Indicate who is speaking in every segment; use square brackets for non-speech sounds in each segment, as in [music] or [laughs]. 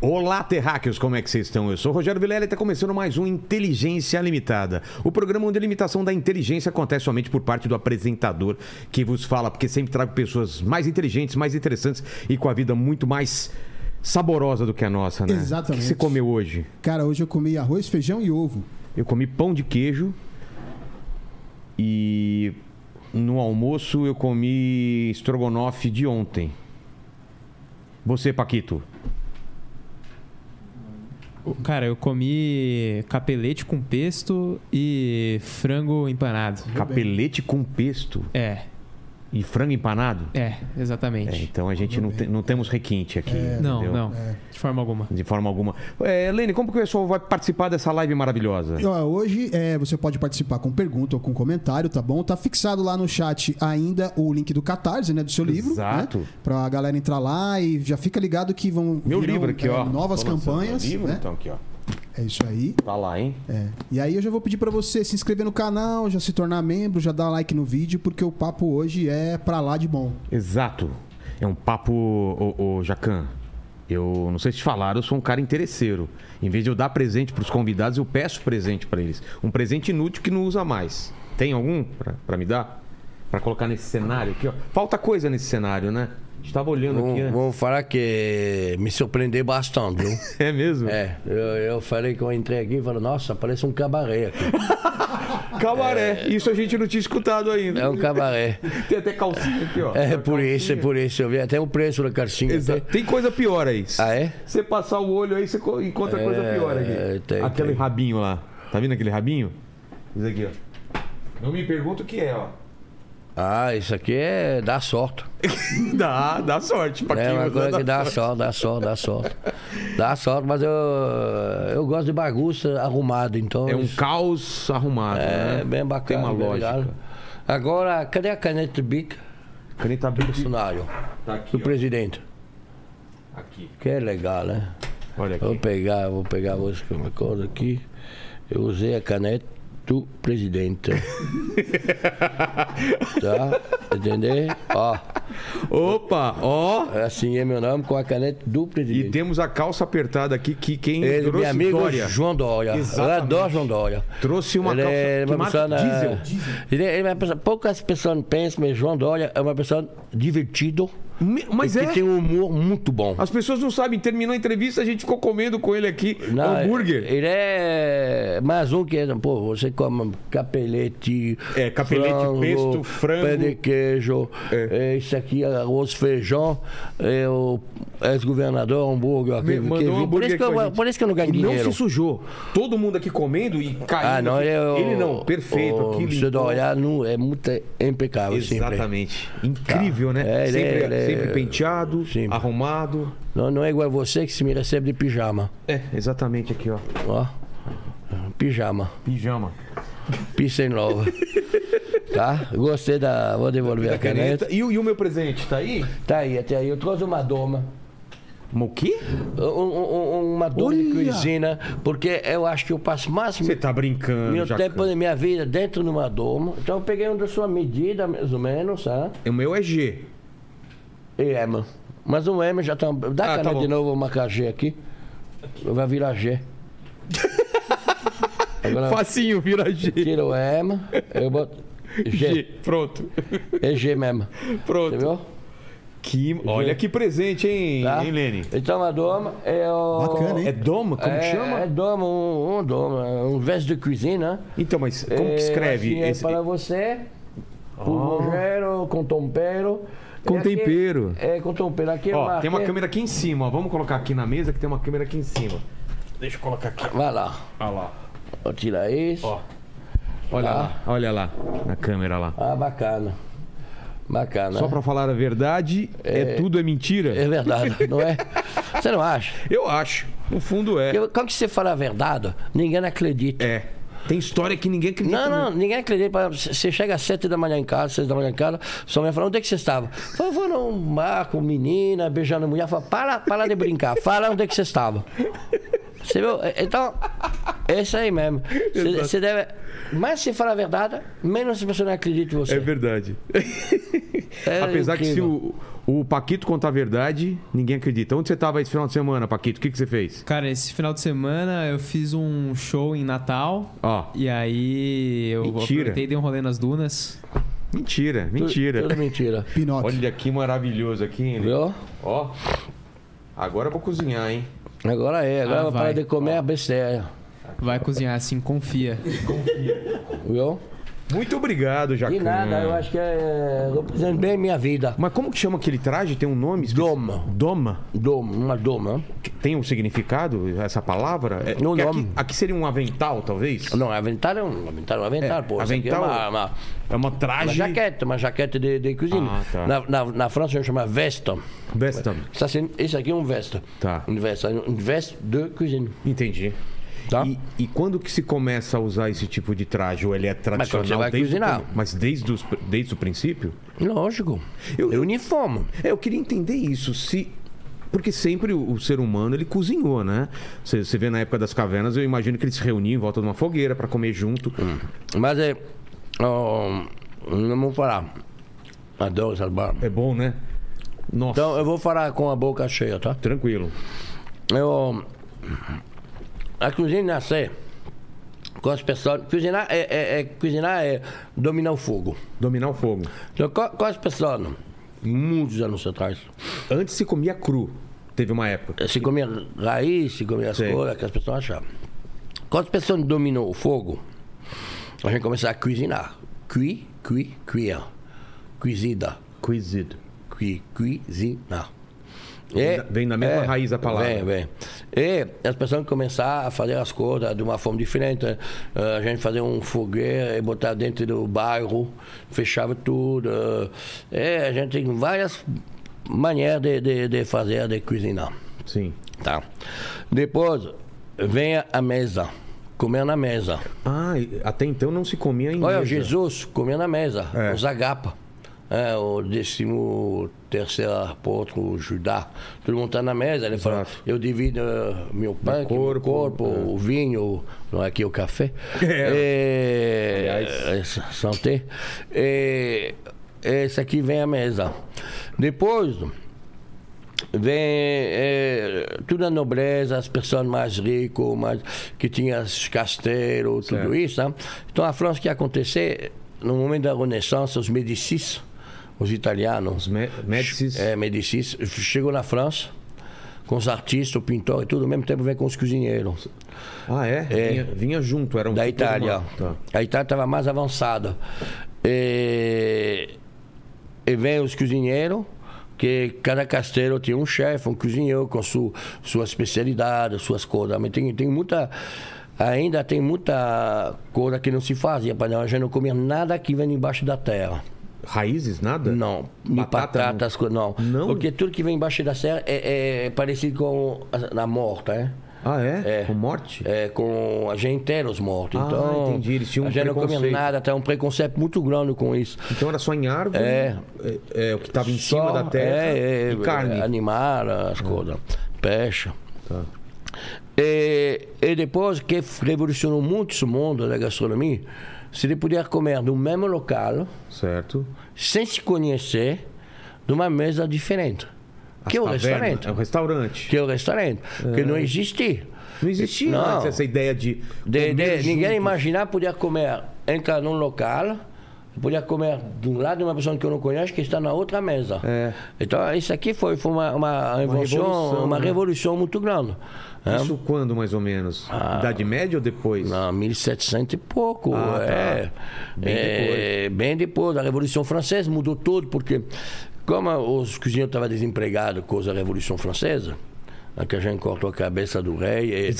Speaker 1: Olá, terráqueos, como é que vocês estão? Eu sou o Rogério Vilela e está começando mais um Inteligência Limitada. O programa onde a limitação da inteligência acontece somente por parte do apresentador que vos fala, porque sempre trago pessoas mais inteligentes, mais interessantes e com a vida muito mais saborosa do que a nossa, né?
Speaker 2: Exatamente.
Speaker 1: O que você comeu hoje?
Speaker 2: Cara, hoje eu comi arroz, feijão e ovo.
Speaker 1: Eu comi pão de queijo e no almoço eu comi estrogonofe de ontem. Você, Paquito?
Speaker 3: Cara, eu comi capelete com pesto e frango empanado.
Speaker 1: Capelete com pesto
Speaker 3: É,
Speaker 1: e frango empanado?
Speaker 3: é,
Speaker 1: É,
Speaker 3: exatamente.
Speaker 1: então a gente não, tem- não temos requinte aqui.
Speaker 2: É.
Speaker 4: então,
Speaker 3: não,
Speaker 1: entendeu?
Speaker 3: não, de forma alguma.
Speaker 1: De forma alguma. É, Lene, como que o pessoal vai participar dessa live maravilhosa?
Speaker 2: E, ó, hoje é, você pode participar com pergunta ou com comentário, tá bom? Tá fixado lá no chat ainda o link do Catarse, né? Do seu livro.
Speaker 1: Exato.
Speaker 2: Né? Pra galera entrar lá e já fica ligado que vão
Speaker 1: Meu
Speaker 2: virão,
Speaker 1: livro aqui,
Speaker 2: é,
Speaker 1: ó.
Speaker 2: novas
Speaker 1: Tô lançando
Speaker 2: campanhas.
Speaker 1: meu livro,
Speaker 2: né?
Speaker 1: então, aqui, ó.
Speaker 2: É isso aí.
Speaker 1: Tá lá, hein?
Speaker 2: É. E aí eu já vou pedir pra você se inscrever no canal, já se tornar membro, já dar like no vídeo, porque o papo hoje é pra lá de bom.
Speaker 1: Exato. É um papo, ô, ô, Jacan. Eu não sei se te falaram, eu sou um cara interesseiro. Em vez de eu dar presente pros convidados, eu peço presente pra eles. Um presente inútil que não usa mais. Tem algum pra pra me dar? Pra colocar nesse cenário aqui, ó. Falta coisa nesse cenário, né? A gente tava olhando aqui né?
Speaker 4: Vou,
Speaker 1: antes.
Speaker 4: vou falar que me surpreendeu bastante, viu?
Speaker 1: [laughs] É mesmo?
Speaker 4: É, eu, eu falei que eu entrei aqui e falei, nossa, parece um cabaré aqui.
Speaker 1: Cabaré. Isso a gente não tinha escutado ainda.
Speaker 4: É
Speaker 1: [laughs]
Speaker 4: um cabaré.
Speaker 1: Tem até calcinha aqui, ó.
Speaker 4: É por isso, é por isso. Eu vi até o preço da calcinha.
Speaker 1: Exato.
Speaker 4: até.
Speaker 1: Tem coisa pior aí.
Speaker 4: Ah, é?
Speaker 1: Você passar o olho aí, você co- encontra coisa
Speaker 4: É,
Speaker 1: pior aqui.
Speaker 4: tem,
Speaker 1: aquele
Speaker 4: tem.
Speaker 1: rabinho lá. Tá vendo aquele rabinho? Isso aqui, ó. Não me pergunta o que é, ó.
Speaker 4: Ah, isso aqui é dá sorte.
Speaker 1: [laughs] Dá, dá sorte. Pra
Speaker 4: É
Speaker 1: quem
Speaker 4: uma
Speaker 1: usa,
Speaker 4: coisa que dá
Speaker 1: sorte.
Speaker 4: sorte, dá sorte, dá sorte. Dá sorte, mas eu, eu gosto de bagunça arrumada, então.
Speaker 1: É um
Speaker 4: isso-
Speaker 1: caos arrumado.
Speaker 4: É
Speaker 1: né?
Speaker 4: bem bacana.
Speaker 1: Tem uma
Speaker 4: bem
Speaker 1: lógica.
Speaker 4: legal. Agora, cadê a caneta de bica?
Speaker 1: Caneta bic
Speaker 4: Funcionário
Speaker 1: tá aqui,
Speaker 4: do
Speaker 1: ó.
Speaker 4: presidente.
Speaker 1: Aqui.
Speaker 4: Que é legal, né?
Speaker 1: Olha
Speaker 4: Vou
Speaker 1: aqui.
Speaker 4: pegar, vou pegar hoje que eu me acordo aqui. Eu usei a caneta do
Speaker 1: [laughs]
Speaker 4: presidente. tá? Entendeu? Ó,
Speaker 1: Opa, ó.
Speaker 4: assim é meu nome com a caneta do
Speaker 1: E
Speaker 4: presidente.
Speaker 1: temos a calça apertada aqui que quem
Speaker 4: Ele,
Speaker 1: trouxe
Speaker 4: meu amigo
Speaker 1: Dória.
Speaker 4: João Dória.
Speaker 1: Exatamente.
Speaker 4: Eu adoro João Dória.
Speaker 1: Trouxe uma
Speaker 4: ele
Speaker 1: calça
Speaker 4: é
Speaker 1: que
Speaker 4: uma
Speaker 1: marca
Speaker 4: pessoa,
Speaker 1: diesel.
Speaker 4: eh, Ele é uma pessoa, poucas pessoas pensam, mas João Dória é uma pessoa divertido.
Speaker 1: Me- Mas
Speaker 4: e
Speaker 1: é.
Speaker 4: que tem um humor muito bom.
Speaker 1: As pessoas não sabem. Terminou a entrevista, a gente ficou comendo com ele aqui um
Speaker 4: Não, é
Speaker 1: hambúrguer.
Speaker 4: Ele é mais um que é. Pô, você come capelete.
Speaker 1: É, capelete, pesto, frango.
Speaker 4: Pé de queijo.
Speaker 1: É.
Speaker 4: É, isso aqui, arroz, feijão. É o ex-governador hambúrguer.
Speaker 1: Me-
Speaker 4: aquele que
Speaker 1: mandou um
Speaker 4: vi. por,
Speaker 1: hambúrguer
Speaker 4: isso que
Speaker 1: aqui pra
Speaker 4: eu,
Speaker 1: gente.
Speaker 4: por isso que eu não ganho
Speaker 1: E
Speaker 4: dinheiro.
Speaker 1: Não se sujou. Todo mundo aqui comendo e caindo.
Speaker 4: Ah, não,
Speaker 1: aqui.
Speaker 4: eu,
Speaker 1: Ele não, perfeito. aqui
Speaker 4: O
Speaker 1: limpou.
Speaker 4: seu olhar não, é muito impecável. Sempre.
Speaker 1: Exatamente. Incrível, né?
Speaker 4: É, ele é-
Speaker 1: sempre,
Speaker 4: ele é-
Speaker 1: sempre penteado,
Speaker 4: Sempre.
Speaker 1: arrumado.
Speaker 4: Não, não é igual você que se me recebe de pijama.
Speaker 1: É, exatamente aqui, ó.
Speaker 4: Ó. Pijama.
Speaker 1: Pijama.
Speaker 4: Pista em nova.
Speaker 1: [laughs]
Speaker 4: tá? Gostei da. Vou devolver a É caneta.
Speaker 1: Tá E, o- e o meu presente, tá aí?
Speaker 4: Tá aí, até aí. Eu trouxe uma doma.
Speaker 1: O quê?
Speaker 4: Um- um- um- uma doma de
Speaker 2: Olha!
Speaker 4: cozinha, porque eu acho que eu passo mais
Speaker 1: Você tá brincando,
Speaker 4: meu
Speaker 1: Jacan.
Speaker 4: tempo da minha vida dentro de uma doma. Então eu peguei uma da sua medida, mais ou menos, tá?
Speaker 1: O meu é G.
Speaker 4: E M. Mas um M já tá. Dá
Speaker 1: Ah,
Speaker 4: a
Speaker 1: tá
Speaker 4: caneta
Speaker 1: bom.
Speaker 4: de novo, uma G aqui. Vai virar
Speaker 1: [laughs]
Speaker 4: G. Agora
Speaker 1: Facinho, vira G.
Speaker 4: tira o M, eu boto
Speaker 1: G.
Speaker 4: G.
Speaker 1: Pronto. [laughs]
Speaker 4: É G mesmo.
Speaker 1: Pronto.
Speaker 4: Entendeu?
Speaker 1: Que, olha que presente, hein,
Speaker 4: Tá?
Speaker 1: hein Lene?
Speaker 4: Então a doma é o.
Speaker 2: Bacana, hein?
Speaker 1: É Doma? Como que
Speaker 4: é,
Speaker 1: chama?
Speaker 4: É doma, um, um doma, um verso de cozinha.
Speaker 1: Então, mas como que escreve?
Speaker 4: É
Speaker 1: esse- Oh.
Speaker 4: para você, com rogério, com tempero.
Speaker 1: Com
Speaker 4: E aqui-
Speaker 1: tempero.
Speaker 4: É, com tempero. Aqui eu
Speaker 1: Ó, tem uma
Speaker 4: marquei-
Speaker 1: câmera aqui em cima, ó. Vamos colocar aqui na mesa que tem uma câmera aqui em cima. Deixa eu colocar aqui.
Speaker 4: Vai lá,
Speaker 1: Olha lá.
Speaker 4: ó, tira isso.
Speaker 1: Ó. Olha
Speaker 4: Tá.
Speaker 1: lá, Ah. olha lá. Na câmera lá.
Speaker 4: Ah, bacana. Bacana.
Speaker 1: Só pra falar a verdade, é, tudo é mentira?
Speaker 4: É verdade, não é? Você não
Speaker 1: [laughs]
Speaker 4: acha?
Speaker 1: Eu acho. No fundo é.
Speaker 4: Porque quando você fala a verdade, ninguém acredita.
Speaker 1: É. Tem história que ninguém acredita.
Speaker 4: Não, não,
Speaker 1: né?
Speaker 4: ninguém acredita. Por exemplo, Você chega às sete da manhã em casa, seis da manhã em casa, sua mãe fala, onde é que você estava? Fala, vou num bar com menina, beijando mulher. Fala, para, para de brincar, fala onde é que você estava. Você viu? Então, é isso aí mesmo. Você- Você deve. Mas se falar a verdade, menos as pessoas não acreditam em você.
Speaker 1: É verdade.
Speaker 4: É
Speaker 1: Apesar que se
Speaker 4: incrível.
Speaker 1: o, o Paquito contar a verdade, ninguém acredita. Onde você tava esse final de semana, Paquito? O que, que você fez?
Speaker 3: Cara, esse final de semana eu fiz um show em Natal.
Speaker 1: Ó,
Speaker 3: E aí eu
Speaker 1: Mentira.
Speaker 3: aproveitei e dei um rolê nas dunas.
Speaker 1: mentira, mentira.
Speaker 4: Tudo mentira.
Speaker 2: Pinóquio.
Speaker 1: Olha que maravilhoso aqui, hein? Lê?
Speaker 4: Viu?
Speaker 1: Ó, agora eu vou cozinhar, hein?
Speaker 4: Agora é, agora
Speaker 3: Ah,
Speaker 4: eu vou
Speaker 3: vai.
Speaker 4: parar de comer a besteira.
Speaker 3: Vai cozinhar assim, confia.
Speaker 4: Viu?
Speaker 1: Muito obrigado, Jacan.
Speaker 4: E nada, eu acho que é. Eu apresento bem minha vida.
Speaker 1: Mas como que chama aquele traje? Tem um nome? específico?
Speaker 4: Doma.
Speaker 1: Doma?
Speaker 4: Doma, uma doma.
Speaker 1: Que- Tem um significado essa palavra? É,
Speaker 4: Não,
Speaker 1: porque
Speaker 4: não.
Speaker 1: Aqui, aqui seria um avental, talvez?
Speaker 4: Não, aventar é um. Aventar é um aventar,
Speaker 1: É,
Speaker 4: pô. Isso aqui é
Speaker 1: avental-
Speaker 4: uma, uma-
Speaker 1: É uma
Speaker 4: uma
Speaker 1: traje...
Speaker 4: jaqueta, uma jaqueta de, de cozinha.
Speaker 1: Ah, tá.
Speaker 4: na, na, na França a gente chama veston.
Speaker 1: Besta.
Speaker 4: Isso assim- Isso aqui é um veste.
Speaker 1: Tá.
Speaker 4: Um veste, um veste de cozinha.
Speaker 1: Entendi.
Speaker 4: Tá?
Speaker 1: E, e quando que se começa a usar esse tipo de traje? Ou ele é tradicional
Speaker 4: você vai
Speaker 1: desde, o
Speaker 4: cozinhar.
Speaker 1: com- mas desde, os, desde o princípio?
Speaker 4: Lógico.
Speaker 1: Eu-
Speaker 4: é uniforme.
Speaker 1: É, eu queria entender isso, se porque sempre o, o ser humano ele cozinhou, né? Você você vê na época das cavernas, eu imagino que eles se reuniam em volta de uma fogueira para comer junto.
Speaker 4: Mas é. ó, não vou falar. Adoro essas barbas.
Speaker 1: É bom, né? Nossa,
Speaker 4: Então eu vou falar com a boca cheia, tá?
Speaker 1: tranquilo.
Speaker 4: Eu. A cozinha nascer com as pessoas. Cozinhar é, é- é- cozinhar é dominar o fogo.
Speaker 1: Dominar o fogo.
Speaker 4: Então, com, com as pessoas, muitos anos atrás, Eh,
Speaker 1: Antes se comia cru. Teve uma época.
Speaker 4: se comia raiz, se comia as
Speaker 1: Sim.
Speaker 4: coisas que as pessoas achavam. Quando as pessoas dominou o fogo, a gente começou a cozinhar. Cui, cui, cuir. Cozida.
Speaker 1: Cozido.
Speaker 4: Cui, cozinhar.
Speaker 1: Vem da- vem da mesma raiz a palavra.
Speaker 4: é, Vem, vem. E as pessoas começaram a fazer as coisas de uma forma diferente. Eh, a gente fazia um fogueiro e botar dentro do bairro, fechava tudo. Eh, é, a gente tem várias maneiras de, de, de fazer, de cozinhar.
Speaker 1: Sim.
Speaker 4: Tá. Depois, venha à mesa. Comer na mesa.
Speaker 1: Ah, e até então não se comia em
Speaker 4: Olha,
Speaker 1: mesa.
Speaker 4: Jesus comia na mesa.
Speaker 1: É.
Speaker 4: Os agapa. É, o décimo terceiro apóstolo, o Judá. Todo mundo está na mesa. Ele fala,
Speaker 1: Exato.
Speaker 4: eu divido eh, meu pão, aqui, meu
Speaker 1: corpo,
Speaker 4: corpo,
Speaker 1: é.
Speaker 4: o vinho, não é aqui o
Speaker 1: [laughs]
Speaker 4: café.
Speaker 1: Aliás.
Speaker 4: É. é, sa- Santé. É, esse aqui vem à mesa. Depois vem eh, toda a nobreza, as pessoas mais ricas, mais, que tinham os castelos, tudo
Speaker 1: Certo.
Speaker 4: isso. Né? Então, a França, o que aconteceu, no momento da Renascença, os Médicis, os italianos,
Speaker 1: Os me- Médicis.
Speaker 4: é, Médicis, chegou na França, com os artistas, o pintor e tudo, ao mesmo tempo vem com os cozinheiros
Speaker 1: Ah, é? Vinha, vinha junto, era um
Speaker 4: da
Speaker 1: tipo de uma-
Speaker 4: Itália.
Speaker 1: Tá.
Speaker 4: A Itália estava mais avançada. E, e vem os cozinheiros, que cada castelo tinha um chefe, um cozinheiro com su, sua especialidade, suas coisas. Mas tem, tem muita. Ainda tem muita coisa que não se fazia, para a gente não comer nada que vem embaixo da terra.
Speaker 1: Raízes, nada?
Speaker 4: Não, nem
Speaker 1: Tá. Batata, né?
Speaker 4: batata, as coisas, não.
Speaker 1: Não?
Speaker 4: Porque tudo que vem embaixo da terra é, é parecido com a- na morta, né?
Speaker 1: Ah, é?
Speaker 4: É.
Speaker 1: Com morte?
Speaker 4: É, com a gente inteira os mortos.
Speaker 1: Ah,
Speaker 4: então,
Speaker 1: entendi. Eles tinham
Speaker 4: a
Speaker 1: um
Speaker 4: gente não comia
Speaker 1: preconceito.
Speaker 4: nada, tem um preconceito muito grande com isso.
Speaker 1: Então era só em árvore?
Speaker 4: É.
Speaker 1: é, é, o que estava em
Speaker 4: Só-
Speaker 1: cima da terra
Speaker 4: é, é,
Speaker 1: e carne. Ah. Tá.
Speaker 4: é, Animal, as coisas, peixe. E, e depois que revolucionou muito esse mundo da gastronomia, se de poder comer no mesmo local,
Speaker 1: Certo.
Speaker 4: sem se conhecer, numa mesa diferente. que é o
Speaker 1: Taverna,
Speaker 4: restaurante.
Speaker 1: É um restaurante.
Speaker 4: Que é o restaurante. Que não existia.
Speaker 1: Não existia
Speaker 4: Não.
Speaker 1: antes essa ideia de.
Speaker 4: De,
Speaker 1: comer
Speaker 4: de-
Speaker 1: junto.
Speaker 4: ninguém imaginar poder comer, entrar num local, poder comer de um lado de uma pessoa que eu não conheço que está na outra mesa.
Speaker 1: É.
Speaker 4: Então, isso aqui foi, foi uma, uma, invenção,
Speaker 1: revolução,
Speaker 4: uma
Speaker 1: né?
Speaker 4: revolução muito grande. né?
Speaker 1: Isso quando, mais ou menos? Idade média ou depois?
Speaker 4: Ah. Não, 1700 e pouco.
Speaker 1: Ah, tá.
Speaker 4: é.
Speaker 1: Bem
Speaker 4: É, bem depois da Revolução Francesa, mudou tudo, porque como os cozinheiros estavam desempregados com a Revolução Francesa, né, que a gente cortou a cabeça do rei e,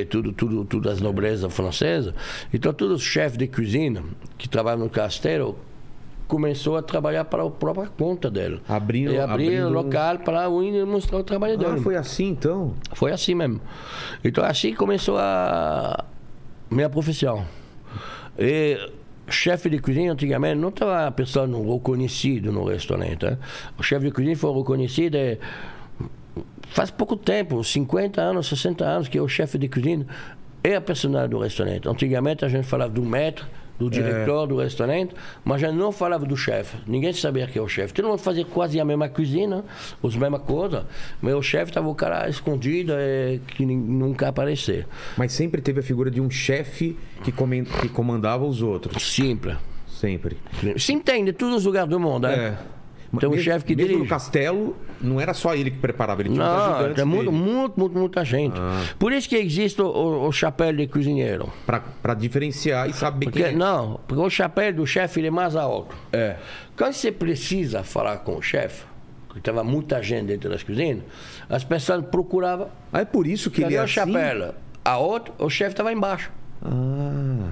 Speaker 4: e tudo, tudo, tudo as nobrezas francesas. Então, todos os chefes de cozinha que trabalham no castelo começou a trabalhar para a própria conta dela.
Speaker 1: Abrindo-
Speaker 4: e abrir
Speaker 1: abrindo um-
Speaker 4: o local para o índio mostrar o trabalho
Speaker 1: Ah,
Speaker 4: dele.
Speaker 1: foi assim então?
Speaker 4: Foi assim mesmo. Então assim começou a minha profissão. E chefe de cozinha antigamente não estava a pessoa né? um é não reconhecida no restaurante. hein? O chefe de cozinha foi reconhecido eh, faz pouco tempo, 50 anos, 60 anos, que é o chefe de cozinha é a personagem do restaurante. Antigamente a gente falava do maître,
Speaker 1: É.
Speaker 4: do diretor do restaurante, mas a gente não falava do chefe. Ninguém sabia que é o chefe. Todo mundo fazia quase a mesma cozinha, as mesmas coisas, mas o chefe estava o cara escondido e que nin- nunca aparecia.
Speaker 1: Mas sempre teve a figura de um chefe que, comen- que comandava os outros.
Speaker 4: Simples.
Speaker 1: Sempre.
Speaker 4: Se entende, todos os lugares do mundo. né?
Speaker 1: É.
Speaker 4: Tem um
Speaker 1: Mesmo-
Speaker 4: chefe que
Speaker 1: mesmo no
Speaker 4: dirige.
Speaker 1: castelo, não era só ele que preparava, ele tinha uns
Speaker 4: Não,
Speaker 1: ajudantes
Speaker 4: tem muito,
Speaker 1: dele
Speaker 4: muito, muito, muita gente.
Speaker 1: Ah.
Speaker 4: Por isso que existe o, o- o chapéu de cozinheiro.
Speaker 1: pra, pra diferenciar e saber
Speaker 4: Porque,
Speaker 1: quem é.
Speaker 4: não, porque o chapéu do chefe ele é mais alto.
Speaker 1: É.
Speaker 4: Quando você precisa falar com o chefe, que estava muita gente dentro das cozinhas, as pessoas procuravam.
Speaker 1: Ah, é por isso que
Speaker 4: Cadê
Speaker 1: ele é
Speaker 4: o
Speaker 1: assim?
Speaker 4: chapéu? A outra, o chefe estava embaixo.
Speaker 1: Ah,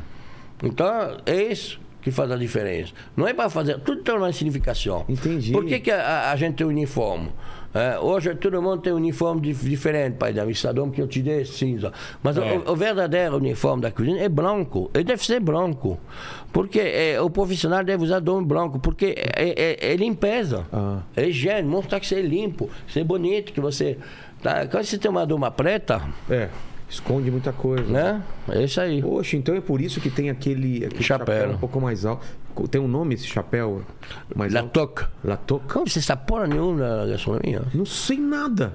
Speaker 4: Então, é isso que faz a diferença. Não é para fazer. Tudo tem uma significação.
Speaker 1: Entendi.
Speaker 4: Por que, que a, a- a gente tem uniforme? É, hoje todo mundo tem um uniforme dif- diferente, pai da Estadão que eu te dei é cinza. Mas
Speaker 1: É.
Speaker 4: o, o verdadeiro uniforme da cozinha é branco. E deve ser branco. Porque é, o profissional deve usar dom branco. Porque é, é- é limpeza. É higiene. Mostrar que você é limpo, que você é bonito, que você. tá- Quando você tem uma doma preta,
Speaker 1: é. Esconde muita coisa.
Speaker 4: né? É isso aí.
Speaker 1: Poxa, então é por isso que tem aquele, aquele
Speaker 4: Chapéu.
Speaker 1: um pouco mais alto. Co- Tem um nome esse chapéu? Mais
Speaker 4: La
Speaker 1: alto?
Speaker 4: toque.
Speaker 1: La toque?
Speaker 4: Como você sabe porra nenhuma na gastronomia?
Speaker 1: Não sei nada.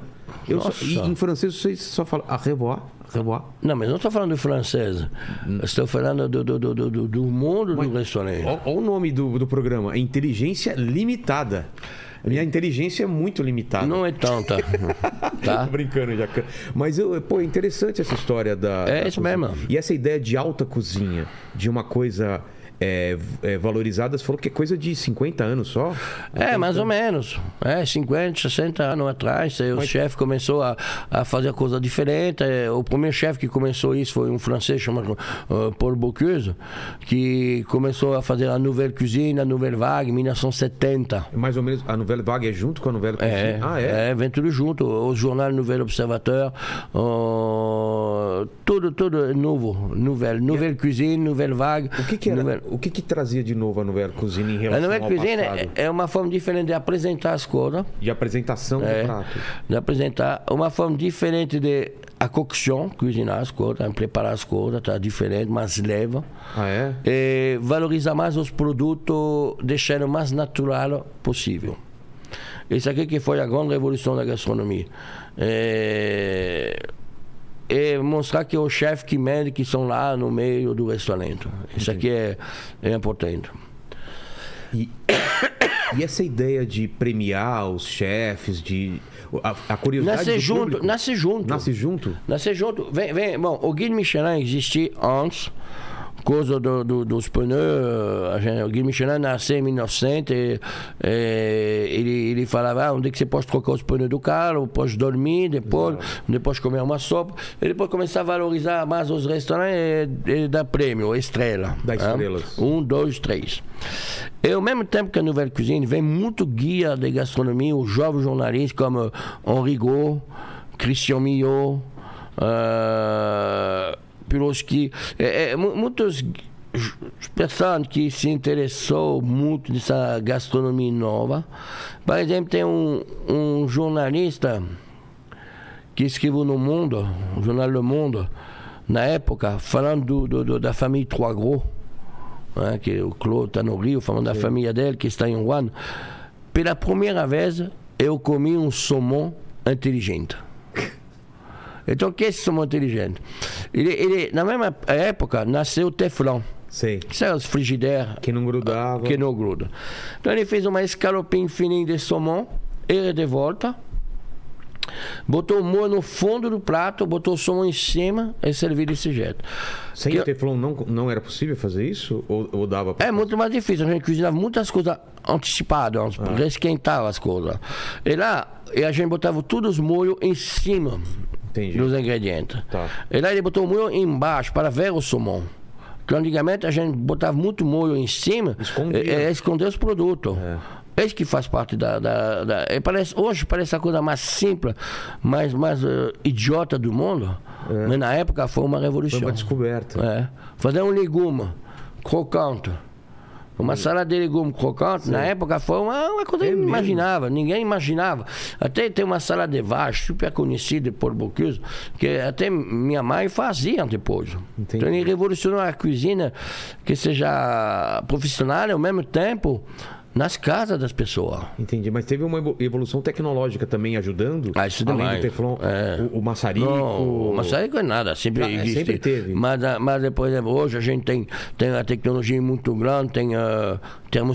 Speaker 1: Eu só-
Speaker 4: Nossa.
Speaker 1: e em francês vocês só falam a revoir, revoir.
Speaker 4: Não, mas não estou falando do francês. Estou falando do, do, do, do- do, do mundo do restaurante.
Speaker 1: Olha o nome do, do programa, é Inteligência Limitada. A minha inteligência é muito limitada.
Speaker 4: Não é tanta.
Speaker 1: [laughs]
Speaker 4: tá?
Speaker 1: Tô brincando, Jacan. Mas, eu, pô, é interessante essa história da.
Speaker 4: É
Speaker 1: da
Speaker 4: isso
Speaker 1: cozinha.
Speaker 4: mesmo.
Speaker 1: E essa ideia de alta cozinha, de uma coisa é, v- é, valorizada, você falou que é coisa de 50 anos só.
Speaker 4: É, mais ou menos. É, 50, 60 anos atrás, eh, o chefe começou a, a fazer coisa diferente. Eh, O primeiro chefe que começou isso foi um francês chamado eh, Paul Bocuse, que começou a fazer a nouvelle cuisine, a nouvelle vague, em 1970.
Speaker 1: Mais ou menos. A novela Vaga é junto com a novela
Speaker 4: É,
Speaker 1: Cozinha? Ah, é?
Speaker 4: vem tudo junto. O jornal Nouvel Observateur, ó, tudo, tudo é novo. Nouvelle, nouvelle cuisine, nouvelle vague.
Speaker 1: O que, que era?
Speaker 4: nouvelle-
Speaker 1: O que, que trazia de novo a novela Cozinha em
Speaker 4: A
Speaker 1: relação
Speaker 4: nouvelle
Speaker 1: ao
Speaker 4: cuisine é,
Speaker 1: passado?
Speaker 4: é uma forma diferente de apresentar as coisas,
Speaker 1: De apresentação
Speaker 4: é,
Speaker 1: do prato.
Speaker 4: de apresentar uma forma diferente de a cocção, cozinhar as coisas, né, preparar as coisas, tá diferente, mais leve.
Speaker 1: Ah, é?
Speaker 4: E valorizar mais os produtos, deixando o mais natural possível. Isso aqui que foi a grande revolução da gastronomia. É, é mostrar que é o chefe que manda, que são lá no meio do restaurante. Isso aqui é, é importante.
Speaker 1: E, [coughs] e essa ideia de premiar os chefes, de. A, a curiosidade.
Speaker 4: Nascer
Speaker 1: do
Speaker 4: junto,
Speaker 1: público-
Speaker 4: nasce junto.
Speaker 1: Nasce junto?
Speaker 4: Nascer junto. Vem, vem. Bom, o Guide Michelin existia antes. Coisa do, do, dos pneus, a gente- o Guide Michelin nasceu em 1900 e, e ele, ele falava ah, onde é que você pode trocar os pneus do carro, pode dormir, depois, depois comer uma sopa. E depois começar a valorizar mais os restaurantes e, e dar prêmio, estrela.
Speaker 1: Dar
Speaker 4: hein?
Speaker 1: estrelas.
Speaker 4: Um, dois, três. E ao mesmo tempo que a Nouvelle Cuisine vem muito guia de gastronomia, os jovens jornalistas como Henri Gault, Christian Millot, uh, Piroski, é, é, mu- muitas gu- j- pessoas que se interessou muito nessa gastronomia nova. Por exemplo, tem um, um jornalista que escreveu no Mundo, no jornal Le Monde, na época, falando do- do- do- da família Trois Gros, hein, né, que o Claude está no Rio, falando da família dela, que está em Wuhan. Pela primeira vez, eu comi um salmão inteligente. Então, o que é esse salmão inteligente? Ele, ele, na mesma época, nasceu o Teflon.
Speaker 1: Sei.
Speaker 4: Que são os frigideiros
Speaker 1: Que não grudava.
Speaker 4: que não gruda. Então ele fez uma escalopinha fininha de salmão, ele de volta, botou o molho no fundo do prato, botou o salmão em cima e serviu desse jeito.
Speaker 1: Sem
Speaker 4: Que-
Speaker 1: o Teflon não, não era possível fazer isso? Ou, ou dava pra
Speaker 4: É muito mais difícil, a gente cozinhava muitas coisas antecipadas,
Speaker 1: É.
Speaker 4: esquentava as coisas. E lá, e a gente botava todos os molhos em cima
Speaker 1: Entendi.
Speaker 4: dos ingredientes.
Speaker 1: Tá.
Speaker 4: E lá ele botou o molho embaixo para ver o salmão. Porque antigamente a gente botava muito molho em cima
Speaker 1: Escondia.
Speaker 4: e, e esconder os produtos. É. Isso que faz parte da. da- da- e parece, hoje parece a coisa mais simples, mais, mais eh, idiota do mundo.
Speaker 1: É.
Speaker 4: Mas na época foi uma revolução.
Speaker 1: Foi uma descoberta.
Speaker 4: É. Fazer um legume crocante Uma salada de legumes crocante, na época, foi uma, uma coisa
Speaker 1: É
Speaker 4: que
Speaker 1: mesmo?
Speaker 4: imaginava, ninguém imaginava. Até tem uma salada de vaca super conhecida por Bocuse, que até minha mãe fazia depois.
Speaker 1: Entendi.
Speaker 4: Então ele revolucionou a cozinha que seja profissional e ao mesmo tempo nas casas das pessoas.
Speaker 1: Entendi, mas teve uma evo- evolução tecnológica também ajudando.
Speaker 4: Ah, isso
Speaker 1: além
Speaker 4: demais.
Speaker 1: do Teflon,
Speaker 4: É.
Speaker 1: o, o maçarico.
Speaker 4: Não, mas aí não é nada, sempre
Speaker 1: Ah, é,
Speaker 4: existe.
Speaker 1: sempre teve.
Speaker 4: Mas, ah, mas depois, eh, hoje a gente tem, tem a tecnologia muito grande, tem ah,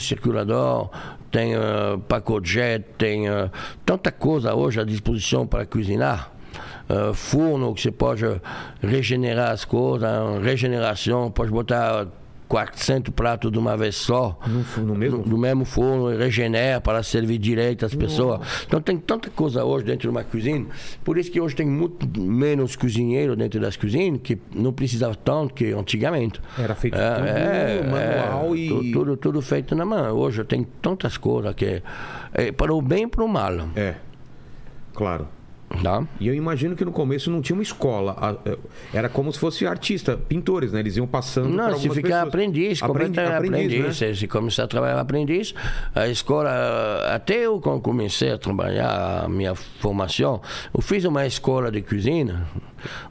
Speaker 4: termocirculador, tem ah, pacote jet, tem ah, tanta coisa hoje à disposição para cozinhar. Ah, forno que você pode regenerar as coisas, ah, regeneração, pode botar 400 pratos de uma vez só
Speaker 1: No fu- no mesmo
Speaker 4: do mesmo forno e regenera para servir direito às pessoas.
Speaker 1: Uhum.
Speaker 4: Então tem tanta coisa hoje dentro de uma cozinha, por isso que hoje tem muito menos cozinheiro dentro das cozinhas, que não precisava tanto que antigamente. É,
Speaker 1: Era feito tudo manual e-
Speaker 4: tu- Tudo, tudo feito na mão. Hoje tem tantas coisas que... É, para o bem e para o mal,
Speaker 1: É, claro.
Speaker 4: tá?
Speaker 1: E eu imagino que no começo não tinha uma escola. a- é, Era como se fosse artista, pintores, né? Eles iam passando. pra
Speaker 4: Não, se
Speaker 1: algumas
Speaker 4: ficar
Speaker 1: pessoas.
Speaker 4: aprendiz,
Speaker 1: Aprendi-
Speaker 4: completamente aprendiz. é,
Speaker 1: aprendiz, né?
Speaker 4: se- Se começar a trabalhar aprendiz, a escola, eh, até eu quando comecei a trabalhar a minha formação, eu fiz uma escola de cozinha,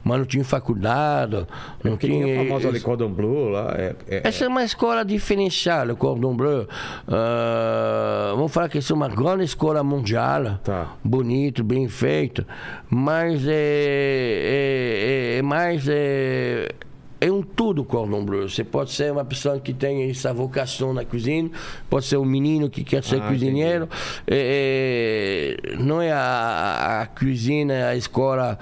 Speaker 4: mas não tinha faculdade, não
Speaker 1: Que nem
Speaker 4: tinha.
Speaker 1: a famosa Le Cordon Bleu lá. É, é-
Speaker 4: Essa é uma escola diferenciada, o Cordon Bleu. Ah, vamos falar que isso é uma grande escola mundial,
Speaker 1: Tá.
Speaker 4: bonito, bem feito, mas é, é, é- é mais é, é um tudo Cordon Bleu. Você pode ser uma pessoa que tem essa vocação na cozinha, pode ser um menino que quer ser
Speaker 1: Ah,
Speaker 4: cozinheiro. É, é, não é a, a cozinha, a escola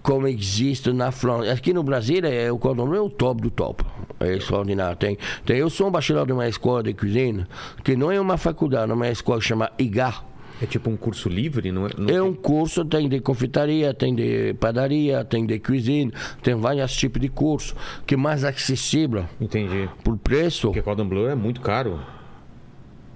Speaker 4: como existe na França. Aqui no Brasil, é, o Cordon Bleu é o top do top. É extraordinário. Tem, tem, eu sou um bacharel de uma escola de cozinha, que não é uma faculdade, é uma escola chamada IGAR.
Speaker 1: é tipo um curso livre, não é? Não
Speaker 4: É um curso, tem de confeitaria, tem de padaria, tem de cozinha, tem vários tipos de curso, que é mais acessível
Speaker 1: Entendi.
Speaker 4: por preço.
Speaker 1: Porque Cordon Bleu é muito caro.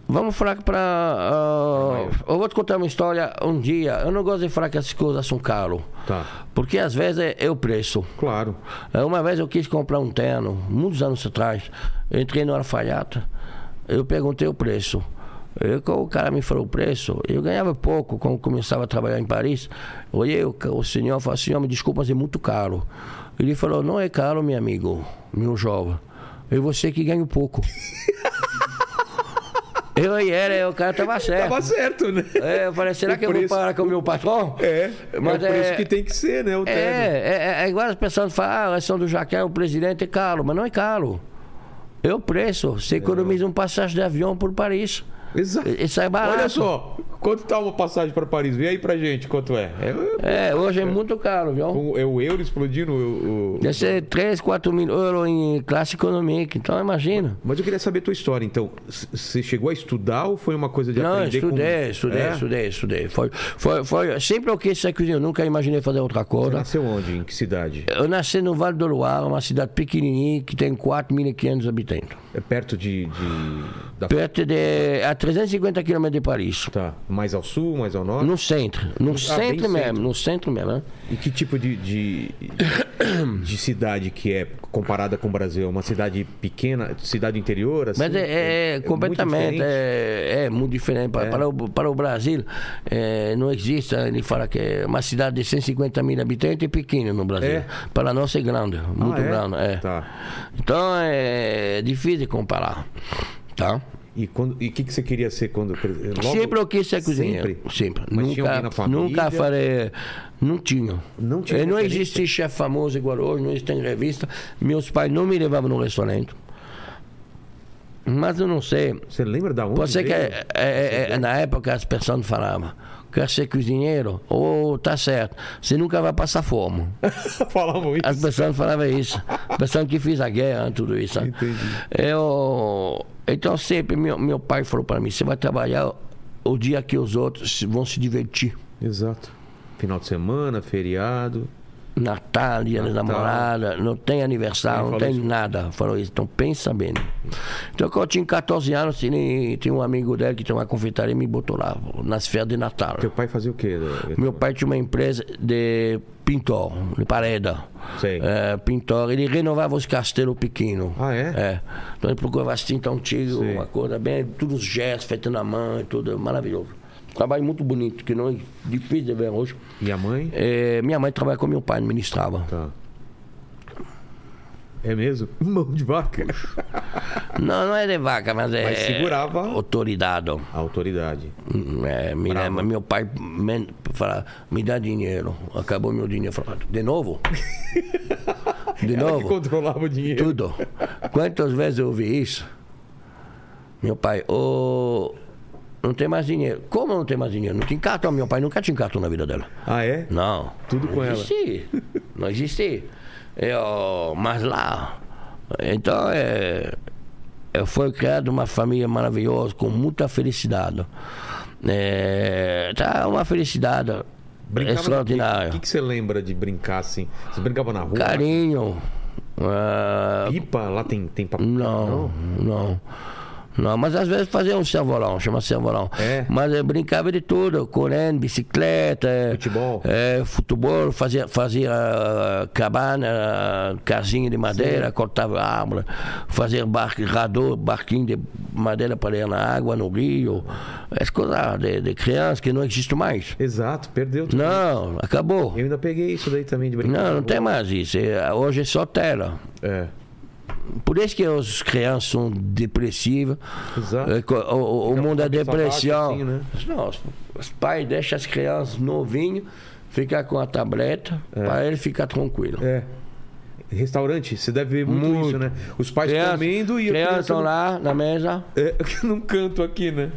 Speaker 4: Vamos falar para. eu vou te contar uma história um dia. Eu não gosto de falar que as coisas são caras,
Speaker 1: Tá,
Speaker 4: porque às vezes é, é o preço.
Speaker 1: claro.
Speaker 4: É, Uma vez eu quis comprar um terno, muitos anos atrás. Eu entrei no alfaiata, eu perguntei o preço. Eu, quando o cara me falou o preço. Eu ganhava pouco quando começava a trabalhar em Paris. Eu Olhei o, ca- o senhor e falei assim: "Ó, me desculpa, mas é muito caro. Ele falou: não é caro, meu amigo, meu jovem. É você que ganha pouco.
Speaker 1: [laughs]
Speaker 4: eu e era, o cara tava certo.
Speaker 1: Tava certo, né?
Speaker 4: É, eu falei: será
Speaker 1: O
Speaker 4: que eu vou
Speaker 1: preço-
Speaker 4: parar com o meu patrão?
Speaker 1: É,
Speaker 4: Mas
Speaker 1: é o preço
Speaker 4: é-
Speaker 1: que tem que ser, né? O terno.
Speaker 4: é, é, é igual as pessoas falam, ah, a eleição do Jaquel, o presidente é caro, mas não é caro. É o preço. Você economiza um passagem de avião por Paris.
Speaker 1: Exato.
Speaker 4: E- e sai é barato.
Speaker 1: Olha só, quanto tá uma passagem para Paris? Vê aí pra gente quanto é. É,
Speaker 4: É, hoje é muito caro, viu?
Speaker 1: o- é o euro explodindo o- o-
Speaker 4: Deve ser 3, 4 mil euros em classe econômica, então imagina.
Speaker 1: Mas eu queria saber a tua história, então. C- Você chegou a estudar ou foi uma coisa de
Speaker 4: Não,
Speaker 1: aprender
Speaker 4: estudei,
Speaker 1: com...
Speaker 4: estudei,
Speaker 1: É?
Speaker 4: estudei, estudei. Foi, foi, foi sempre o que se cozinha, eu nunca imaginei fazer outra
Speaker 1: Você
Speaker 4: coisa.
Speaker 1: nasceu onde? Em que cidade?
Speaker 4: Eu nasci no Vale do Loire, uma cidade pequenininha que tem 4.500 habitantes.
Speaker 1: É perto de... de- da...
Speaker 4: Perto de... a 350 quilômetros de Paris.
Speaker 1: Tá. Mais ao sul, mais ao norte?
Speaker 4: No centro, no centro
Speaker 1: Ah, bem
Speaker 4: mesmo,
Speaker 1: centro.
Speaker 4: no centro mesmo. Né?
Speaker 1: E que tipo de, de, de cidade que é comparada com o Brasil? É Uma cidade pequena, cidade interior? Assim,
Speaker 4: Mas é, é- é
Speaker 1: muito
Speaker 4: completamente,
Speaker 1: diferente?
Speaker 4: é, é muito diferente. Para,
Speaker 1: É.
Speaker 4: para o, para o Brasil, é, não existe. Ele fala que é uma cidade de 150 mil habitantes é pequena no Brasil.
Speaker 1: É.
Speaker 4: Para nós é grande, muito
Speaker 1: é?
Speaker 4: grande. é.
Speaker 1: Tá.
Speaker 4: Então é difícil comparar. Tá?
Speaker 1: E quando- e o que, que você queria ser quando... logo-
Speaker 4: Sempre eu quis ser cozinheiro.
Speaker 1: Sempre?
Speaker 4: Sempre.
Speaker 1: Mas tinha
Speaker 4: nunca,
Speaker 1: alguém na família?
Speaker 4: nunca falei. Não tinha.
Speaker 1: Não tinha
Speaker 4: Eh, não
Speaker 1: referência?
Speaker 4: existe chefe famoso igual hoje, não existe revista. Meus pais não me levavam no restaurante. Mas eu não sei.
Speaker 1: Você lembra da onde
Speaker 4: Pode ser que
Speaker 1: veio?
Speaker 4: eh, eh, eh, na época as pessoas falavam. Quer ser cozinheiro? Ou tá certo, você nunca vai
Speaker 1: [laughs]
Speaker 4: passar fome.
Speaker 1: Falavam isso.
Speaker 4: As pessoas falavam isso. Pensando que fiz a guerra, tudo isso. sabe?
Speaker 1: Entendi.
Speaker 4: Eu, então sempre meu, meu pai falou para mim, você vai trabalhar o dia que os outros se- vão se divertir.
Speaker 1: Exato. Final de semana, feriado.
Speaker 4: Natal, dia da
Speaker 1: Natal.
Speaker 4: namorada, não tem aniversário,
Speaker 1: Ele
Speaker 4: não
Speaker 1: falou
Speaker 4: tem
Speaker 1: isso.
Speaker 4: nada. Falou isso, então pensa bem. Então quando eu tinha 14 anos, tinha, tinha um amigo dele que tem uma confeitaria e me botou lá, nas férias de Natal.
Speaker 1: Teu pai fazia o quê? né?
Speaker 4: Meu pai tinha uma empresa de Pintor, de Pareda.
Speaker 1: Sei.
Speaker 4: É, Pintor, ele renovava os castelos pequeno.
Speaker 1: Ah, é?
Speaker 4: Então ele procurava as tintas antigas,
Speaker 1: Sei.
Speaker 4: uma coisa bem, todos os gestos feitos na mão e tudo, maravilhoso. Trabalho muito bonito, que não é difícil de ver hoje.
Speaker 1: E a mãe?
Speaker 4: É, minha mãe trabalha com meu pai, administrava.
Speaker 1: Tá. É mesmo? [laughs] Mão de vaca.
Speaker 4: Não, não é de vaca, mas é.
Speaker 1: Mas segurava.
Speaker 4: Autoridade.
Speaker 1: A autoridade.
Speaker 4: Hum, é, me dá- meu pai me, fala, me dá dinheiro. Acabou meu dinheiro. Eu Falo,
Speaker 1: [laughs]
Speaker 4: de novo? De
Speaker 1: Ela que
Speaker 4: novo?
Speaker 1: controlava o dinheiro.
Speaker 4: Tudo. Quantas vezes eu ouvi isso? Meu pai, ô. não tem mais dinheiro. Como não tem mais dinheiro? Não tinha cartão. Meu pai nunca tinha cartão na vida dela.
Speaker 1: Ah, é?
Speaker 4: Não.
Speaker 1: Tudo com
Speaker 4: não
Speaker 1: ela.
Speaker 4: Existi. Não existi. Eu, mas lá. Então, é, eu fui criado uma família maravilhosa, com muita felicidade. É, tá uma felicidade é
Speaker 1: O
Speaker 4: extraordinária.
Speaker 1: que, que você lembra de brincar assim? Você brincava na rua?
Speaker 4: Carinho. ah,
Speaker 1: Pipa? Lá tem, tem papo?
Speaker 4: não, não. Não, mas às vezes fazia um servolão, chama servolão.
Speaker 1: É?
Speaker 4: Mas eu brincava de tudo, correndo, bicicleta. eh,
Speaker 1: Futebol?
Speaker 4: eh, futebol, fazia, fazia ah, cabana, ah, casinha de madeira, cortava árvore, fazia barco, radô, barquinho de madeira para ir na água, no rio. Essas coisas de, de criança que não existem mais.
Speaker 1: Exato, perdeu tudo.
Speaker 4: Não, acabou.
Speaker 1: Eu ainda peguei isso daí também de brincar.
Speaker 4: Não,
Speaker 1: na
Speaker 4: não tem
Speaker 1: rua.
Speaker 4: mais isso. Eh, Hoje é só tela.
Speaker 1: É,
Speaker 4: Por isso que as crianças são depressivas.
Speaker 1: Exato.
Speaker 4: É, co- O, o- o
Speaker 1: Fica
Speaker 4: mundo
Speaker 1: com a
Speaker 4: da
Speaker 1: cabeça
Speaker 4: depressão.
Speaker 1: baixa, assim, né?
Speaker 4: Não, os, os pais deixam as crianças novinhas ficar com a tableta para ele ficar tranquilo.
Speaker 1: é. Restaurante, você deve ver muito,
Speaker 4: Muito.
Speaker 1: isso, né? Os pais
Speaker 4: Criança-
Speaker 1: comendo e a
Speaker 4: criança
Speaker 1: criança
Speaker 4: estão lá na mesa.
Speaker 1: É, [laughs] num canto aqui, né?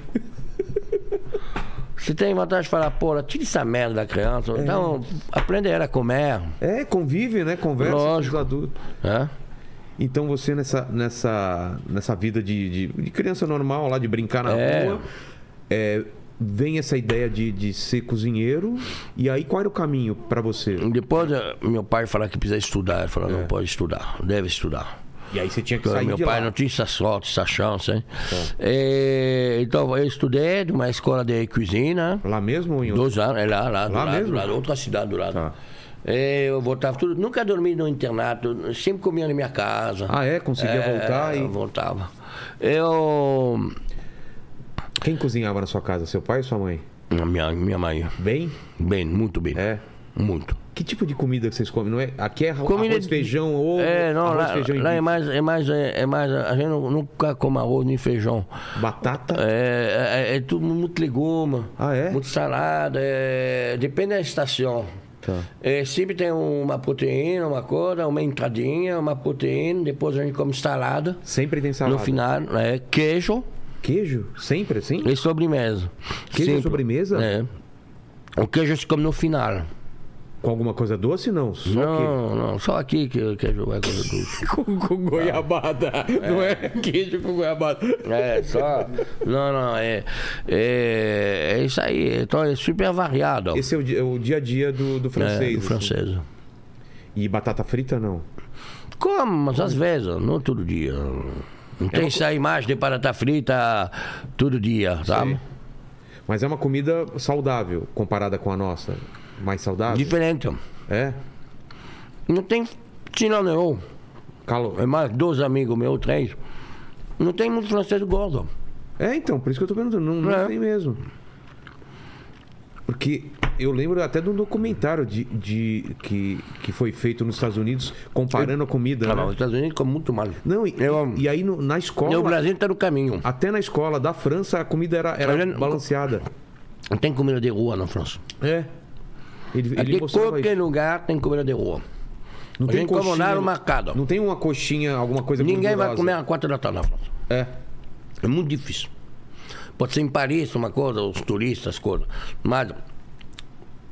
Speaker 4: Você tem vontade de falar, porra, tira essa merda da criança. Então, aprende ela a comer.
Speaker 1: É, convive, né? Conversa
Speaker 4: Lógico.
Speaker 1: com os adultos.
Speaker 4: né?
Speaker 1: Então você nessa, nessa, nessa vida de, de, de criança normal, lá de brincar na
Speaker 4: É.
Speaker 1: rua, é, vem essa ideia de, de ser cozinheiro. E aí qual era o caminho pra você?
Speaker 4: Depois, eh, meu pai falou que precisa estudar. Ele falou, não pode estudar, deve estudar.
Speaker 1: E aí você tinha que
Speaker 4: Porque
Speaker 1: É. sair
Speaker 4: meu
Speaker 1: de
Speaker 4: pai
Speaker 1: lá. É.
Speaker 4: não tinha essa sorte, essa chance, hein? Eh, então, eu estudei numa escola de cozinha,
Speaker 1: Lá mesmo ou em outro?
Speaker 4: dois anos, é lá, lá, do
Speaker 1: Lá
Speaker 4: lado,
Speaker 1: mesmo?
Speaker 4: do lado, outra cidade do lado.
Speaker 1: Tá.
Speaker 4: Eh, eu voltava tudo, nunca dormi no internato, sempre comia na minha casa.
Speaker 1: Ah, é? Conseguia
Speaker 4: Eh,
Speaker 1: voltar e...
Speaker 4: Voltava. Eu...
Speaker 1: Quem cozinhava na sua casa? Seu pai ou sua mãe?
Speaker 4: Minha, minha mãe,
Speaker 1: Bem?
Speaker 4: bem, muito bem,
Speaker 1: É.
Speaker 4: muito.
Speaker 1: Que tipo de comida que vocês comem? Não é... Aqui é arro-
Speaker 4: Comida
Speaker 1: arroz,
Speaker 4: de-
Speaker 1: feijão, ovo,
Speaker 4: É, não,
Speaker 1: arroz,
Speaker 4: lá,
Speaker 1: feijão e
Speaker 4: lá é
Speaker 1: bife.
Speaker 4: mais, é mais, é, é mais, a gente nu- nunca come arroz nem feijão.
Speaker 1: batata.
Speaker 4: É, é, é tudo muito legume,
Speaker 1: Ah, é?
Speaker 4: muito salada, é, depende da estação.
Speaker 1: Tá.
Speaker 4: É, sempre tem uma proteína, uma coisa, uma entradinha, uma proteína, depois a gente come salada,
Speaker 1: Sempre tem salada.
Speaker 4: no final, é, queijo
Speaker 1: Queijo? Sempre assim?
Speaker 4: e sobremesa.
Speaker 1: Queijo e
Speaker 4: Sempre.
Speaker 1: sobremesa?
Speaker 4: É. O queijo se come no final.
Speaker 1: Com alguma coisa doce? Não. Só queijo.
Speaker 4: não, não, só aqui que o queijo vai coisa doce. [laughs]
Speaker 1: com, com goiabada. Não é queijo com goiabada.
Speaker 4: É, só. Não, não, é. É, é isso aí. Então é super variado.
Speaker 1: Esse é o, di- é o dia a dia do, do francês.
Speaker 4: É, do
Speaker 1: assim.
Speaker 4: francês.
Speaker 1: E batata frita, não.
Speaker 4: Como, mas às vezes, não todo dia. Não
Speaker 1: É
Speaker 4: tem essa imagem de batata frita todo dia, sabe?
Speaker 1: Sim. Mas é uma comida saudável comparada com a nossa. Mais saudável?
Speaker 4: Diferente.
Speaker 1: É?
Speaker 4: Não tem sinal nenhum.
Speaker 1: Calor.
Speaker 4: É mais dois amigos meus, três. Não tem muito francês gordo.
Speaker 1: É, então, por isso que eu tô perguntando. Não, não
Speaker 4: É.
Speaker 1: tem mesmo. Porque eu lembro até de um documentário de, de- que, que foi feito nos Estados Unidos comparando a comida.
Speaker 4: Ah, mas os
Speaker 1: Né?
Speaker 4: Estados Unidos comem muito mal.
Speaker 1: Não, Ah. e,
Speaker 4: Eu-
Speaker 1: e aí no- na
Speaker 4: E o
Speaker 1: escola,
Speaker 4: Brasil está no caminho.
Speaker 1: até na escola da França, a comida era, era
Speaker 4: Olha,
Speaker 1: balanceada.
Speaker 4: Não tem comida de rua na França.
Speaker 1: É. Ele, ele
Speaker 4: Aqui,
Speaker 1: mostrava
Speaker 4: É qualquer
Speaker 1: isso.
Speaker 4: lugar tem comida de rua.
Speaker 1: Não
Speaker 4: a gente come nada marcado.
Speaker 1: Não tem uma coxinha, alguma coisa
Speaker 4: Ninguém vai comer
Speaker 1: gordurosa.
Speaker 4: às quatro da tarde na França.
Speaker 1: É.
Speaker 4: É muito difícil. Pode ser em Paris uma coisa, os turistas, coisa. Mas,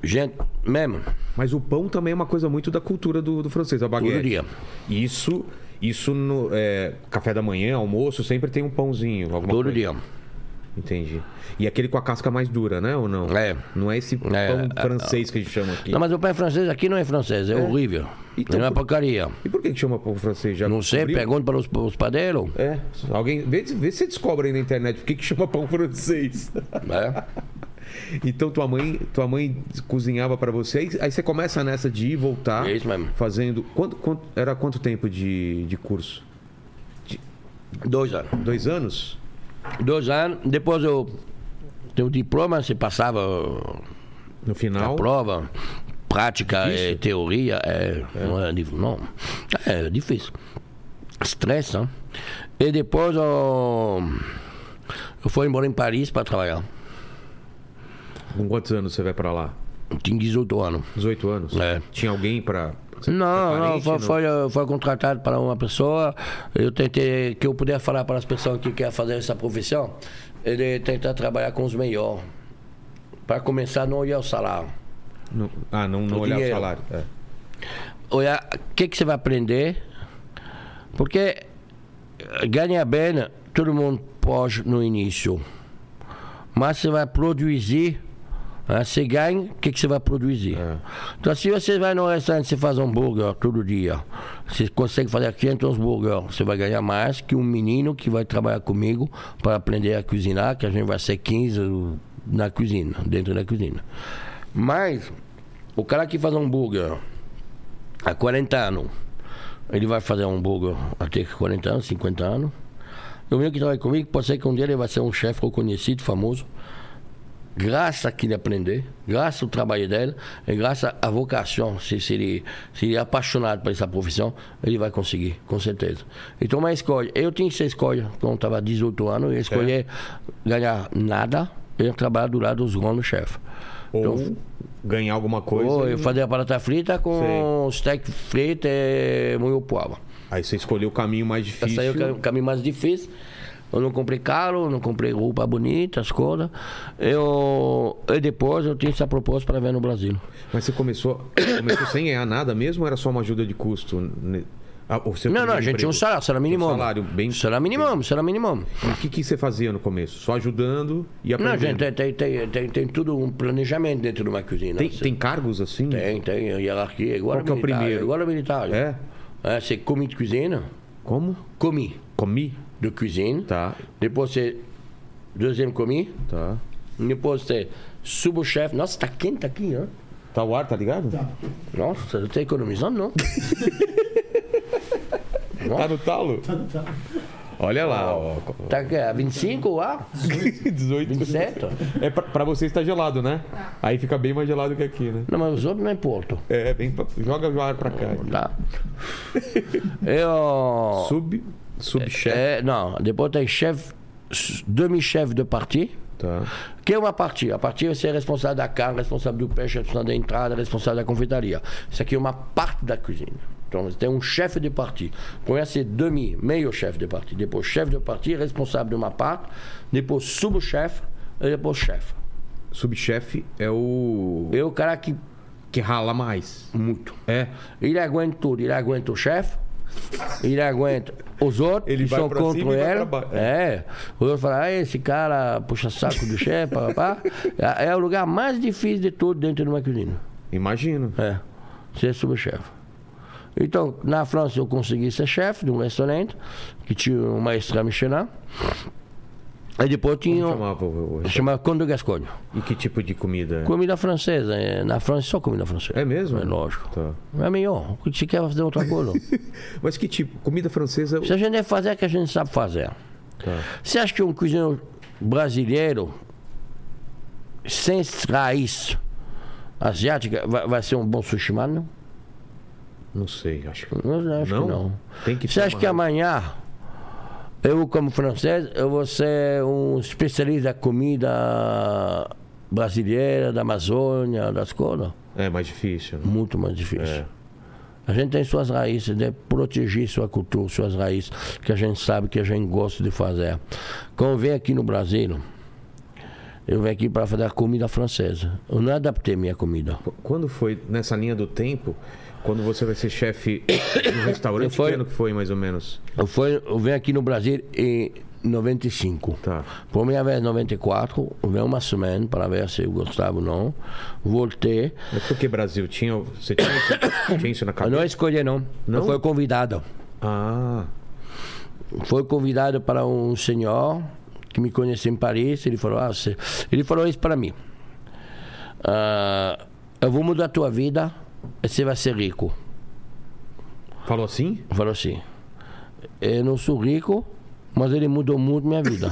Speaker 4: gente, mesmo,
Speaker 1: Mas o pão também é uma coisa muito da cultura do, do francês, a
Speaker 4: todo
Speaker 1: baguete.
Speaker 4: dia.
Speaker 1: Isso, isso no é, café da manhã, almoço, sempre tem um pãozinho, alguma
Speaker 4: Todo
Speaker 1: coisa.
Speaker 4: dia.
Speaker 1: Entendi. E aquele com a casca mais dura, né? Ou não?
Speaker 4: É.
Speaker 1: Não é esse pão
Speaker 4: É, é,
Speaker 1: francês que a gente chama aqui.
Speaker 4: Não, mas o pão francês aqui não é francês, é, horrível.
Speaker 1: Então,
Speaker 4: é uma
Speaker 1: por- Tá
Speaker 4: porcaria.
Speaker 1: E por que que chama pão francês? Já
Speaker 4: Não sei,
Speaker 1: descobriu?
Speaker 4: pergunta para os, para os padeiros.
Speaker 1: É. Alguém. Vê, vê se você descobre aí na internet por que que chama pão francês.
Speaker 4: É.
Speaker 1: Então tua mãe, tua mãe cozinhava pra você, aí, aí você começa nessa de ir e voltar.
Speaker 4: É isso mesmo.
Speaker 1: Fazendo. Quanto, quanto- era quanto tempo de, de curso?
Speaker 4: Dois anos.
Speaker 1: Dois anos?
Speaker 4: Dois anos. Depois eu. Tem o diploma, você passava uh,
Speaker 1: No
Speaker 4: a
Speaker 1: final.
Speaker 4: prova. Prática
Speaker 1: Difícil?
Speaker 4: é teoria. É, Não é difícil. Não. É difícil. Estressa. hein? E depois ó, eu fui embora em Paris para trabalhar.
Speaker 1: Com quantos anos você vai pra lá?
Speaker 4: Eu tinha 18 anos.
Speaker 1: 18 anos?
Speaker 4: É.
Speaker 1: Tinha alguém pra.
Speaker 4: Não,
Speaker 1: parente,
Speaker 4: não, foi,
Speaker 1: não?
Speaker 4: foi, eh, foi contratado para uma pessoa. Eu tentei que eu pudesse falar para as pessoas que querem fazer essa profissão, ele tentar trabalhar com os melhores. Para começar, não olhar o salário.
Speaker 1: Não- ah, não, não
Speaker 4: O
Speaker 1: olhar
Speaker 4: dinheiro.
Speaker 1: o salário. É.
Speaker 4: Olhar o que, que você vai aprender, porque eh, ganhar bem, todo mundo pode no início. Mas você vai produzir, hein, você ganha, o que, que você vai produzir? Então, se você vai no restaurante você faz um hambúrguer todo dia, você consegue fazer 500 hambúrguer, você vai ganhar mais que um menino que vai trabalhar comigo para aprender a cozinhar, que a gente vai ser 15 na cozinha, dentro da cozinha. Mas, o cara que faz hambúrguer há 40 anos, ele vai fazer hambúrguer até 40 anos, 50 anos. E o meu que trabalha comigo, pode ser que um dia ele vai ser um chefe reconhecido, famoso graças a que ele aprender, graças ao trabalho dela e graças à vocação. Se, se, ele, se ele é apaixonado por essa profissão, ele vai conseguir, com certeza. Então, uma escolha. Eu tinha essa escolha quando estava 18 anos, eu escolhi ganhar nada e trabalhar do lado dos grandes chefes.
Speaker 1: Ou ganhar alguma coisa.
Speaker 4: Ou
Speaker 1: e-
Speaker 4: Então eu fazia batata frita com steak frito e molho poava.
Speaker 1: Aí você escolheu o caminho mais difícil.
Speaker 4: Essa aí é o cam- caminho mais difícil. Eu não comprei caro, não comprei roupa bonita, as coisas. Eu, e depois eu tinha essa proposta para vir no Brasil.
Speaker 1: Mas você começou, [coughs] começou sem ganhar nada mesmo ou era só uma ajuda de custo? né? Ah, o seu
Speaker 4: Não,
Speaker 1: primeiro
Speaker 4: não, a gente tinha um
Speaker 1: emprego?
Speaker 4: salário, salário mínimo.
Speaker 1: salário bem- Tá
Speaker 4: Salário mínimo, salário mínimo.
Speaker 1: E o que, que você fazia no começo? Só ajudando e
Speaker 4: Não,
Speaker 1: aprendendo?
Speaker 4: gente, é, tem, tem, tem, tem, tem tudo um planejamento dentro de uma cozinha.
Speaker 1: tem,
Speaker 4: né?
Speaker 1: tem cargos assim?
Speaker 4: tem, tem, hierarquia, igual
Speaker 1: Qual que é o
Speaker 4: militar,
Speaker 1: primeiro?
Speaker 4: Igual militar.
Speaker 1: É?
Speaker 4: É, você come de cozinha,
Speaker 1: Como?
Speaker 4: comi
Speaker 1: Comi?
Speaker 4: de cozinha.
Speaker 1: Tá,
Speaker 4: Depois você, deuxième comi.
Speaker 1: tá.
Speaker 4: Depois você, subo-chefe. Nossa, tá quente aqui, hein?
Speaker 1: Tá o ar, tá ligado? Tá,
Speaker 4: Nossa, eu tô economizando, não?
Speaker 1: no talo? Tá no talo. Olha lá, ó.
Speaker 4: Tá aqui, é 25 lá?
Speaker 1: 18.
Speaker 4: 27?
Speaker 1: É, pra, pra vocês tá gelado, né? Aí fica bem mais gelado que aqui, né?
Speaker 4: Não, mas os outros não importam,
Speaker 1: É, bem pra- joga o ar pra cá.
Speaker 4: tá? Eu...
Speaker 1: Sub, subchefe.
Speaker 4: É, não, depois tem chefe, demi-chefe de parti.
Speaker 1: Tá.
Speaker 4: Que é uma parti? A parti você é responsável da carne, responsável do peixe, responsável da entrada, responsável da confeitaria. Isso aqui é uma parte da cozinha. Então você tem um chefe de parti. Primeiro c'est demi, meio chefe de parti. Depois chefe de parti, responsável de uma parte. Depois subchefe e depois chefe.
Speaker 1: Subchefe é o.
Speaker 4: É o cara que
Speaker 1: Que rala mais.
Speaker 4: muito.
Speaker 1: É.
Speaker 4: Ele aguenta tudo. Ele aguenta o chefe, ele aguenta os outros
Speaker 1: Ele
Speaker 4: que
Speaker 1: vai
Speaker 4: são
Speaker 1: pra cima
Speaker 4: contra
Speaker 1: e vai
Speaker 4: ele.
Speaker 1: pra baixo.
Speaker 4: É. O outro fala, ah, esse cara puxa saco do chefe, papá. É, é o lugar mais difícil de todo dentro de uma cozinha.
Speaker 1: Imagino.
Speaker 4: É. Ser subchefe. Então, na França eu consegui ser chefe de um restaurante que tinha uma estrela Michelin. Aí depois tinha. um-
Speaker 1: Chamava o- o-
Speaker 4: Chamava Conde de Gascogne.
Speaker 1: E que tipo de comida?
Speaker 4: Comida francesa. é, Na França só comida francesa.
Speaker 1: É mesmo?
Speaker 4: É lógico.
Speaker 1: Tá.
Speaker 4: É melhor. O que você quer fazer outra
Speaker 1: [laughs]
Speaker 4: coisa?
Speaker 1: Mas que tipo? Comida francesa.
Speaker 4: Se a gente deve fazer o que a gente sabe fazer.
Speaker 1: Tá.
Speaker 4: Você acha que um cozinheiro brasileiro, sem raiz asiática, vai, vai ser um bom sushi man? Não,
Speaker 1: Não sei, acho que.
Speaker 4: eu acho
Speaker 1: Não?
Speaker 4: que não.
Speaker 1: Tem que
Speaker 4: Você
Speaker 1: ter
Speaker 4: acha
Speaker 1: uma
Speaker 4: que é
Speaker 1: raiz.
Speaker 4: amanhã, eu como francês, eu vou ser um especialista da comida brasileira, da Amazônia, das coisas?
Speaker 1: É mais difícil. né?
Speaker 4: Muito mais difícil.
Speaker 1: É.
Speaker 4: A gente tem suas raízes, de proteger sua cultura, suas raízes, que a gente sabe que a gente gosta de fazer. Quando eu venho aqui no Brasil, eu venho aqui para fazer comida francesa. Eu não adaptei minha comida.
Speaker 1: Qu- Quando foi nessa linha do tempo, quando você vai ser chefe de um [coughs] restaurante,
Speaker 4: Foi-
Speaker 1: que ano que foi mais ou menos?
Speaker 4: Eu, fui, eu venho aqui no Brasil em 95.
Speaker 1: Tá.
Speaker 4: Primeira vez em 94, eu venho uma semana para ver se eu gostava ou não. Voltei.
Speaker 1: Mas por que Brasil? Tinha, você tinha isso, [coughs] tinha isso na
Speaker 4: Eu não
Speaker 1: cabeça?
Speaker 4: escolhi, não.
Speaker 1: Não?
Speaker 4: Eu fui convidado.
Speaker 1: Ah,
Speaker 4: foi convidado para um senhor que me conheceu em Paris. Ele falou, ah, você... ele falou isso para mim. ah, eu vou mudar a tua vida e você vai ser rico.
Speaker 1: Falou assim?
Speaker 4: Falou assim, eu não sou rico, mas ele mudou muito minha vida.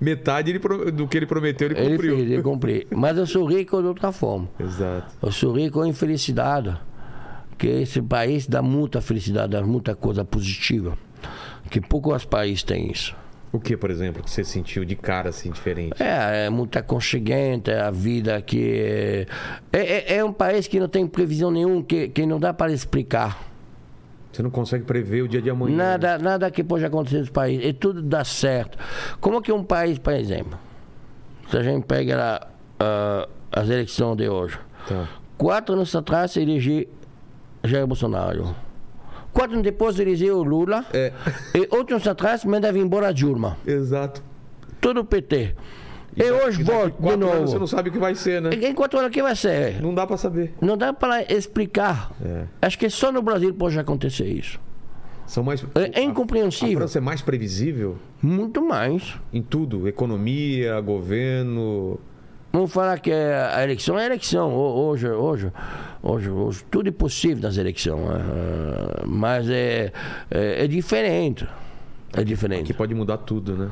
Speaker 1: Metade ele pro- do que ele prometeu, [laughs] ele
Speaker 4: ele
Speaker 1: cumpriu.
Speaker 4: fez, eu comprei. Mas eu sou rico de outra forma.
Speaker 1: Exato.
Speaker 4: Eu sou rico em felicidade. Que esse país dá muita felicidade, dá muita coisa positiva. Que poucos países têm isso.
Speaker 1: O que, por exemplo, que você sentiu de cara assim diferente?
Speaker 4: É, é muito aconchegante é a vida que é, é, é um país que não tem previsão nenhuma, que, que não dá para explicar.
Speaker 1: Você não consegue prever o dia de amanhã.
Speaker 4: Nada, nada que pode acontecer nesse país. E tudo dá certo. Como que um país, por exemplo, se a gente pega lá, ah, as eleições de hoje,
Speaker 1: Tá.
Speaker 4: quatro anos atrás se elegi Jair Bolsonaro. Quatro anos depois se elegeu Lula.
Speaker 1: É. [laughs]
Speaker 4: E oito anos atrás mandava embora a Dilma.
Speaker 1: Exato.
Speaker 4: Todo o PT. E, hoje
Speaker 1: daqui
Speaker 4: volta de
Speaker 1: quatro anos você
Speaker 4: novo.
Speaker 1: não sabe o que vai ser, né?
Speaker 4: Em quatro anos, o que vai ser?
Speaker 1: Não dá pra saber.
Speaker 4: Não dá para explicar.
Speaker 1: É.
Speaker 4: Acho que só no Brasil pode acontecer isso.
Speaker 1: São mais.
Speaker 4: É
Speaker 1: A
Speaker 4: incompreensível.
Speaker 1: França é mais previsível
Speaker 4: Muito mais.
Speaker 1: em tudo: economia, governo.
Speaker 4: Vamos falar que a eleição é eleição. Ho- Hoje, hoje, hoje, hoje tudo é possível nas eleições. Ah, Mas é, é, é diferente. É
Speaker 1: Que
Speaker 4: diferente.
Speaker 1: pode mudar tudo, né?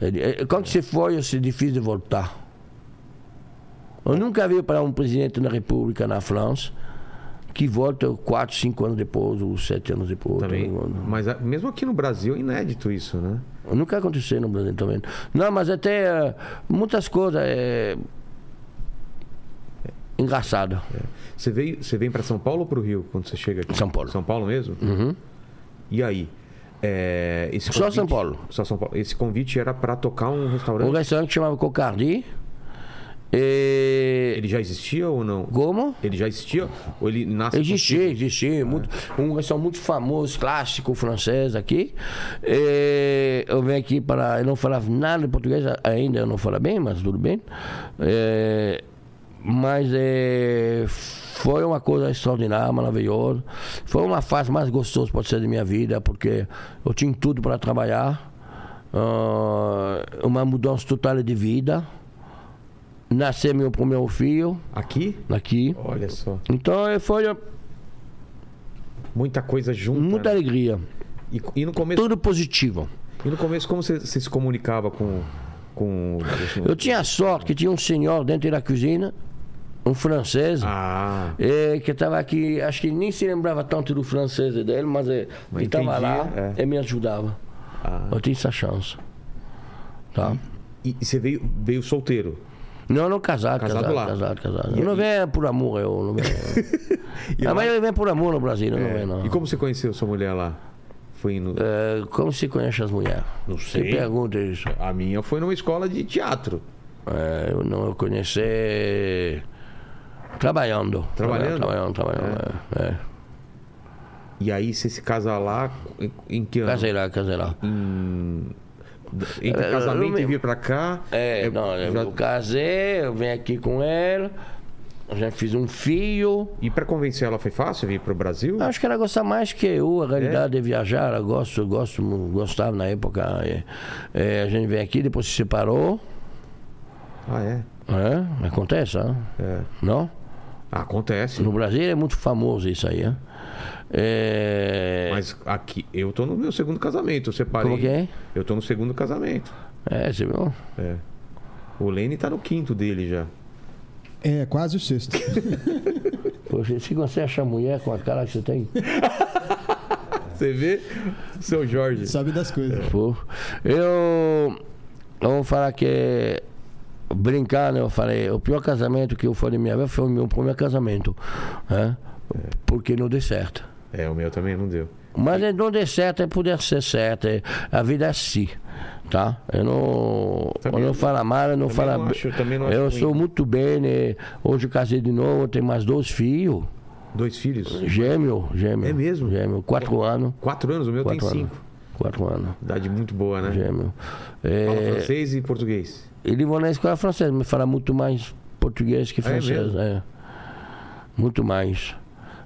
Speaker 4: É di- é- Quando você foi, é difícil de voltar. Eu nunca vi para um presidente da República na França que volta 4, 5 anos depois, ou 7 anos depois.
Speaker 1: Também.
Speaker 4: Todo mundo.
Speaker 1: Mas a- mesmo aqui no Brasil é inédito isso, né?
Speaker 4: Nunca aconteceu no Brasil também. Não, mas até eh, muitas coisas é engraçado.
Speaker 1: Você veio, você vem para São Paulo ou pro Rio quando você chega aqui?
Speaker 4: São Paulo. Uhum.
Speaker 1: São Paulo mesmo? E aí? É, esse
Speaker 4: Só São Paulo.
Speaker 1: Só São Paulo. Esse convite era para tocar um restaurante.
Speaker 4: Um restaurante que chamava Cocardi. eh, E...
Speaker 1: Ele já existia ou não?
Speaker 4: Como?
Speaker 1: Ele já existia ou ele nasce?
Speaker 4: Existia, existia. Muito, um restaurante muito famoso, clássico francês aqui. Eh, eu venho aqui para. Eu não falava nada de português ainda, eu não falo bem, mas tudo bem. Eh, mas eh, foi uma coisa extraordinária, maravilhosa. Foi uma fase mais gostosa, pode ser, da minha vida, porque eu tinha tudo para trabalhar. Ah, uma mudança total de vida. Nasceu meu primeiro filho
Speaker 1: Aqui?
Speaker 4: aqui.
Speaker 1: Olha só.
Speaker 4: Então eh, foi
Speaker 1: Muita coisa junta.
Speaker 4: Muita
Speaker 1: né?
Speaker 4: alegria.
Speaker 1: e, e no começo,
Speaker 4: Tudo positivo.
Speaker 1: e no começo como você, você se comunicava com com assim,
Speaker 4: Eu tinha a sorte que tinha um senhor dentro da cozinha, um francês,
Speaker 1: Ah,
Speaker 4: eh, que estava aqui, acho que nem se lembrava tanto do francês dele, mas eh,
Speaker 1: Mas
Speaker 4: ele estava
Speaker 1: entendia,
Speaker 4: lá
Speaker 1: é.
Speaker 4: e me ajudava.
Speaker 1: Ah.
Speaker 4: Eu tinha essa chance. Tá?
Speaker 1: Hum. e, e você veio veio solteiro.
Speaker 4: Não, não casado,
Speaker 1: Casado
Speaker 4: casado,
Speaker 1: lá.
Speaker 4: casado, casado.
Speaker 1: E-
Speaker 4: Eu não
Speaker 1: e-
Speaker 4: venho por amor, eu não venho.
Speaker 1: [laughs] E
Speaker 4: Ah,
Speaker 1: lá-
Speaker 4: mas eu venho por amor no Brasil, eu não
Speaker 1: é,
Speaker 4: venho, não.
Speaker 1: E como você conheceu sua mulher lá? Foi no
Speaker 4: Eh, como se conhece as mulheres?
Speaker 1: Não
Speaker 4: Que
Speaker 1: sei.
Speaker 4: pergunta é isso?
Speaker 1: A minha foi numa escola de teatro.
Speaker 4: É, eu não conheci trabalhando.
Speaker 1: Trabalhando?
Speaker 4: Trabalhando, trabalhando. É. É.
Speaker 1: E aí você se casa lá em, em que ano?
Speaker 4: Casei lá, casei lá.
Speaker 1: Entre
Speaker 4: É, eu
Speaker 1: casamento e
Speaker 4: mesmo.
Speaker 1: vir pra cá.
Speaker 4: É, não, eu
Speaker 1: já-
Speaker 4: casei, eu venho aqui com ela, já fiz um filho.
Speaker 1: E pra convencer ela foi fácil vir pro Brasil?
Speaker 4: Eu Acho que ela gosta mais que eu, a realidade
Speaker 1: É.
Speaker 4: de viajar, ela gosta, eu gosto, mu- gostava na época. é. É, a gente veio aqui, depois se separou.
Speaker 1: Ah, é.
Speaker 4: É, acontece, né?
Speaker 1: É.
Speaker 4: não?
Speaker 1: Ah, acontece.
Speaker 4: No Brasil é muito famoso isso aí, né? É,
Speaker 1: Mas aqui, eu tô no meu segundo casamento, eu separei.
Speaker 4: Como que é?
Speaker 1: Eu tô no segundo casamento.
Speaker 4: é, você viu?
Speaker 1: É. O Lene tá no quinto dele já.
Speaker 2: É, quase o sexto. [laughs]
Speaker 4: Poxa, se você achar mulher com a cara que você tem.
Speaker 1: Você vê? Seu Jorge.
Speaker 2: Sabe das coisas.
Speaker 4: Pô, Eu, eu vou falar que é brincar, né? Eu falei, o pior casamento que eu fui de minha vida foi o meu primeiro casamento, né? Porque não deu certo.
Speaker 1: É, o meu também não deu.
Speaker 4: Mas é não deu certo é poder ser certo, é, a vida é assim, tá? Eu não,
Speaker 1: Também
Speaker 4: eu
Speaker 1: não-
Speaker 4: não falo mal, eu não
Speaker 1: também
Speaker 4: falo
Speaker 1: não
Speaker 4: bem.
Speaker 1: acho- também não
Speaker 4: Eu
Speaker 1: acho
Speaker 4: sou
Speaker 1: ruim.
Speaker 4: muito bem, né? Hoje eu casei de novo, tenho mais dois filhos,
Speaker 1: Dois filhos?
Speaker 4: gêmeo, gêmeo.
Speaker 1: É mesmo?
Speaker 4: Gêmeo, quatro anos,
Speaker 1: Quatro anos, o meu
Speaker 4: quatro
Speaker 1: tem
Speaker 4: anos,
Speaker 1: cinco.
Speaker 4: quatro anos,
Speaker 1: Idade muito boa, né?
Speaker 4: gêmeo.
Speaker 1: Fala
Speaker 4: É,
Speaker 1: francês e português.
Speaker 4: Ele vão na escola francesa, me fala muito mais português que
Speaker 1: Ah, é
Speaker 4: francês.
Speaker 1: mesmo?
Speaker 4: é. Muito mais.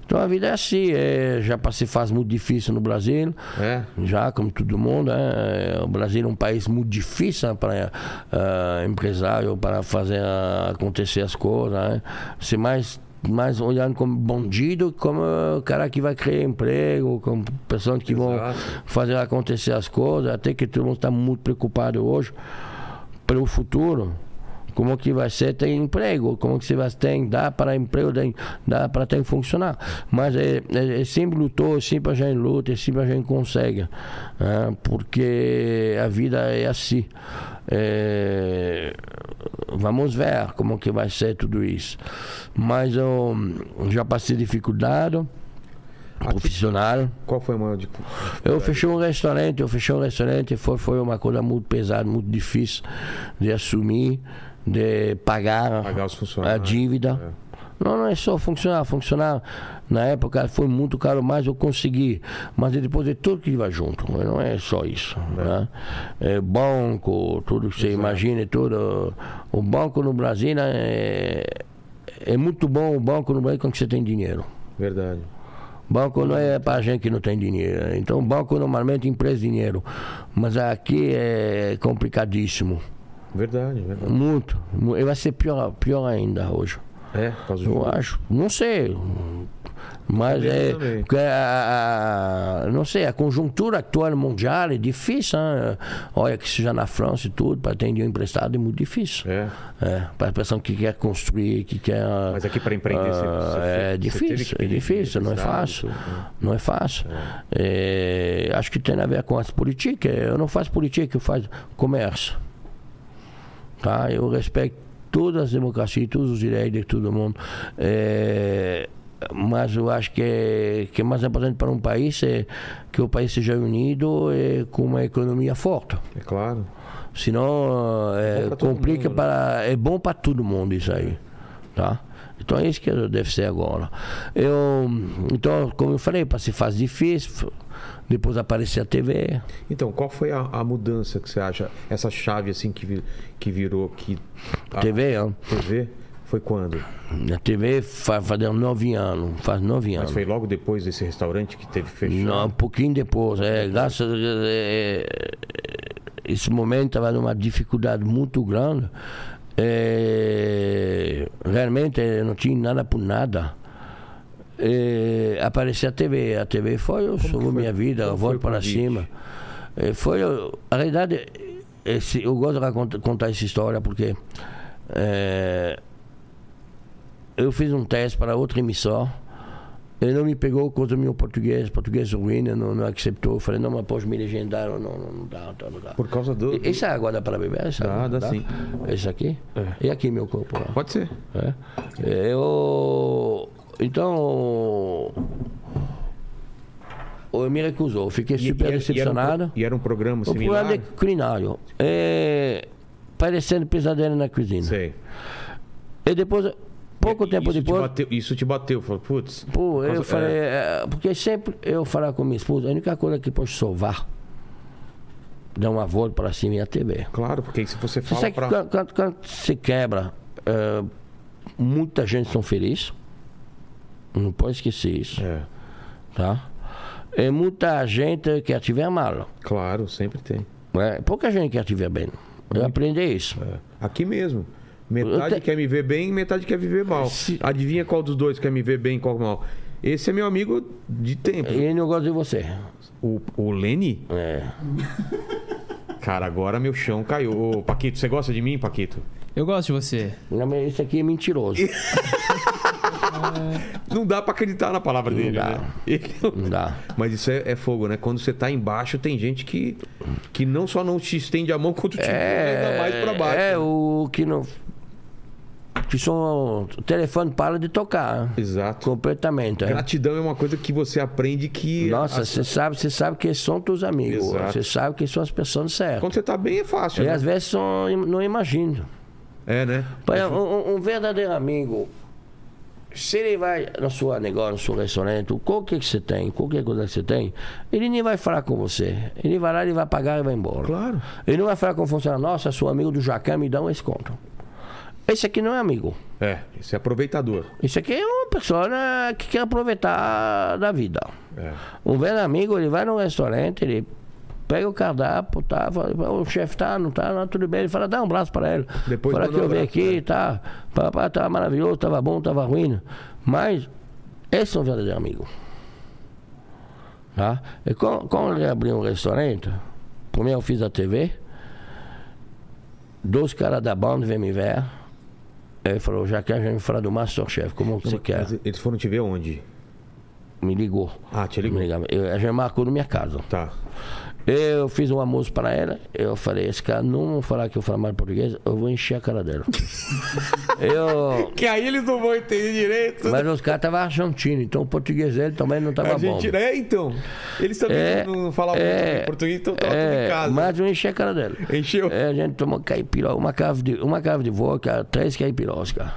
Speaker 4: Então a vida é assim, é, já passei fase muito difícil no Brasil,
Speaker 1: É.
Speaker 4: já como todo mundo, né? o Brasil é um país muito difícil para ah, empresário, para fazer ah, acontecer as coisas, né? se mais mais olhando como bandido, como ah, cara que vai criar emprego, como pessoas que vão
Speaker 1: Exato.
Speaker 4: fazer acontecer as coisas, até que todo mundo está muito preocupado hoje pelo futuro. Como que vai ser ter emprego? Como que você vai ter dá para emprego, tem- dá para ter funcionar? Mas é, é- é sempre lutou, sempre a gente luta, é sempre a gente consegue, né? porque a vida é assim. É, vamos ver como que vai ser tudo isso. Mas eu já passei dificuldade profissional.
Speaker 1: Qual foi a maior de...
Speaker 4: Eu fechei um restaurante, eu fechei um restaurante, foi, foi uma coisa muito pesada, muito difícil de assumir, de pagar,
Speaker 1: Pagar os
Speaker 4: Ah, a
Speaker 1: funcionários.
Speaker 4: dívida. Não, não é só funcionar, funcionar na época foi muito caro, mas eu consegui. Mas depois é tudo que vai junto, né? não é só isso. Né? É banco, tudo que você imagina, tudo. O banco no Brasil né, é, é muito bom o banco no Brasil quando você tem dinheiro.
Speaker 1: Verdade.
Speaker 4: Banco não é para gente que não tem dinheiro. Então, banco normalmente empresta dinheiro. Mas aqui é complicadíssimo.
Speaker 1: Verdade, verdade.
Speaker 4: Muito. Mu- E vai ser pior, pior ainda hoje.
Speaker 1: É, por causa do
Speaker 4: Eu
Speaker 1: jogo.
Speaker 4: acho. Não sei. Mas
Speaker 1: Também,
Speaker 4: é.
Speaker 1: também.
Speaker 4: porque a- a- não sei, a conjuntura atual mundial é difícil. Hein? Olha que seja na França e tudo, para ter dinheiro emprestado é muito difícil.
Speaker 1: É.
Speaker 4: É, para a pessoa que quer construir, que quer.
Speaker 1: Mas aqui para empreender você-
Speaker 4: ah,
Speaker 1: você
Speaker 4: é
Speaker 1: fe- você teve que
Speaker 4: difícil, é
Speaker 1: pedir
Speaker 4: difícil, não é
Speaker 1: emprestado,
Speaker 4: fácil.
Speaker 1: tudo, né?
Speaker 4: Não é fácil. É, acho que tem a ver com as políticas. Eu não faço política, eu faço comércio. Tá? Eu respeito todas as democracias, todos os direitos de todo mundo. É, mas eu acho que que é mais importante para um país é que o país seja unido e com uma economia forte.
Speaker 1: É claro.
Speaker 4: Senão
Speaker 1: Bom
Speaker 4: é,
Speaker 1: pra todo
Speaker 4: complica
Speaker 1: mundo, né?
Speaker 4: para. É bom para todo mundo isso aí. Tá? Então é isso que deve ser agora. Eu, então, como eu falei, para se faz difícil, depois aparecer a TV.
Speaker 1: Então, qual foi a, a mudança que você acha? Essa chave assim que, vi- que virou que a
Speaker 4: TV, hein?
Speaker 1: TV foi quando?
Speaker 4: a TV faz, faz nove anos. Faz nove
Speaker 1: Mas
Speaker 4: anos.
Speaker 1: foi logo depois desse restaurante que teve fechado.
Speaker 4: Não, um pouquinho depois. É, graças a é, é, esse momento estava numa dificuldade muito grande. É, realmente eu não tinha nada por nada. É, apareceu a TV. A TV foi, eu salvou
Speaker 1: foi?
Speaker 4: minha vida,
Speaker 1: Como
Speaker 4: eu
Speaker 1: foi
Speaker 4: volto
Speaker 1: o
Speaker 4: para
Speaker 1: convite?
Speaker 4: cima. É, foi, eu- a realidade, esse, eu eh, gosto de racont- contar essa história porque é, eu fiz um teste para outra emissora. Ele não me pegou por causa do meu português, português ruim, ele não, não aceitou. Eu falei, não, mas pode me legendar, não, não, não dá, não dá.
Speaker 1: Por causa do.
Speaker 4: E- Essa água dá para beber? Essa,
Speaker 1: Dá, dá sim. É.
Speaker 4: Esse aqui? E aqui meu corpo lá.
Speaker 1: Pode ser.
Speaker 4: É. Eu. Então. Eu me recusou, eu fiquei super
Speaker 1: era-
Speaker 4: decepcionado.
Speaker 1: Era um, pro- e era um programa
Speaker 4: o
Speaker 1: similar.
Speaker 4: problema é culinário. É. Parecendo pesadelo na cozinha.
Speaker 1: Sei.
Speaker 4: E depois, pouco tempo
Speaker 1: isso
Speaker 4: depois.
Speaker 1: Te bateu, isso te bateu. Falou, putz.
Speaker 4: Pô,
Speaker 1: por
Speaker 4: eu
Speaker 1: causa-
Speaker 4: falei,
Speaker 1: é,
Speaker 4: eh, porque sempre eu falar com minha esposa, a única coisa que pode salvar, dar uma volta para cima é a TV.
Speaker 1: Claro, porque aí se você
Speaker 4: Você
Speaker 1: fala
Speaker 4: sabe que
Speaker 1: pra.
Speaker 4: quando, quando, quando se quebra, eh, muita gente são felizes. Não pode esquecer isso,
Speaker 1: É,
Speaker 4: tá? E muita gente quer tiver mal,
Speaker 1: claro, sempre tem.
Speaker 4: né? Pouca gente quer tiver bem. Eu aprendi isso.
Speaker 1: É. Aqui mesmo. Metade
Speaker 4: Eu te-
Speaker 1: quer me ver bem, metade quer viver mal.
Speaker 4: Se-
Speaker 1: Adivinha qual dos dois quer me ver bem e qual mal? Esse é meu amigo de tempo.
Speaker 4: E eu não gosto de você.
Speaker 1: O, o Lenny?
Speaker 4: É.
Speaker 1: Cara, agora meu chão caiu. Ô, Paquito, você gosta de mim, Paquito?
Speaker 3: Eu gosto de você.
Speaker 4: Não, mas Isso aqui é mentiroso.
Speaker 1: Não dá pra acreditar na palavra dele,
Speaker 4: dá.
Speaker 1: né? Ele não-
Speaker 4: Não dá.
Speaker 1: Mas isso é, é fogo, né? Quando você tá embaixo, tem gente que, que não só não te estende a mão, quanto te empurra ainda mais pra baixo. né?
Speaker 4: É, o que não. Que só o telefone para de tocar. né?
Speaker 1: Exato.
Speaker 4: Completamente. né?
Speaker 1: Gratidão é uma coisa que você aprende que.
Speaker 4: Nossa,
Speaker 1: a-
Speaker 4: você sabe, você sabe quem são teus amigos.
Speaker 1: Exato.
Speaker 4: Você sabe quem são as pessoas certas.
Speaker 1: Quando você tá bem é fácil.
Speaker 4: E
Speaker 1: né?
Speaker 4: às vezes são, não imagino.
Speaker 1: É, né?
Speaker 4: Por exemplo, Um, um- um verdadeiro amigo, se ele vai no seu negócio, no seu restaurante, qualquer que você tem, qualquer coisa que você tem, ele nem vai falar com você. Ele vai lá, ele vai pagar e vai embora.
Speaker 1: Claro.
Speaker 4: Ele não vai falar com o funcionário, nossa, sou amigo do Jacan, me dá um desconto. Esse aqui não é amigo.
Speaker 1: É, esse é aproveitador.
Speaker 4: Isso aqui é uma pessoa né, que quer aproveitar da vida.
Speaker 1: É.
Speaker 4: Um velho amigo, ele vai num restaurante, ele pega o cardápio, tá, fala, o chefe tá, não tá, não, tudo bem, ele fala, dá um abraço para ele.
Speaker 1: Depois
Speaker 4: fala
Speaker 1: manda
Speaker 4: que
Speaker 1: um
Speaker 4: eu vim
Speaker 1: abraço
Speaker 4: aqui, tá, papai tava maravilhoso, tava bom, tava ruim, né? mas esse é um verdadeiro amigo. Tá? E quando, quando ele abriu um restaurante, primeiro eu fiz a TV, dois caras da banda vêm me ver, ele falou, já que a gente fala do Masterchef, como você quer?
Speaker 1: Mas eles foram te ver onde?
Speaker 4: Me ligou.
Speaker 1: Ah, te
Speaker 4: Me
Speaker 1: ligou.
Speaker 4: ligava. Eu- a gente marcou na minha casa.
Speaker 1: Tá.
Speaker 4: Eu fiz um almoço para ela, eu falei, esse cara não vai falar que eu falo mal português, eu vou encher a
Speaker 1: [laughs]
Speaker 4: cara dela. eu...
Speaker 1: Que aí eles não vão entender direito. né?
Speaker 4: Mas os caras estavam argentinos, então o português dele também não estava
Speaker 1: a
Speaker 4: bom.
Speaker 1: gente, é, então. Eles também
Speaker 4: É,
Speaker 1: não falavam
Speaker 4: é,
Speaker 1: português, então tava tudo
Speaker 4: é,
Speaker 1: em casa.
Speaker 4: Mas eu enchi a cara dela.
Speaker 1: Encheu?
Speaker 4: [laughs] É, a gente tomou caipiró, uma cava de, uma cava de vodka, três caipirós, cara.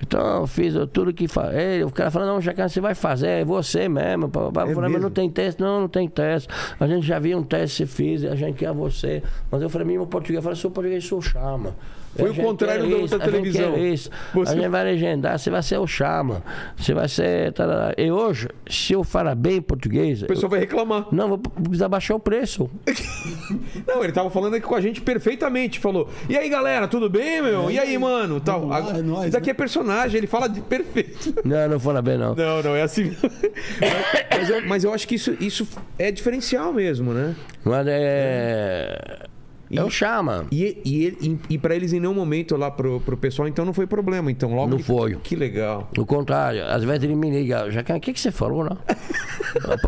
Speaker 4: Então eu fiz tudo que fa... é, O cara falou, não, Jacan, você vai fazer, é você mesmo. Pá, pá, pá.
Speaker 1: É
Speaker 4: eu falei, mas
Speaker 1: mesmo?
Speaker 4: não tem teste, não, não tem teste. A gente já viu um teste, você fez, a gente quer você. Mas eu falei, meu português, eu falei, sou português, sou chama.
Speaker 1: Foi
Speaker 4: A
Speaker 1: o
Speaker 4: gente
Speaker 1: contrário
Speaker 4: quer
Speaker 1: da
Speaker 4: isso,
Speaker 1: outra
Speaker 4: a gente quer
Speaker 1: televisão.
Speaker 4: isso.
Speaker 1: Você-
Speaker 4: A gente vai legendar, você vai ser o chama. Você vai ser. tarará. E hoje, se eu falar bem português,
Speaker 1: O pessoal vai reclamar.
Speaker 4: não, vou precisar baixar
Speaker 1: [laughs]
Speaker 4: o preço.
Speaker 1: Não, ele tava falando aqui com a gente perfeitamente. Falou: E aí, galera, tudo bem, meu? E aí, mano? Tal.
Speaker 2: Vamos lá, é nóis,
Speaker 1: Isso aqui é personagem, ele fala de perfeito.
Speaker 4: Não, não fala bem, não.
Speaker 1: [laughs] Não, não, é assim. mas, eu, mas eu acho que isso, isso é diferencial mesmo, né?
Speaker 4: Mas é. Eu chama.
Speaker 1: E, e, ele- e, e pra eles em nenhum momento lá pro, pro pessoal, então não foi problema. Então, logo.
Speaker 4: Não
Speaker 1: que-
Speaker 4: foi.
Speaker 1: Que legal.
Speaker 4: O contrário, às vezes ele me liga, Jacan, o que, que você falou, não?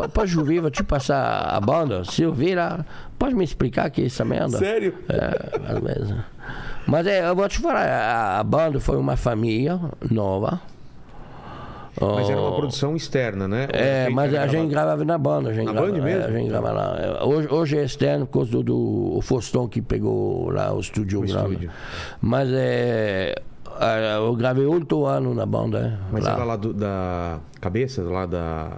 Speaker 4: Para chover, vou te passar a banda. Se eu virar, pode me explicar que é essa merda?
Speaker 1: Sério?
Speaker 4: É, às vezes. Mas é, eu vou te falar, a, a banda foi uma família nova.
Speaker 1: Mas era
Speaker 4: Oh,
Speaker 1: uma produção externa, né?
Speaker 4: É,
Speaker 1: Feita,
Speaker 4: mas a
Speaker 1: gravada.
Speaker 4: gente gravava na banda. A gente
Speaker 1: Na
Speaker 4: grava-
Speaker 1: Band
Speaker 4: é,
Speaker 1: mesmo?
Speaker 4: a gente grava lá. É, Hoje, hoje é externo por causa do, do o Foston que pegou lá o estúdio.
Speaker 1: O
Speaker 4: grava.
Speaker 1: estúdio.
Speaker 4: Mas é, a- eu gravei oito anos na banda. é,
Speaker 1: Mas
Speaker 4: lá.
Speaker 1: era lá do- da cabeça, lá da.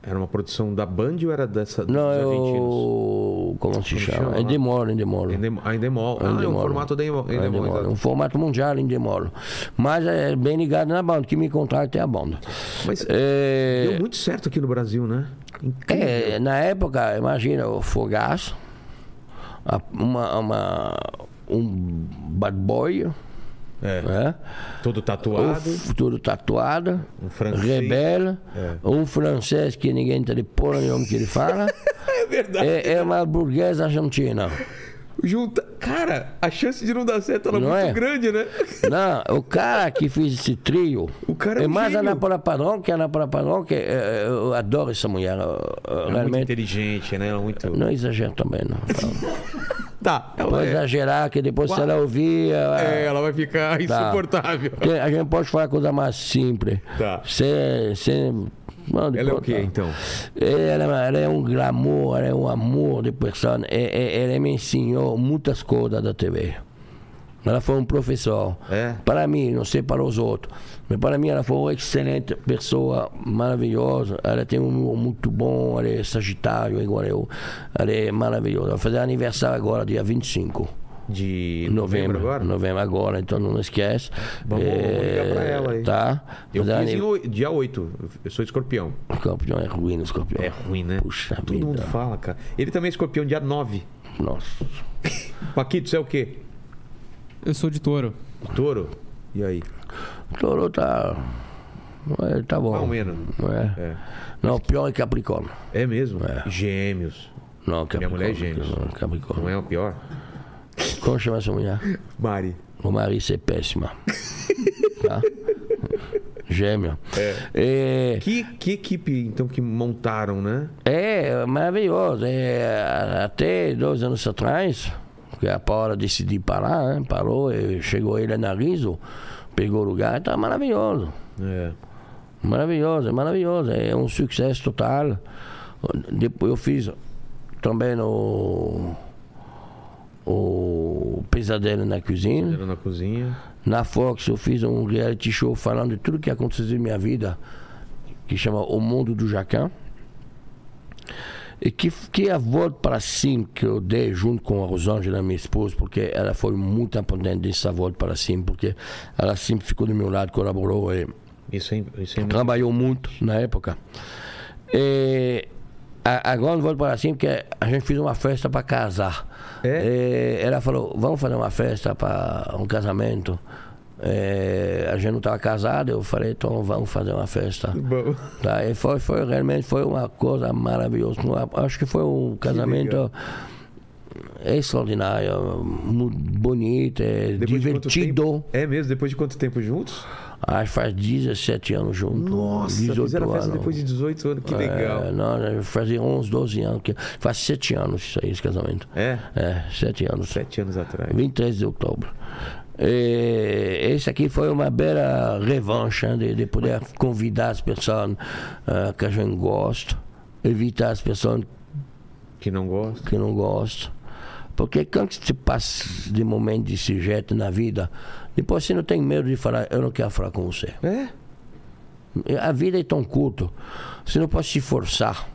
Speaker 1: Era uma produção da Band ou era dessa dos
Speaker 4: Não,
Speaker 1: argentinos?
Speaker 4: eu... Como se
Speaker 1: chama
Speaker 4: chama?
Speaker 1: lá?
Speaker 4: É Demora, Endemoro.
Speaker 1: Endem- Ah, Endemol. Ah, é um
Speaker 4: Endemol.
Speaker 1: formato da Endemol.
Speaker 4: É
Speaker 1: Endemol,
Speaker 4: Endemol,
Speaker 1: exato.
Speaker 4: um formato mundial em Demoro. Mas é bem ligado na banda. que me contrata é a banda.
Speaker 1: Mas
Speaker 4: É,
Speaker 1: deu muito certo aqui no Brasil, né? Incrível.
Speaker 4: É, na época, imagina, o Fogaço, a- uma, uma- um bad boy,
Speaker 1: É,
Speaker 4: né?
Speaker 1: Todo
Speaker 4: O
Speaker 1: tatuado.
Speaker 4: f- tudo tatuado,
Speaker 1: Um francês.
Speaker 4: rebelde,
Speaker 1: É.
Speaker 4: um francês que ninguém entende porra nenhuma que
Speaker 1: [laughs]
Speaker 4: ele fala,
Speaker 1: É verdade.
Speaker 4: é, é uma burguesa argentina.
Speaker 1: Junta... Cara, a chance de não dar certo era
Speaker 4: Não
Speaker 1: muito
Speaker 4: é?
Speaker 1: grande, né?
Speaker 4: Não, o cara que fez esse trio.
Speaker 1: O cara é
Speaker 4: é
Speaker 1: um
Speaker 4: mais
Speaker 1: gênio.
Speaker 4: a Napola Padrão, que a Napola Padrão, que eh, eu adoro essa mulher.
Speaker 1: É
Speaker 4: eh, realmente.
Speaker 1: inteligente, né? Ela é muito.
Speaker 4: Não exagero também,
Speaker 1: [laughs]
Speaker 4: não.
Speaker 1: Tá.
Speaker 4: Vou
Speaker 1: Ela, é-
Speaker 4: exagerar, que depois se ela ouvir. ela-
Speaker 1: é, ela vai
Speaker 4: Tá.
Speaker 1: ficar insuportável.
Speaker 4: Porque A gente pode falar coisa mais simples.
Speaker 1: Tá.
Speaker 4: Sem. sem não,
Speaker 1: Ela é o
Speaker 4: depois-
Speaker 1: quê, então?
Speaker 4: Ela, ela é um glamour, ela é um amor de pessoa. E- e- Ela me ensinou muitas coisas da TV. Ela foi um professor.
Speaker 1: É?
Speaker 4: Para mim, não sei para os outros, mas para mim ela foi uma excelente pessoa, maravilhosa. Ela tem um humor muito bom, ela é sagitário, igual eu. Ela é maravilhosa. Vai fazer aniversário agora, dia 25.
Speaker 1: De
Speaker 4: Em
Speaker 1: novembro, agora?
Speaker 4: Novembro agora, então não esquece. É,
Speaker 1: Vamos ligar pra ela aí.
Speaker 4: Tá?
Speaker 1: Eu
Speaker 4: Mas ela
Speaker 1: fiz
Speaker 4: nem-
Speaker 1: em oi- dia 8. Eu sou escorpião.
Speaker 4: Escorpião é ruim, escorpião.
Speaker 1: É ruim, né?
Speaker 4: Puxa
Speaker 1: Todo
Speaker 4: vida.
Speaker 1: mundo fala, cara. Ele também é escorpião, dia 9.
Speaker 4: Nossa.
Speaker 1: Paquito, você é o quê?
Speaker 3: Eu sou de touro.
Speaker 1: Touro? E aí?
Speaker 4: Touro tá. É, tá bom.
Speaker 1: Mais ou menos.
Speaker 4: É.
Speaker 1: É.
Speaker 4: Não, pior é Capricórnio.
Speaker 1: É mesmo?
Speaker 4: É.
Speaker 1: Gêmeos.
Speaker 4: Não,
Speaker 1: Minha
Speaker 4: Capricórnio.
Speaker 1: mulher é gêmeos. Não
Speaker 4: Capricórnio.
Speaker 1: é o pior?
Speaker 4: Como chama essa
Speaker 1: [laughs]
Speaker 4: mulher?
Speaker 1: Mari.
Speaker 4: O Marisa é
Speaker 1: [laughs]
Speaker 4: péssima. tá? Gêmeo. É.
Speaker 1: Que, que equipe, então, que montaram, né?
Speaker 4: É maravilhoso. É, até dois anos atrás, que a Paula decidiu parar, né? parou, e chegou ele na Riso, pegou o lugar, está maravilhoso.
Speaker 1: É.
Speaker 4: Maravilhoso, maravilhoso. É um sucesso total. Depois eu fiz também o, o Pesadelo na Cozinha.
Speaker 1: Era na cozinha.
Speaker 4: Na Fox eu fiz um reality show falando de tudo que aconteceu na minha vida, que chama O Mundo do Jacan. E que, que a volta para cima que eu dei junto com a Rosângela, minha esposa, porque ela foi muito importante nessa volta para cima, porque ela sempre ficou do meu lado, colaborou e
Speaker 1: Isso é, isso é muito-
Speaker 4: trabalhou muito na época. E a, a grande volta para cima, que a gente fez uma festa para casar.
Speaker 1: É?
Speaker 4: E ela falou, vamos fazer uma festa para um casamento. E a gente não estava casado, eu falei, então vamos fazer uma festa.
Speaker 1: Bom.
Speaker 4: Tá, e foi, foi realmente foi uma coisa maravilhosa. Uma- Acho que foi um casamento extraordinário, muito bonito, é
Speaker 1: [laughs] Depois de quanto
Speaker 4: divertido.
Speaker 1: tempo- É mesmo? Depois de quanto tempo juntos?
Speaker 4: Acho que faz 17 anos juntos.
Speaker 1: Nossa,
Speaker 4: 18
Speaker 1: fizeram a festa
Speaker 4: anos.
Speaker 1: depois de 18 anos, que legal.
Speaker 4: É, não, fazia uns 12 anos. Que, faz 7 anos isso aí, esse casamento.
Speaker 1: É?
Speaker 4: É, 7 anos.
Speaker 1: Sete anos atrás.
Speaker 4: 23 de outubro. E esse aqui foi uma bela revanche hein, de, de poder convidar as pessoas ah, que a gente gosta, evitar as pessoas
Speaker 1: Que não gosta.
Speaker 4: que não gostam. Porque quando você passa de momento desse jeito na vida, depois você não tem medo de falar, eu não quero falar com você.
Speaker 1: É?
Speaker 4: A vida é tão curta, você não pode se forçar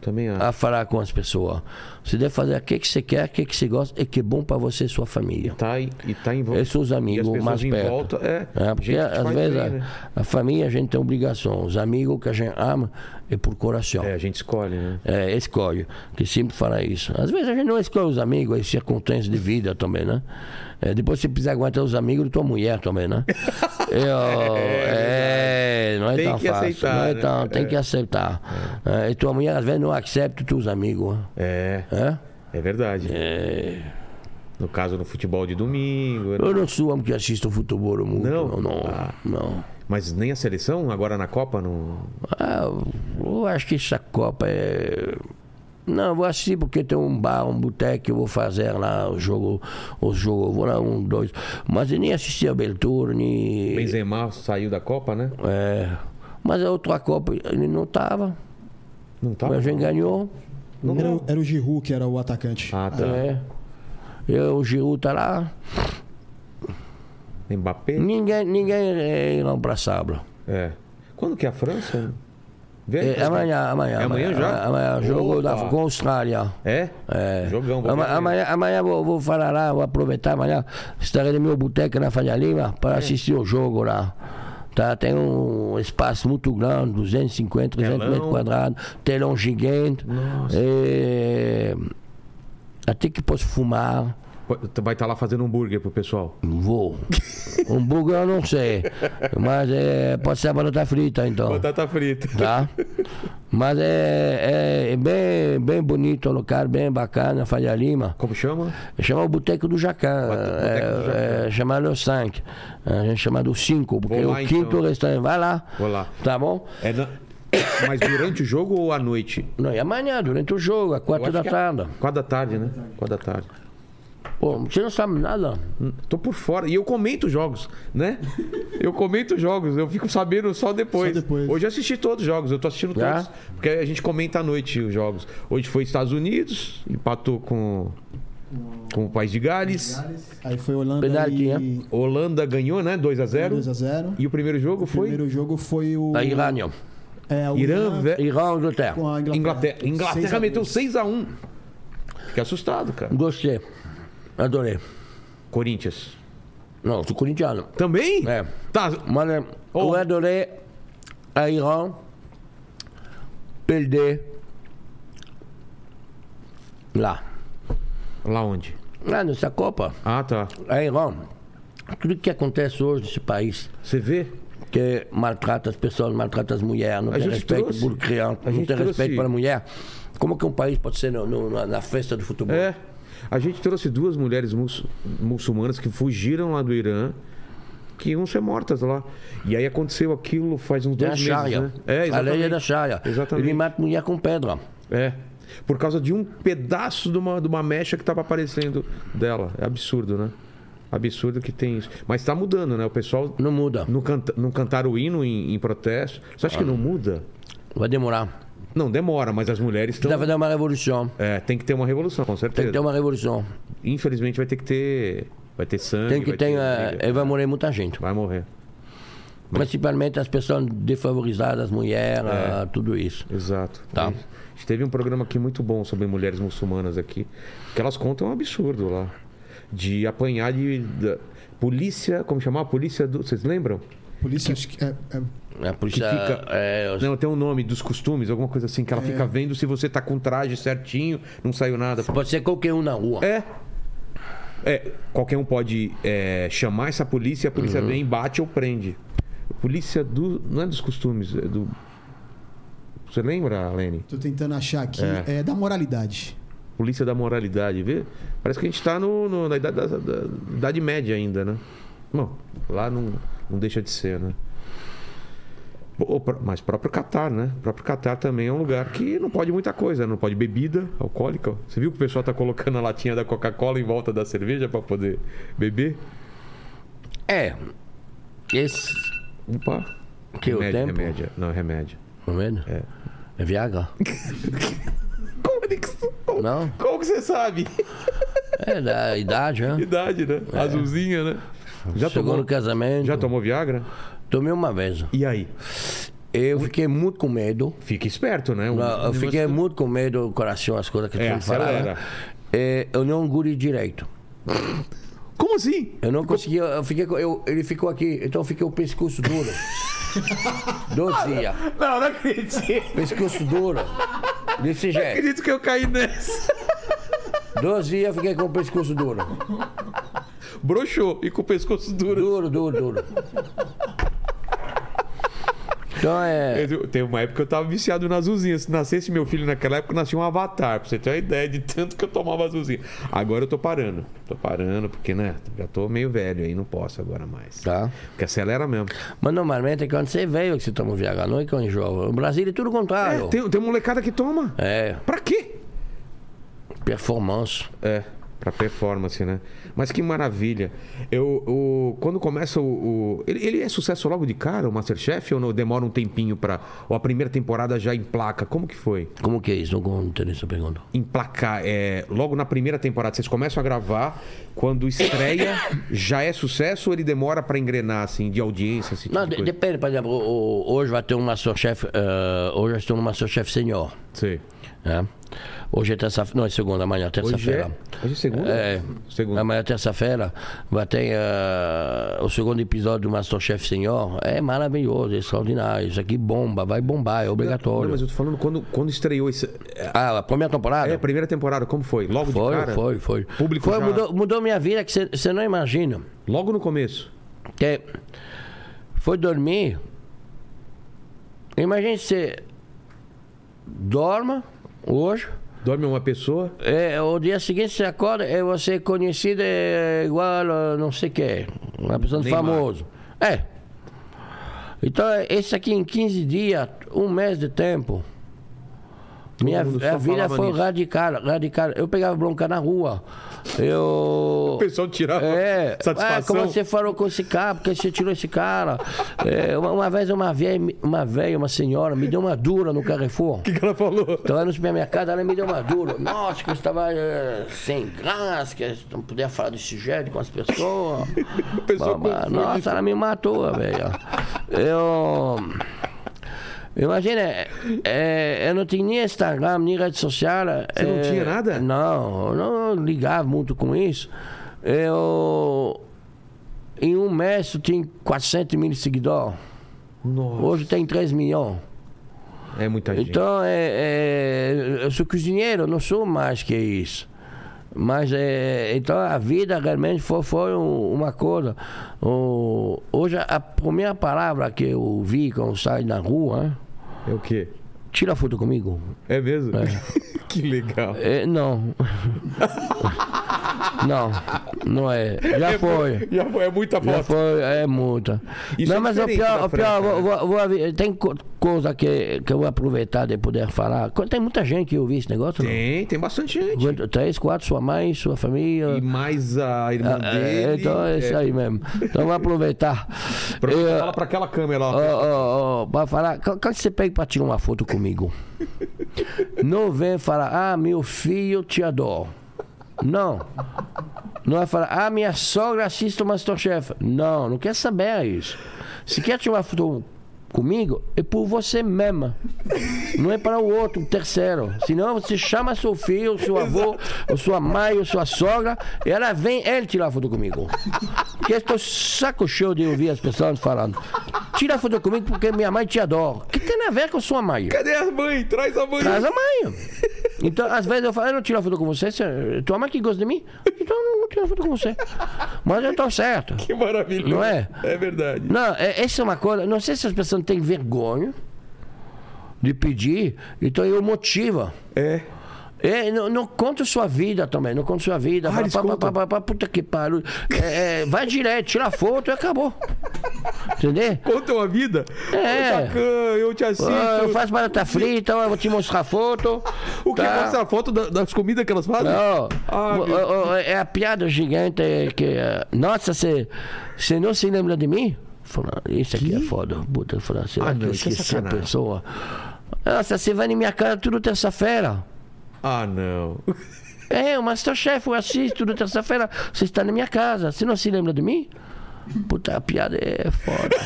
Speaker 1: Também acho.
Speaker 4: a falar com as pessoas. Você deve fazer o que, que você quer, o que, que você gosta e que é bom para você e sua família.
Speaker 1: Tá, e, e tá em volta.
Speaker 4: E seus
Speaker 1: E as
Speaker 4: amigos
Speaker 1: pessoas
Speaker 4: Ah. mais
Speaker 1: em
Speaker 4: perto.
Speaker 1: volta. É,
Speaker 4: É, porque
Speaker 1: gente que te
Speaker 4: às
Speaker 1: faz
Speaker 4: vezes
Speaker 1: bem,
Speaker 4: a,
Speaker 1: né?
Speaker 4: a família a gente tem obrigação, os amigos que a gente ama é por coração.
Speaker 1: É,
Speaker 4: É.
Speaker 1: a gente escolhe, né?
Speaker 4: escolhe, que sempre fala isso. Às vezes a gente não escolhe os amigos, é circunstância de vida também, né? É, depois você precisa aguentar os amigos de tua mulher também,
Speaker 1: [laughs]
Speaker 4: né? Eu- é, não é
Speaker 1: Tem
Speaker 4: tão
Speaker 1: que
Speaker 4: fácil.
Speaker 1: aceitar,
Speaker 4: não é
Speaker 1: né?
Speaker 4: tão, Tem
Speaker 1: É.
Speaker 4: que aceitar. É, e tua mulher às vezes não accepta os teus amigos. né?
Speaker 1: É,
Speaker 4: É?
Speaker 1: é verdade.
Speaker 4: É,
Speaker 1: No caso, no futebol de domingo. né?
Speaker 4: eu não sou homem que assisto futebol muito.
Speaker 1: Não?
Speaker 4: Não, não.
Speaker 1: Ah.
Speaker 4: não.
Speaker 1: Mas nem a seleção, agora na Copa, não.
Speaker 4: Ah, eu acho que essa Copa é. Não, eu vou assistir porque tem um bar, um boteco, eu vou fazer lá o jogo, o jogo, eu vou lá um, dois. Mas eu nem assisti a Beltur, nem.
Speaker 1: Benzema saiu da Copa, né?
Speaker 4: É. Mas a outra Copa ele não tava.
Speaker 1: Não tá?
Speaker 4: mas a gente ganhou.
Speaker 2: Era, o- era o Giroud que era o atacante.
Speaker 1: Ah, tá.
Speaker 4: É. Eu, o Giroud tá lá. É.
Speaker 1: Mbappé?
Speaker 4: Ninguém, ninguém é, irá pra sábado.
Speaker 1: É. Quando que é a França? Vem,
Speaker 4: É, amanhã, amanhã.
Speaker 1: É amanhã já?
Speaker 4: Amanhã, jogo da,
Speaker 1: Opa.
Speaker 4: com a Austrália.
Speaker 1: É?
Speaker 4: É.
Speaker 1: Jogão, vou
Speaker 4: Ama-
Speaker 1: ver.
Speaker 4: amanhã, amanhã vou, vou falar lá, vou aproveitar amanhã. Estarei no meu boteco na Faria Lima
Speaker 1: É.
Speaker 4: para assistir o jogo lá. Tá, tem um espaço muito grande, 250, 300
Speaker 1: Telão.
Speaker 4: metros quadrados, telão gigante. E... Até que posso fumar,
Speaker 1: Pô, Vai estar lá fazendo hambúrguer pro pessoal.
Speaker 4: vou.
Speaker 1: [laughs]
Speaker 4: um burger eu não sei, mas é, pode ser a batata frita então.
Speaker 1: Batata frita.
Speaker 4: Tá? Mas é, é bem, bem bonito o local, bem bacana, Faria Lima.
Speaker 1: Como chama?
Speaker 4: Chama o Boteco do Jacan.
Speaker 1: Bote- Boteco do Jacan.
Speaker 4: É, é, chamado 5. A gente é chamado 5, porque
Speaker 1: Vou
Speaker 4: é o
Speaker 1: lá,
Speaker 4: quinto
Speaker 1: então.
Speaker 4: restaurante. Vai lá.
Speaker 1: Vou lá.
Speaker 4: Tá bom?
Speaker 1: É na- Mas durante o jogo ou à noite?
Speaker 4: Não, e amanhã, durante o jogo, às
Speaker 1: Eu
Speaker 4: 4
Speaker 1: acho
Speaker 4: da
Speaker 1: que é-
Speaker 4: tarde.
Speaker 1: Quatro da tarde, né? Quatro da tarde.
Speaker 4: Pô, você não sabe nada.
Speaker 1: Hum, Tô por fora. E eu comento jogos, né? Eu comento jogos. Eu fico sabendo só depois.
Speaker 2: Só depois.
Speaker 1: Hoje eu assisti todos os jogos. Eu tô assistindo
Speaker 4: Já?
Speaker 1: todos. Porque a gente comenta à noite os jogos. Hoje foi Estados Unidos. Empatou com, com o País de Gales.
Speaker 2: Aí foi Holanda
Speaker 4: Penalti,
Speaker 1: é?
Speaker 2: e
Speaker 1: Holanda ganhou, né? 2 a 0
Speaker 2: 2x0.
Speaker 1: E o primeiro jogo
Speaker 2: O
Speaker 1: foi
Speaker 2: primeiro jogo foi o.
Speaker 4: A Irânia.
Speaker 2: é, o
Speaker 1: Irã ve-
Speaker 4: Irã, Inglaterra.
Speaker 2: com a
Speaker 1: Inglaterra.
Speaker 2: Seis
Speaker 1: Inglaterra
Speaker 2: a
Speaker 1: meteu
Speaker 2: dois.
Speaker 1: 6 a 1 Fiquei assustado, cara.
Speaker 4: Gostei. Adorei.
Speaker 1: Corinthians.
Speaker 4: Não, sou corintiano.
Speaker 1: Também?
Speaker 4: É.
Speaker 1: Tá.
Speaker 4: Mas é,
Speaker 1: Oh.
Speaker 4: eu adorei a Irã perder lá.
Speaker 1: Lá onde?
Speaker 4: Lá nessa Copa.
Speaker 1: Ah, tá.
Speaker 4: A Irã, tudo que acontece hoje nesse país,
Speaker 1: Você vê?
Speaker 4: que maltrata as pessoas, maltrata as mulheres, não
Speaker 1: A
Speaker 4: tem
Speaker 1: gente
Speaker 4: respeito
Speaker 1: trouxe.
Speaker 4: por criança,
Speaker 1: A
Speaker 4: não
Speaker 1: gente
Speaker 4: tem
Speaker 1: trouxe.
Speaker 4: respeito pela mulher. Como que um país pode ser no- no- na, na festa do futebol?
Speaker 1: É. A gente trouxe duas mulheres mus- muçulmanas que fugiram lá do Irã, que iam ser mortas lá. E aí aconteceu aquilo faz uns
Speaker 4: Da
Speaker 1: dois meses,
Speaker 4: Sharia.
Speaker 1: né? É,
Speaker 4: a
Speaker 1: exatamente.
Speaker 4: lei é da Sharia.
Speaker 1: Exatamente.
Speaker 4: Ele mata mulher com pedra.
Speaker 1: É. Por causa de um pedaço de uma, de uma mecha que tava aparecendo dela. É absurdo, né? Absurdo que tem isso. Mas tá mudando, né? O pessoal
Speaker 4: Não muda.
Speaker 1: não, canta, não cantaram o hino em, em protesto. Você acha que
Speaker 4: Ah.
Speaker 1: não muda?
Speaker 4: Vai demorar.
Speaker 1: Não, demora, mas as mulheres estão.
Speaker 4: Deve ter uma revolução.
Speaker 1: É, tem que ter uma revolução, com
Speaker 4: Tem
Speaker 1: certeza.
Speaker 4: que ter uma revolução.
Speaker 1: Infelizmente vai ter que ter. Vai ter sangue.
Speaker 4: Tem que
Speaker 1: vai
Speaker 4: ter.
Speaker 1: briga.
Speaker 4: eh, e vai morrer muita gente.
Speaker 1: Vai morrer. É.
Speaker 4: Principalmente as pessoas desfavorizadas, as mulheres, ah, tudo isso.
Speaker 1: Exato.
Speaker 4: Tá.
Speaker 1: gente teve um programa aqui muito bom sobre mulheres muçulmanas aqui, que elas contam um absurdo lá. De apanhar de. da- polícia. Como chamar? Polícia do. Vocês lembram?
Speaker 2: Polícia, acho que. É, é-
Speaker 4: A polícia.
Speaker 1: Que fica-
Speaker 4: é, os-
Speaker 1: Não, tem um nome dos costumes, alguma coisa assim, que ela fica vendo se você tá com o traje certinho, não saiu nada.
Speaker 4: Pode ser qualquer um na rua.
Speaker 1: É. É, qualquer um pode é, chamar essa polícia, a polícia vem, bate ou prende. Polícia do. Não é dos costumes, é do. Você lembra, Lene?
Speaker 2: tô tentando achar aqui. É, da moralidade.
Speaker 1: Polícia da moralidade, vê? Parece que a gente tá no, no- na idade, da, da- da idade média ainda, né? Bom, lá não, não deixa de ser, né? Ou pró- Mas próprio Catar, né? O próprio Catar também é um lugar que não pode muita coisa, não pode bebida alcoólica. Você viu que o pessoal tá colocando a latinha da Coca-Cola em volta da cerveja para poder beber?
Speaker 4: É. Esse.
Speaker 1: Opa.
Speaker 4: Que é o
Speaker 1: remédio,
Speaker 4: tempo?
Speaker 1: remédio. Não, remédio.
Speaker 4: Tá vendo? É. É Viagra?
Speaker 1: Como, é que- como-
Speaker 4: Não?
Speaker 1: como que você sabe? [laughs]
Speaker 4: É da idade, né?
Speaker 1: Idade, né? Azulzinha, né? [laughs] Já
Speaker 4: Chegou
Speaker 1: tomou,
Speaker 4: no casamento.
Speaker 1: já tomou Viagra?
Speaker 4: Tomei uma vez.
Speaker 1: E aí?
Speaker 4: Eu fiquei muito com medo. Ah,
Speaker 1: Fica esperto, né? Um-
Speaker 4: Eu fiquei muito com medo do coração, as coisas que
Speaker 1: É,
Speaker 4: tu me falava.
Speaker 1: acelera.
Speaker 4: É, eu não engoli direito.
Speaker 1: Como assim?
Speaker 4: Eu não conseguia. Eu fiquei, com- eu, ele ficou aqui, então eu fiquei o
Speaker 1: [laughs]
Speaker 4: pescoço duro. Dois dias.
Speaker 1: Não, não acredito.
Speaker 4: Pescoço duro. Desse jeito.
Speaker 1: [laughs] Acredito que eu caí nessa.
Speaker 4: Dois dias eu fiquei com o pescoço duro.
Speaker 1: Broxou e com o pescoço duro.
Speaker 4: Duro, duro, duro. Então é.
Speaker 1: Tem uma época que eu tava viciado na azulzinha. Se nascesse meu filho naquela época, nascia um avatar. Pra você ter uma ideia de tanto que eu tomava azulzinha. Agora eu tô parando. Tô parando, porque, né? Já tô meio velho aí, não posso agora mais.
Speaker 4: Tá.
Speaker 1: Porque acelera mesmo.
Speaker 4: Mas normalmente é quando você é velho que você toma Viagra, não é quando é jovem. No Brasil é tudo o
Speaker 1: É,
Speaker 4: contrário.
Speaker 1: tem, tem molecada que toma.
Speaker 4: É,
Speaker 1: Pra quê?
Speaker 4: performance.
Speaker 1: É, pra performance, né? Mas que maravilha. Eu, o- quando começa o. o- ele, ele é sucesso logo de cara, o Masterchef, ou não, demora um tempinho pra. Ou a primeira temporada já emplaca? Como que foi?
Speaker 4: Como que é isso? Não entendi essa pergunta.
Speaker 1: Emplacar, é, logo na primeira temporada, vocês começam a gravar, quando
Speaker 4: [coughs]
Speaker 1: estreia, já é sucesso ou ele demora pra engrenar, assim, de audiência, assim?
Speaker 4: Não, de- depende, por exemplo, o- o- hoje vai ter um Masterchef, eh, hoje eu estou no Masterchef Senior,
Speaker 1: Sei.
Speaker 4: né? Hoje é terça-feira, não, é segunda, amanhã é
Speaker 1: Hoje é,
Speaker 4: terça-feira.
Speaker 1: hoje é segunda?
Speaker 4: É,
Speaker 1: Segunda.
Speaker 4: amanhã é terça-feira vai ter eh, o segundo episódio do Masterchef Senior, é maravilhoso, é extraordinário, isso aqui bomba, vai bombar, é
Speaker 1: Não,
Speaker 4: obrigatório.
Speaker 1: mas eu tô falando quando, quando estreou esse. é,
Speaker 4: Ah, a primeira temporada?
Speaker 1: É, a primeira temporada, como foi? Logo
Speaker 4: foi,
Speaker 1: de cara?
Speaker 4: foi, foi.
Speaker 1: Público
Speaker 4: foi
Speaker 1: já-
Speaker 4: mudou, mudou minha vida que você não imagina.
Speaker 1: Logo no começo.
Speaker 4: que foi dormir. Imagina você dorma hoje,
Speaker 1: Dorme uma pessoa.
Speaker 4: é, o dia seguinte você acorda e você é conhecido é, igual a não sei quem, uma pessoa
Speaker 1: Neymar.
Speaker 4: famosa. É. Então, é, esse aqui em 15 dias, um mês de tempo, minha
Speaker 1: mundo
Speaker 4: a
Speaker 1: só
Speaker 4: vida
Speaker 1: falava
Speaker 4: foi
Speaker 1: nisso.
Speaker 4: radical, radical. Eu pegava bronca na rua. Eu.
Speaker 1: O pessoal tirava
Speaker 4: É, é,
Speaker 1: satisfação.
Speaker 4: como você falou com esse cara, porque você tirou esse cara. É, uma, uma vez uma velha, uma velha, uma senhora, me deu uma dura no Carrefour.
Speaker 1: O que, que ela falou?
Speaker 4: Então, lá no supermercado, ela me deu uma dura. Nossa, que eu estava eh, sem graça, que eu não podia falar desse jeito com as pessoas.
Speaker 1: [laughs] O pessoal
Speaker 4: Babá,
Speaker 1: confunde.
Speaker 4: Nossa, ela me matou, velho. Eu. Imagina, eh, eu não tinha nem Instagram, nem rede social. Você
Speaker 1: não tinha nada?
Speaker 4: Não, eu não ligava muito com isso. Eu. Em um mês eu tinha 400 mil seguidores.
Speaker 1: Nossa.
Speaker 4: Hoje tem 3 milhões.
Speaker 1: É muita gente.
Speaker 4: Então, é, é, eu sou cozinheiro, eu não sou mais que isso. Mas, é, então, a vida realmente foi, foi um- uma coisa. O- hoje, a, a primeira palavra que eu vi quando eu saio na rua, hein,
Speaker 1: É o quê?
Speaker 4: tira foto comigo.
Speaker 1: É mesmo? [laughs] que legal.
Speaker 4: É, não. [laughs] não, não é. Já foi.
Speaker 1: Já foi, é muita
Speaker 4: Já
Speaker 1: foto.
Speaker 4: foi, é muita.
Speaker 1: Isso
Speaker 4: não,
Speaker 1: é
Speaker 4: mas o
Speaker 1: diferente
Speaker 4: pior,
Speaker 1: da
Speaker 4: o pior
Speaker 1: França, né?
Speaker 4: vou- vou- vou avi- tem co- coisa que, que eu vou aproveitar de poder falar. Co- Tem muita gente que ouviu esse negócio, não?
Speaker 1: Tem, tem bastante gente.
Speaker 4: Quanto- Três, quatro, sua mãe, sua família.
Speaker 1: E mais a irmã
Speaker 4: Ah, é,
Speaker 1: dele.
Speaker 4: então é isso aí mesmo. Então vou aproveitar.
Speaker 1: Pronto,
Speaker 4: Eu-
Speaker 1: fala pra aquela câmera
Speaker 4: Ó,
Speaker 1: lá.
Speaker 4: ó, ó, pra oh, falar, qu- quando você pega pra tirar uma foto comigo, não vem falar, ah, meu filho, te adoro. Não. Não vai falar, ah, minha sogra assiste o Masterchef. Não, não quer saber isso. Se quer tirar uma foto comigo é por você mesma. Não é para o outro, o terceiro. Senão você chama seu filho, o seu avô, ou sua mãe, ou sua sogra, e ela vem, ele tirar foto comigo. Porque eu estou saco cheio de ouvir as pessoas falando. Tira foto comigo porque minha mãe te adora. O que tem a ver com sua mãe?
Speaker 5: Cadê a mãe? Traz a mãe.
Speaker 4: Traz a mãe. Então, às vezes eu falo, eu não tiro foto com você, você- tua mãe que gosta de mim? Então eu não tiro foto com você. Mas eu tô certo.
Speaker 5: Que maravilhoso.
Speaker 4: Não é?
Speaker 5: É verdade.
Speaker 4: Não, é- essa é uma coisa. Não sei se as pessoas têm vergonha de pedir, então eu motiva.
Speaker 5: É.
Speaker 4: É, não, não conta sua vida também, não conta sua vida. Pá,
Speaker 5: Ah, eles
Speaker 4: pá, pá,
Speaker 5: contam.
Speaker 4: pá, pá, puta que pariu. É, é, vai direto, tira foto e acabou. Entendeu?
Speaker 5: Contam a vida.
Speaker 4: É.
Speaker 5: Ô, Jacan, eu te assisto.
Speaker 4: Ah, eu faço barata frita, eu vou te mostrar foto.
Speaker 5: O que
Speaker 4: Tá.
Speaker 5: mostra a foto da- das comidas que elas fazem?
Speaker 4: Não,
Speaker 5: Ah,
Speaker 4: o-
Speaker 5: meu-
Speaker 4: o- o- é a piada gigante que. eh, Nossa, você não se lembra de mim? Fala, isso aqui é foda. Puta, fala, você
Speaker 1: Ah,
Speaker 4: vai
Speaker 1: não, isso é
Speaker 4: esquecer a
Speaker 1: sacanagem.
Speaker 4: pessoa. Nossa, você vai na minha cara tudo terça-feira.
Speaker 1: Ah, não.
Speaker 4: É, o Masterchef, eu assisto tudo terça-feira. Você está na minha casa. Você não se lembra de mim? Puta, a piada é
Speaker 1: [laughs]
Speaker 4: foda.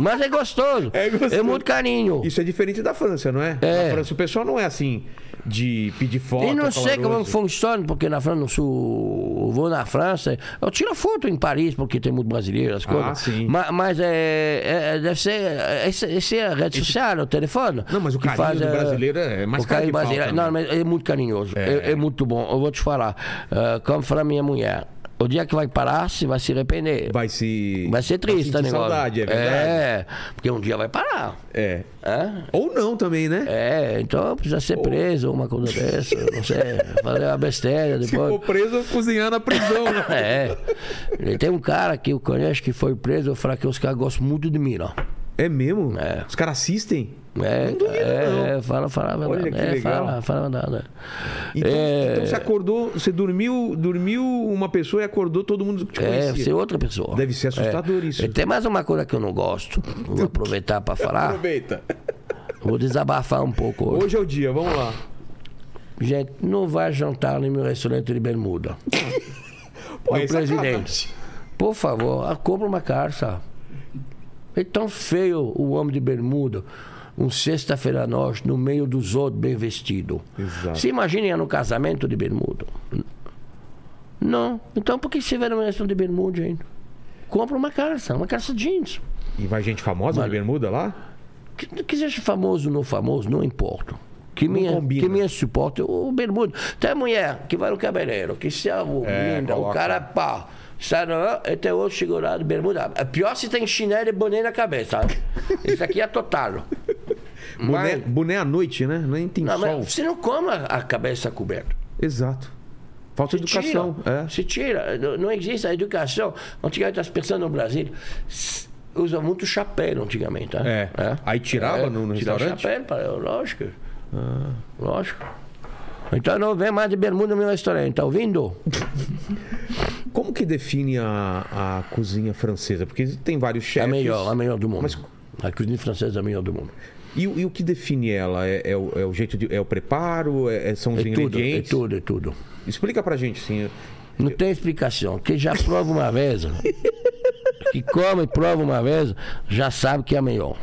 Speaker 4: Mas é gostoso.
Speaker 5: É gostoso.
Speaker 4: É muito carinho.
Speaker 1: Isso é diferente da França, não é?
Speaker 4: É.
Speaker 1: Na França o pessoal não é assim de pedir foto.
Speaker 4: E não sei como é
Speaker 1: caloroso.
Speaker 4: funciona, porque na França, no sul, eu vou na França, eu tiro foto em Paris, porque tem muito brasileiro, as coisas.
Speaker 1: Ah, sim.
Speaker 4: Ma- Mas, é, é- deve ser. é- Esse, esse é a rede social, o telefone.
Speaker 1: Não, mas o
Speaker 4: que
Speaker 1: carinho do
Speaker 4: é,
Speaker 1: brasileiro é mais
Speaker 4: o
Speaker 1: cara de
Speaker 4: carinho
Speaker 1: pau
Speaker 4: brasileiro.
Speaker 1: também.
Speaker 4: Não, mas é muito carinhoso. É, é muito bom. Eu vou te falar. ah, como fala minha mulher, o dia que vai parar, você vai se arrepender.
Speaker 1: Vai
Speaker 4: Vai,
Speaker 1: se.
Speaker 4: ser triste,
Speaker 1: vai
Speaker 4: o
Speaker 1: sentir
Speaker 4: negócio.
Speaker 1: saudade, é verdade.
Speaker 4: É, porque um dia vai parar.
Speaker 1: É.
Speaker 4: Hã?
Speaker 1: Ou não também, né?
Speaker 4: É, então precisa ser preso, uma coisa dessa, não sei, fazer uma besteira
Speaker 5: Se for
Speaker 4: depois.
Speaker 5: preso, cozinhar na prisão. né?
Speaker 4: É. E tem um cara que eu conheço que foi preso, eu falo que os caras gostam muito de mim, ó.
Speaker 1: É mesmo?
Speaker 4: [laughs] É.
Speaker 1: Os caras assistem?
Speaker 4: É,
Speaker 1: Não duvido, não.
Speaker 4: é, é, fala, fala,
Speaker 1: Olha que
Speaker 4: é,
Speaker 1: legal.
Speaker 4: fala, fala nada.
Speaker 1: Então,
Speaker 4: É.
Speaker 1: então você acordou, você dormiu, dormiu uma pessoa e acordou todo mundo que te
Speaker 4: É,
Speaker 1: conhecia.
Speaker 4: ser outra pessoa.
Speaker 1: Deve ser assustador
Speaker 4: É.
Speaker 1: isso.
Speaker 4: E tem mais uma coisa que eu não gosto. Vou aproveitar
Speaker 1: [laughs]
Speaker 4: pra falar.
Speaker 5: Aproveita.
Speaker 4: Vou desabafar um pouco hoje.
Speaker 5: Hoje é o dia, vamos lá.
Speaker 4: Gente, não vai jantar no meu restaurante de bermuda.
Speaker 5: Pô,
Speaker 4: Meu
Speaker 5: é
Speaker 4: presidente, por favor, ah, compra uma calça. É tão feio o homem de bermuda, um sexta-feira à noite, no meio dos outros, bem vestido.
Speaker 1: Exato.
Speaker 4: Se imaginem no casamento de bermuda. Não. Então por que você vai numa restaurante de bermuda, gente? Compra uma calça, uma calça jeans.
Speaker 1: E vai gente famosa de bermuda lá?
Speaker 4: Que, que seja famoso ou não famoso, não importa. Que me,
Speaker 1: combina.
Speaker 4: que me suporte o bermudo. Tem mulher que vai no cabeleireiro, que se arruma,
Speaker 1: É,
Speaker 4: linda, o
Speaker 1: coloca.
Speaker 4: cara pá. Sai no até hoje chegou lá de bermuda. É pior se tem chinelo e boné na cabeça. Isso aqui é total.
Speaker 1: Boné,
Speaker 4: Mas-
Speaker 1: [laughs] boné à noite, né? Nem tem
Speaker 4: Não,
Speaker 1: sol.
Speaker 4: mas você não come a- a cabeça coberta.
Speaker 1: Exato. Falta de educação.
Speaker 4: Tira.
Speaker 1: É.
Speaker 4: Se tira. Não, não existe a educação. Antigamente as pessoas no Brasil s- usam muito chapéu antigamente. né?
Speaker 1: É. Aí tirava no- no
Speaker 4: tirava
Speaker 1: restaurante?
Speaker 4: chapéu, pá, é lógico. Ah, Lógico. Então não vem mais de bermuda no meu restaurante, tá ouvindo?
Speaker 1: Como que define a, a cozinha francesa? Porque tem vários
Speaker 4: É a
Speaker 1: chefes.
Speaker 4: melhor, a melhor do mundo.
Speaker 1: Mas-
Speaker 4: A cozinha francesa é a melhor do mundo.
Speaker 1: E, o- e o que define ela? É, é o, é o jeito de. É o preparo? É- é- são os
Speaker 4: É tudo, é
Speaker 1: ingredientes?
Speaker 4: tudo, é tudo.
Speaker 1: Explica pra gente, assim, sim.
Speaker 4: Não tem explicação. Quem já prova uma vez, que come e prova uma vez, já sabe que é a melhor.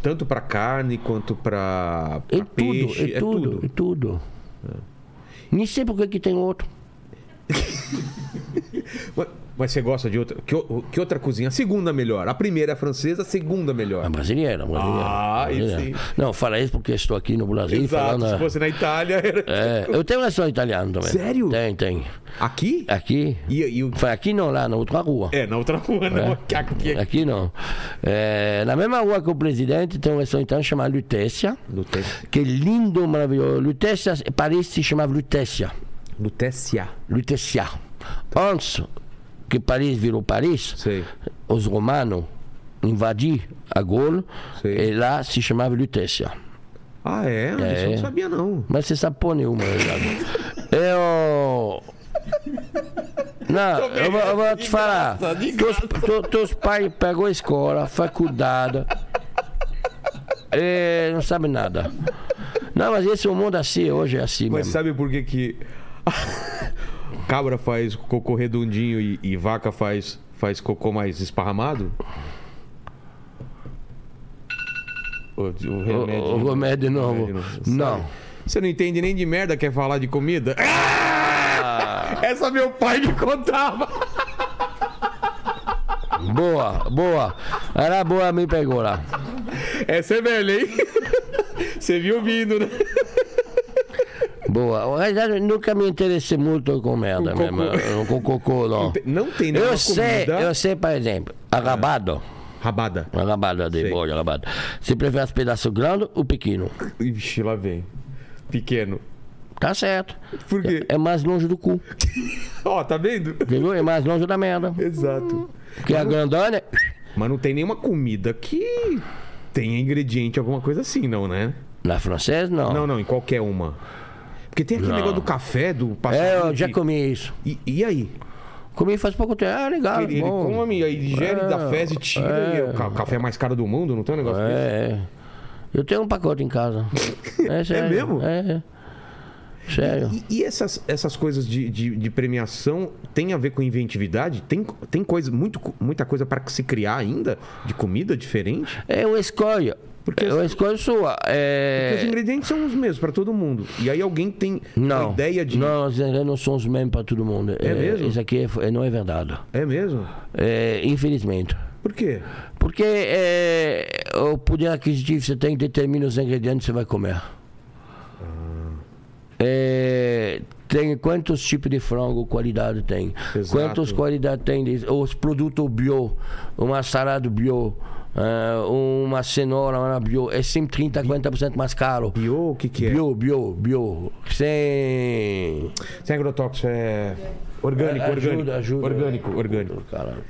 Speaker 1: Tanto pra carne quanto pra, pra
Speaker 4: É tudo,
Speaker 1: peixe.
Speaker 4: é tudo, é tudo. Nem sei por que que tem outro.
Speaker 1: Mas- Mas você gosta de outra. Que, o- que outra cozinha? A segunda melhor. A primeira é a francesa, a segunda melhor.
Speaker 4: É brasileiro, brasileiro. É
Speaker 5: Ah,
Speaker 4: brasileiro.
Speaker 5: aí sim.
Speaker 4: Não, fala isso porque estou aqui no Brasil
Speaker 5: Exato. Se
Speaker 4: falando.
Speaker 5: fosse na Itália, era.
Speaker 4: É, eu tenho restaurante italiano também.
Speaker 1: Sério?
Speaker 4: Tem, tem.
Speaker 1: Aqui?
Speaker 4: Aqui.
Speaker 1: E, e o.
Speaker 4: Foi aqui não, lá na outra rua.
Speaker 5: É, na outra rua, não.
Speaker 4: É.
Speaker 5: Aqui, aqui, aqui.
Speaker 4: Aqui não. É, na mesma rua que o presidente tem um restaurante italiano chamado Lutécia,
Speaker 1: Lutécia.
Speaker 4: que é lindo, maravilhoso. Lutécia, Paris se chamava Lutécia.
Speaker 1: Lutécia.
Speaker 4: Lutécia. Antes que Paris virou Paris,
Speaker 1: Sei.
Speaker 4: os romanos invadiram a Gaule
Speaker 1: Sim.
Speaker 4: e lá se chamava Lutécia.
Speaker 1: Ah, é? Anderson, Eu não sabia, não.
Speaker 4: Mas você sabe porra nenhuma, né, Ricardo. Eu. Não, eu vou, eu vou te falar. Teus, tu- teus pais pegou a escola, faculdade. e não sabe nada. Não, mas esse é o mundo assim, hoje é assim
Speaker 1: Mas
Speaker 4: mesmo.
Speaker 1: sabe por que que [laughs] cabra faz cocô redondinho e, e vaca faz, faz cocô mais esparramado? O, o
Speaker 4: O,
Speaker 1: remédio.
Speaker 4: o remédio novo. Não.
Speaker 1: Você não entende nem de merda, quer falar de comida?
Speaker 4: Ah!
Speaker 1: [laughs] Essa meu pai me contava.
Speaker 4: Boa, boa. Era boa, me pegou lá.
Speaker 1: Essa é velha, hein? [laughs] Você viu vindo, né?
Speaker 4: Boa. Na verdade, nunca me interessei muito com merda
Speaker 1: Com cocô.
Speaker 4: mesmo. Com cocô, não.
Speaker 1: Não tem nenhuma
Speaker 4: Eu sei,
Speaker 1: comida. É.
Speaker 4: eu sei, por exemplo, arrabado.
Speaker 1: Rabada.
Speaker 4: Arrabado de
Speaker 1: Sei.
Speaker 4: boi, arrabado. Você prefere os pedaços grandes ou pequeno?
Speaker 1: Ixi, lá vem. Pequeno.
Speaker 4: Tá certo.
Speaker 1: Por quê?
Speaker 4: É mais longe do cu.
Speaker 1: Ó, tá vendo?
Speaker 4: Entendeu? É mais longe da merda.
Speaker 1: Exato.
Speaker 4: Porque a grandona. é-
Speaker 1: Mas não tem nenhuma comida que tenha ingrediente, alguma coisa assim, não, né?
Speaker 4: Na francesa, não.
Speaker 1: Não, não, em qualquer uma. Porque tem aquele
Speaker 4: Não.
Speaker 1: negócio do café, do
Speaker 4: É,
Speaker 1: passarinho
Speaker 4: eu já
Speaker 1: de-
Speaker 4: comi isso.
Speaker 1: E, e aí?
Speaker 4: Comi faz pouco tempo. Ah, legal.
Speaker 1: ele, ele
Speaker 4: bom.
Speaker 1: come, aí digere,
Speaker 4: É,
Speaker 1: dá fezes, tira. E é o ca- café mais caro do mundo, não tem um negócio desse?
Speaker 4: É, é. Eu tenho um pacote
Speaker 1: [laughs]
Speaker 4: em casa. É, sério.
Speaker 1: mesmo?
Speaker 4: É. é. Sério.
Speaker 1: E, e essas, essas coisas de, de, de premiação tem a ver com inventividade? Tem, tem coisa, muito, muita coisa para se criar ainda de comida diferente?
Speaker 4: Eu escolho.
Speaker 1: Porque
Speaker 4: eu
Speaker 1: as-
Speaker 4: escolho É sua.
Speaker 1: Porque os
Speaker 4: É...
Speaker 1: ingredientes são os mesmos para todo mundo. E aí alguém tem
Speaker 4: Não.
Speaker 1: uma ideia de.
Speaker 4: Não, os ingredientes não são os mesmos para todo mundo.
Speaker 1: É mesmo?
Speaker 4: Isso aqui é f- é- não é verdade.
Speaker 1: É mesmo?
Speaker 4: É, infelizmente.
Speaker 1: Por quê?
Speaker 4: Porque é, o poder aquisitivo você tem que determinar os ingredientes que você vai comer.
Speaker 1: Ah.
Speaker 4: É, tem quantos tipos de frango qualidade tem?
Speaker 1: Exato.
Speaker 4: Quantas qualidades tem? de- Os produtos bio, uma salada bio, ah, uma cenoura uma bio, é sempre 30, 40% mais caro.
Speaker 1: Bio, o que, que é?
Speaker 4: Bio, bio, bio. Sem.
Speaker 1: Sem agrotóxico, é. Orgânico,
Speaker 4: Ajuda,
Speaker 1: orgânico.
Speaker 4: ajuda.
Speaker 1: Orgânico, orgânico. É.
Speaker 4: Caralho.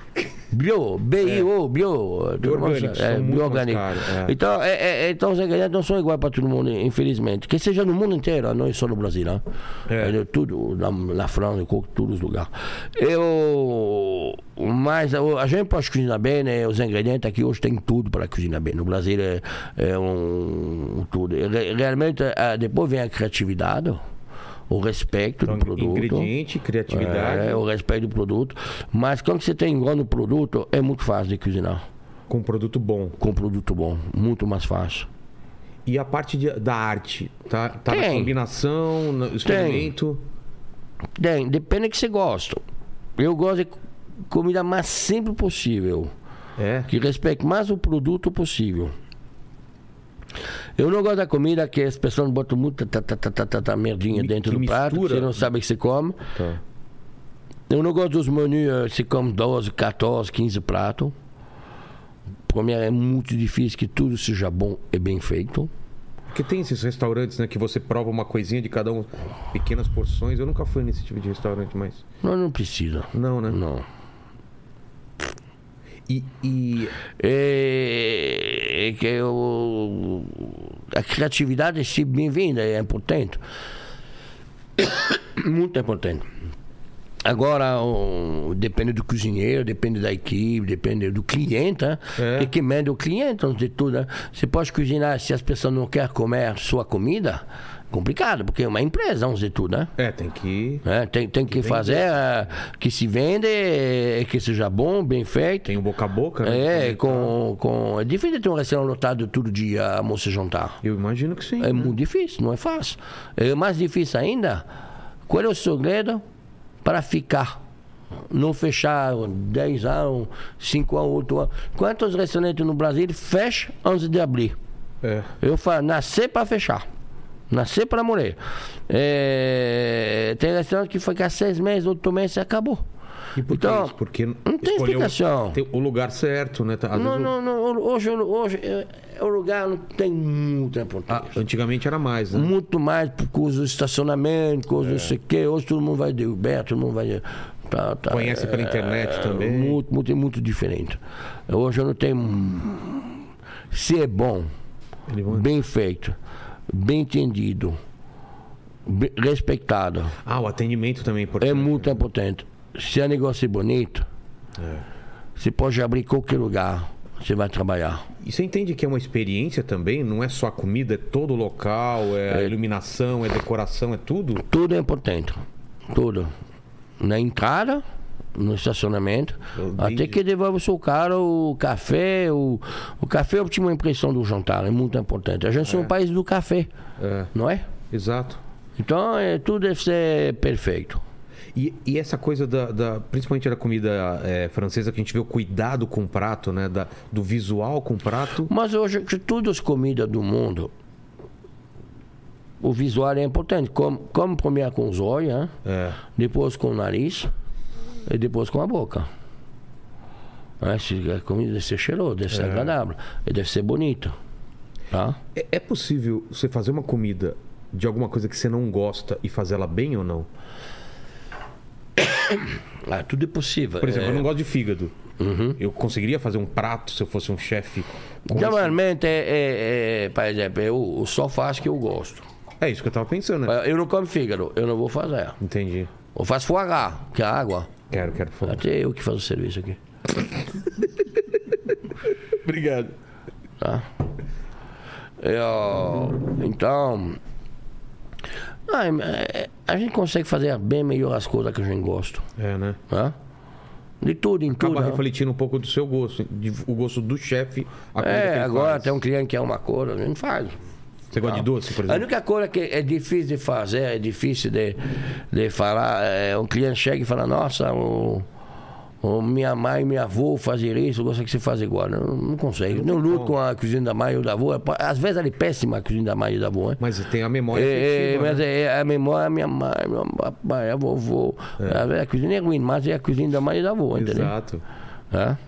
Speaker 4: Bio, B-I-O, bio. todo mundo
Speaker 1: Orgânicos,
Speaker 4: sabe.
Speaker 1: são muito
Speaker 4: bio
Speaker 1: mais
Speaker 4: orgânico.
Speaker 1: caros, é.
Speaker 4: É, Então, é- é- então os ingredientes não são iguais para todo mundo, infelizmente. Que seja no mundo inteiro, não é só no Brasil. Né?
Speaker 1: É.
Speaker 4: É. de tudo, na, na França, em co- todos os lugares. Eu, mas eu- a gente pode cozinhar bem, né? os ingredientes aqui hoje tem tudo para cozinhar bem. No Brasil é, é um, um tudo. E re- Realmente, ah, depois vem a criatividade, o respeito
Speaker 1: Então,
Speaker 4: do produto.
Speaker 1: ingrediente, criatividade
Speaker 4: É, o respeito do produto. Mas quando você tem um grande produto, é muito fácil de cozinhar.
Speaker 1: com produto bom.
Speaker 4: Com um produto bom, muito mais fácil.
Speaker 1: E a parte de- da arte? Tá, tá na
Speaker 4: Tem.
Speaker 1: combinação, no experimento?
Speaker 4: Tem, depende do que você gosta. Eu gosto de comida mais simples possível,
Speaker 1: É.
Speaker 4: que respeite mais o produto possível. Eu não gosto da comida que as pessoas botam muita ta, ta, ta, ta, ta, ta, merdinha
Speaker 1: Mi-
Speaker 4: dentro
Speaker 1: que
Speaker 4: do prato, que
Speaker 1: mistura.
Speaker 4: você não sabe o que você come.
Speaker 1: Tá.
Speaker 4: Eu não gosto dos menus, eh, você come 12, 14, 15 pratos. Pra mim é muito difícil que tudo seja bom e bem feito.
Speaker 1: Porque tem esses restaurantes, né, que você prova uma coisinha de cada um, pequenas porções. Eu nunca fui nesse tipo de restaurante, mas.
Speaker 4: Não, não precisa.
Speaker 1: Não, né?
Speaker 4: Não.
Speaker 1: E. e-
Speaker 4: É, é que eu, a criatividade é sempre bem-vinda, é importante. [coughs] Muito importante. Agora, o- depende do cozinheiro, depende da equipe, depende do cliente. Né?
Speaker 1: É.
Speaker 4: E que manda o cliente, antes de tudo. Né? Você pode cozinhar se as pessoas não querem comer sua comida. Complicado, porque é uma empresa, antes de tudo. Né?
Speaker 1: É, tem que.
Speaker 4: É, tem, tem que, fazer ah, que se vende, eh, que seja bom, bem feito.
Speaker 1: Tem o boca a boca, né?
Speaker 4: É, com, com... é difícil ter um restaurante lotado todo dia, almoço e jantar.
Speaker 1: Eu imagino que sim.
Speaker 4: É
Speaker 1: né?
Speaker 4: muito difícil, não é fácil. É mais difícil ainda, qual é o segredo para ficar? Não fechar 10 anos, 5 anos, 8 anos. Quantos restaurantes no Brasil fecham antes de abrir?
Speaker 1: É.
Speaker 4: Eu falo, nascer para fechar. Nascer para morrer. É, Tem restaurante que fica seis meses, oito meses e acabou.
Speaker 1: E por que
Speaker 4: Então,
Speaker 1: isso? Porque não
Speaker 4: tem explicação.
Speaker 1: o lugar certo, né? Tá- às
Speaker 4: Não,
Speaker 1: vezes o-
Speaker 4: não, não. Hoje, hoje eh, o lugar não tem muita
Speaker 1: Ah,
Speaker 4: importância.
Speaker 1: antigamente era mais, né?
Speaker 4: Muito mais por causa do estacionamento, por
Speaker 1: É.
Speaker 4: causa do não sei o quê. Hoje todo mundo vai de Uber, todo mundo vai de. tá, tá,
Speaker 1: Conhece pela
Speaker 4: eh,
Speaker 1: internet também.
Speaker 4: Muito, muito, é muito diferente. Hoje eu não tenho. Se é bom,
Speaker 1: Ele manda.
Speaker 4: bem feito, bem entendido, bem respeitado,
Speaker 1: Ah, o atendimento também é importante.
Speaker 4: é muito importante. Se o negócio é bonito, você pode abrir qualquer lugar, você vai trabalhar.
Speaker 1: E você entende que é uma experiência também? Não é só a comida, é todo o local, é, a iluminação, é decoração, é tudo?
Speaker 4: Tudo é importante. Tudo. Na entrada, no estacionamento,
Speaker 1: Entendi.
Speaker 4: até que devolve o seu carro, o café, o, o café é a última impressão do jantar, é muito importante. A gente é, um país do café,
Speaker 1: É.
Speaker 4: não é?
Speaker 1: Exato.
Speaker 4: Então, é, tudo deve ser perfeito.
Speaker 1: E, e essa coisa da, da- principalmente da comida é, francesa que a gente vê o cuidado com o prato, né? Da, do visual com o prato.
Speaker 4: Mas hoje, que todas as comidas do mundo, o visual é importante. Como, como primeiro com os olhos, hein?
Speaker 1: É.
Speaker 4: depois com o nariz e depois com a boca. Né? Se- A comida deve ser cheirosa, deve ser agradável, e deve ser bonita. Tá?
Speaker 1: É, é possível você fazer uma comida de alguma coisa que você não gosta e fazer ela bem ou não?
Speaker 4: Ah, tudo é possível.
Speaker 1: Por exemplo,
Speaker 4: É,
Speaker 1: eu não gosto de fígado.
Speaker 4: Uhum.
Speaker 1: Eu conseguiria fazer um prato se eu fosse um chefe. com isso?
Speaker 4: Normalmente, é, é- é, por exemplo, eu, eu só faço que eu gosto.
Speaker 1: É isso que eu tava pensando, né?
Speaker 4: Eu não como fígado, eu não vou fazer.
Speaker 1: Entendi.
Speaker 4: Eu faço foie gras, que é água.
Speaker 1: Quero, quero falar.
Speaker 4: Até eu que faço o serviço aqui.
Speaker 1: Obrigado.
Speaker 4: tá? Eu, É, então, ah, é- é- a gente consegue fazer bem melhor as coisas que a gente gosta,
Speaker 1: É, né?
Speaker 4: né? De tudo, em
Speaker 1: Acaba
Speaker 4: tudo. né?
Speaker 1: refletindo um pouco do seu gosto, de- o gosto do chefe. a comida que
Speaker 4: É,
Speaker 1: ele
Speaker 4: agora
Speaker 1: faz.
Speaker 4: tem um Ah, cliente que quer uma coisa, a gente faz.
Speaker 1: Você gosta de doce, por
Speaker 4: A
Speaker 1: exemplo?
Speaker 4: única coisa que é difícil de fazer, é difícil de, de falar, é um cliente chega e fala, nossa, o, o minha mãe, minha avó fazer isso, eu gostaria que você faz igual. Não, não consegue. Não luto com a cozinha da mãe ou da avó. Às vezes ela é péssima a cozinha da mãe e da avó. né? Hein?
Speaker 1: Mas tem a memória.
Speaker 4: É, é,
Speaker 1: afetiva,
Speaker 4: mas
Speaker 1: né?
Speaker 4: é, a memória é minha mãe, meu papai, a vovô. A, a cozinha é ruim, mas é né? a cozinha da mãe e da avó, entendeu?
Speaker 1: Exato.
Speaker 4: Hã?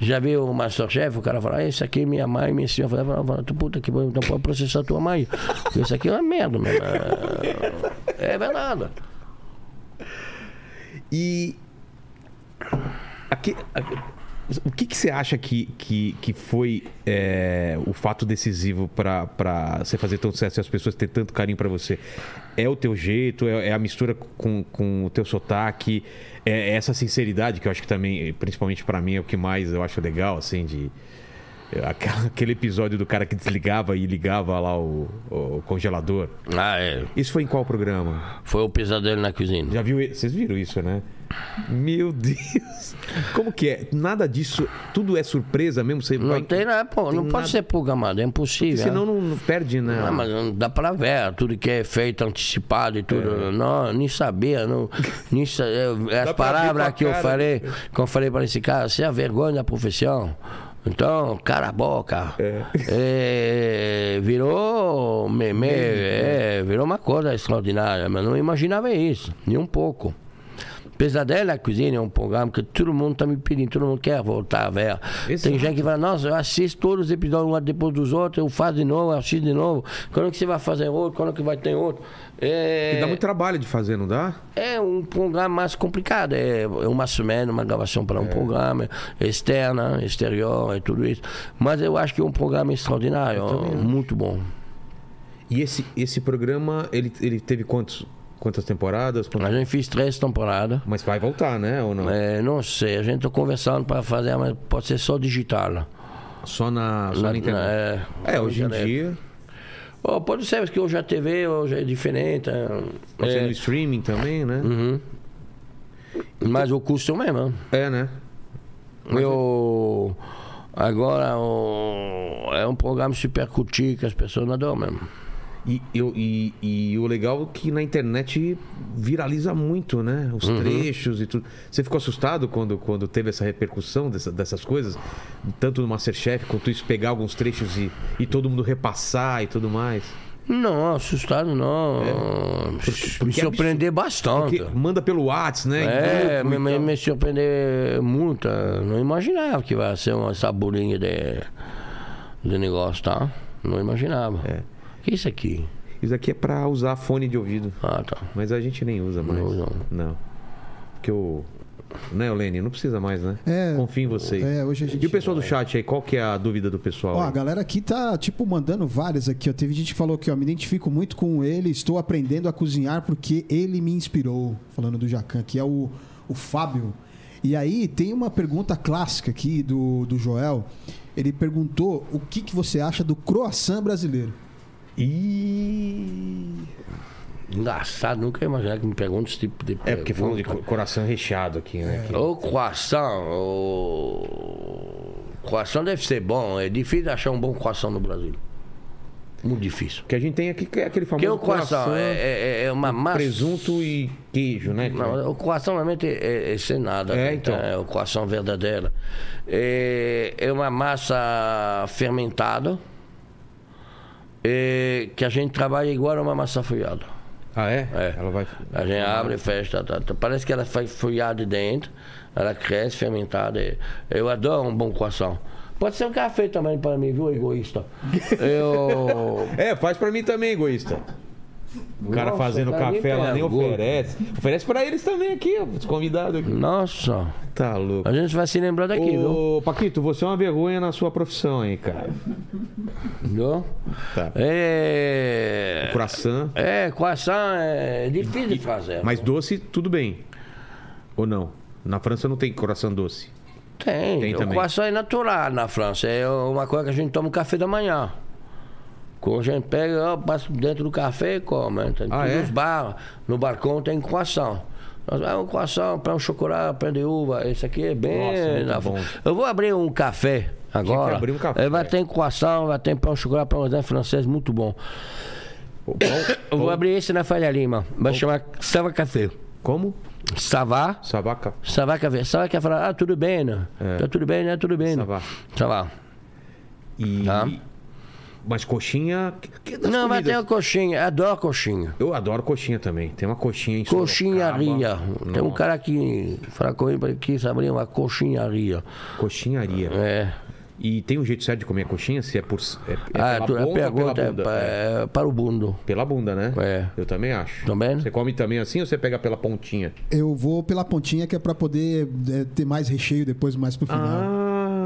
Speaker 4: Já viu o Masterchef, o cara fala, "Ah, isso aqui é minha mãe, minha senhora. Fala, fala, tu puta que pariu, então pode processar tua mãe. Porque isso aqui é uma merda, meu. É verdade.
Speaker 1: E. Aqui, a- o que, que você acha que, que, que foi é, o fato decisivo pra- pra você fazer tanto sucesso e as pessoas ter tanto carinho pra você? É o teu jeito? É, é a mistura com, com o teu sotaque? É essa sinceridade que eu acho que também, principalmente pra mim, é o que mais eu acho legal, assim, de. aquela- Aquele episódio do cara que desligava e ligava lá o, o congelador.
Speaker 4: Ah, é.
Speaker 1: Isso foi em qual programa?
Speaker 4: Foi o pesadelo na cozinha.
Speaker 1: Já viu? e- Vocês viram isso, né? Meu Deus! Como que é? Nada disso, tudo é surpresa mesmo? Você
Speaker 4: Não
Speaker 1: vai-
Speaker 4: tem nada, pô, não
Speaker 1: tem
Speaker 4: pode
Speaker 1: nada.
Speaker 4: ser programado, é impossível.
Speaker 1: Senão
Speaker 4: né?
Speaker 1: não, não perde, né?
Speaker 4: Ah, mas não dá pra ver, tudo que é feito antecipado e tudo. Não, nem
Speaker 1: [laughs]
Speaker 4: sabia, não, nem sa- eu- as
Speaker 1: É. Dá pra ver com
Speaker 4: palavras
Speaker 1: a
Speaker 4: que eu
Speaker 1: cara, né?
Speaker 4: falei, que eu falei pra esse cara, você é a vergonha da profissão. Então, cara a boca. É, virou meme,
Speaker 1: né?
Speaker 4: é, virou uma coisa extraordinária, mas não imaginava isso, nem um pouco. Pesadelo na Cozinha é um programa que todo mundo está me pedindo, todo mundo quer voltar a ver. Tem gente que fala, nossa, eu assisto todos os episódios um depois dos outros, eu faço de novo, eu assisto de novo. Quando é que você vai fazer outro? Quando é que vai ter outro?
Speaker 1: E
Speaker 4: É,
Speaker 1: dá muito trabalho de fazer, não dá?
Speaker 4: é um programa mais complicado. É uma semana, uma gravação para um
Speaker 1: É.
Speaker 4: programa, externa, exterior e tudo isso. Mas eu acho que é um programa extraordinário, muito bom.
Speaker 1: E esse, esse programa, ele, ele teve quantos, quantas temporadas? Quantos-
Speaker 4: A gente fez três temporadas.
Speaker 1: Mas vai voltar, né? Ou não?
Speaker 4: É, não sei, a gente está conversando para fazer, mas pode ser só digital.
Speaker 1: Só, na, só na, internet.
Speaker 4: é,
Speaker 1: É, hoje em dia.
Speaker 4: Oh, pode ser, porque hoje a TV hoje é diferente. é,
Speaker 1: Pode ser
Speaker 4: é,
Speaker 1: no
Speaker 4: Hum.
Speaker 1: tá streaming também, né?
Speaker 4: Uhum. mas o custo é o mesmo. né?
Speaker 1: É, né?
Speaker 4: Eu,
Speaker 1: é.
Speaker 4: agora o- é um programa super curtido que as pessoas adoram mesmo.
Speaker 1: E, eu, e, e o legal é que na internet viraliza muito, né? Os
Speaker 4: Uhum.
Speaker 1: trechos e tudo. Você ficou assustado quando, quando teve essa repercussão dessa- dessas coisas? Tanto no Masterchef quanto isso pegar alguns trechos e, e todo mundo repassar e tudo mais.
Speaker 4: Não, assustado não. me
Speaker 1: É. porque é
Speaker 4: surpreender bastante.
Speaker 1: Porque manda pelo WhatsApp, né?
Speaker 4: É,
Speaker 1: Em grupo
Speaker 4: me,
Speaker 1: e
Speaker 4: me,
Speaker 1: tal.
Speaker 4: me surpreendeu muito. Eu Não imaginava que vai ser uma saburinha de, de negócio, tá? Não imaginava.
Speaker 1: É.
Speaker 4: Que isso aqui?
Speaker 1: Isso aqui é pra usar fone de ouvido.
Speaker 4: Ah, tá.
Speaker 1: Mas a gente nem usa mais.
Speaker 4: Não usa,
Speaker 1: Não. Porque o. Né, Lene? Não precisa mais, né?
Speaker 2: É.
Speaker 1: Confio em vocês.
Speaker 2: É, hoje a gente-
Speaker 1: E o pessoal do chat aí, qual que é a dúvida do pessoal?
Speaker 2: Ó, a
Speaker 1: aí?
Speaker 2: galera aqui tá, tipo, mandando várias aqui, ó. Teve gente que falou aqui, ó, me identifico muito com ele, estou aprendendo a cozinhar porque ele me inspirou. Falando do Jacan, que é o, o Fábio. E aí tem uma pergunta clássica aqui do, do Joel. Ele perguntou o que, que você acha do croissant brasileiro.
Speaker 1: Ih.
Speaker 4: Engraçado, nunca ia imaginar que me perguntam esse tipo de pergunta.
Speaker 1: É, porque falando de co- coração recheado aqui, né? Que-
Speaker 4: O croissant, o... croissant deve ser bom. É difícil achar um bom croissant no Brasil. Muito difícil.
Speaker 1: Que a gente tem aqui que é aquele famoso
Speaker 4: Porque o croissant, é, é- é uma massa.
Speaker 1: um presunto e queijo, né?
Speaker 4: Não, o croissant realmente é, é sem nada.
Speaker 1: É, então.
Speaker 4: É o croissant verdadeiro. É, é uma massa fermentada é, que a gente trabalha igual a uma massa folhada.
Speaker 1: Ah, é?
Speaker 4: É.
Speaker 1: Ela vai.
Speaker 4: A gente abre e fecha. tá, tá. Parece que ela foi folhada de dentro, ela cresce fermentada. e- Eu adoro um bom croissant. Pode ser um café também para mim,
Speaker 1: [laughs]
Speaker 4: viu, egoísta? Eu.
Speaker 1: É, faz pra mim também, egoísta. O cara
Speaker 4: Nossa,
Speaker 1: fazendo
Speaker 4: tá
Speaker 1: café,
Speaker 4: nem
Speaker 1: ela nem
Speaker 4: pegou.
Speaker 1: oferece. Oferece pra eles também aqui, ó, os convidados aqui.
Speaker 4: Nossa,
Speaker 1: Tá louco.
Speaker 4: a gente vai se lembrar daqui, viu?
Speaker 1: Ô, Paquito, você é uma vergonha na sua profissão aí, cara.
Speaker 4: Entendeu?
Speaker 1: Tá.
Speaker 4: É.
Speaker 1: Coração.
Speaker 4: É, croissant é difícil de fazer.
Speaker 1: Mas doce, tudo bem. Ou não? Na França não tem coração doce.
Speaker 4: tem,
Speaker 1: tem
Speaker 4: o
Speaker 1: também.
Speaker 4: croissant é natural na França. É uma coisa que a gente toma no café da manhã. Quando a gente pega, ó, passa dentro do café e come. né? Tem
Speaker 1: Ah,
Speaker 4: todos
Speaker 1: é?
Speaker 4: os bar, no balcão tem croissant. Nós, ah, um croissant, pão de chocolate, pão de uva. Esse aqui é
Speaker 1: Nossa,
Speaker 4: bem...
Speaker 1: muito
Speaker 4: na-
Speaker 1: bom.
Speaker 4: Eu vou abrir um café agora.
Speaker 1: abrir um café.
Speaker 4: Eh, Vai ter croissant, vai ter um pão de chocolate, pão de francês, muito bom.
Speaker 1: Bom,
Speaker 4: Eu vou abrir esse na Faria Lima. Vai chamar Sava Café.
Speaker 1: Como?
Speaker 4: Savá
Speaker 1: Sabaca.
Speaker 4: Savá quer ver. Savá quer falar, ah, tudo bem, né?
Speaker 1: É.
Speaker 4: Tá tudo bem, né? Tudo bem. né?
Speaker 1: Savá.
Speaker 4: Savá.
Speaker 1: E.
Speaker 4: Tá.
Speaker 1: Mas coxinha. que- que das
Speaker 4: Não, vai ter
Speaker 1: comidas?
Speaker 4: uma coxinha. Adoro coxinha.
Speaker 1: Eu adoro coxinha também. Tem uma coxinha em Sorocaba.
Speaker 4: Coxinharia. Tem um
Speaker 1: Nossa,
Speaker 4: cara que fala com ele que sabia uma coxinharia.
Speaker 1: Coxinharia.
Speaker 4: É.
Speaker 1: E tem um jeito certo de comer a coxinha? Se é por. É, é
Speaker 4: ah,
Speaker 1: pela
Speaker 4: tu, a
Speaker 1: bunda ou
Speaker 4: pergunta
Speaker 1: pela
Speaker 4: é,
Speaker 1: bunda?
Speaker 4: pa-
Speaker 1: É.
Speaker 4: é para o bundo.
Speaker 1: Pela bunda, né?
Speaker 4: É.
Speaker 1: Eu também acho.
Speaker 4: Também?
Speaker 1: Você come também assim ou você pega pela pontinha?
Speaker 2: Eu vou pela pontinha que é pra poder é, ter mais recheio depois, mais pro final.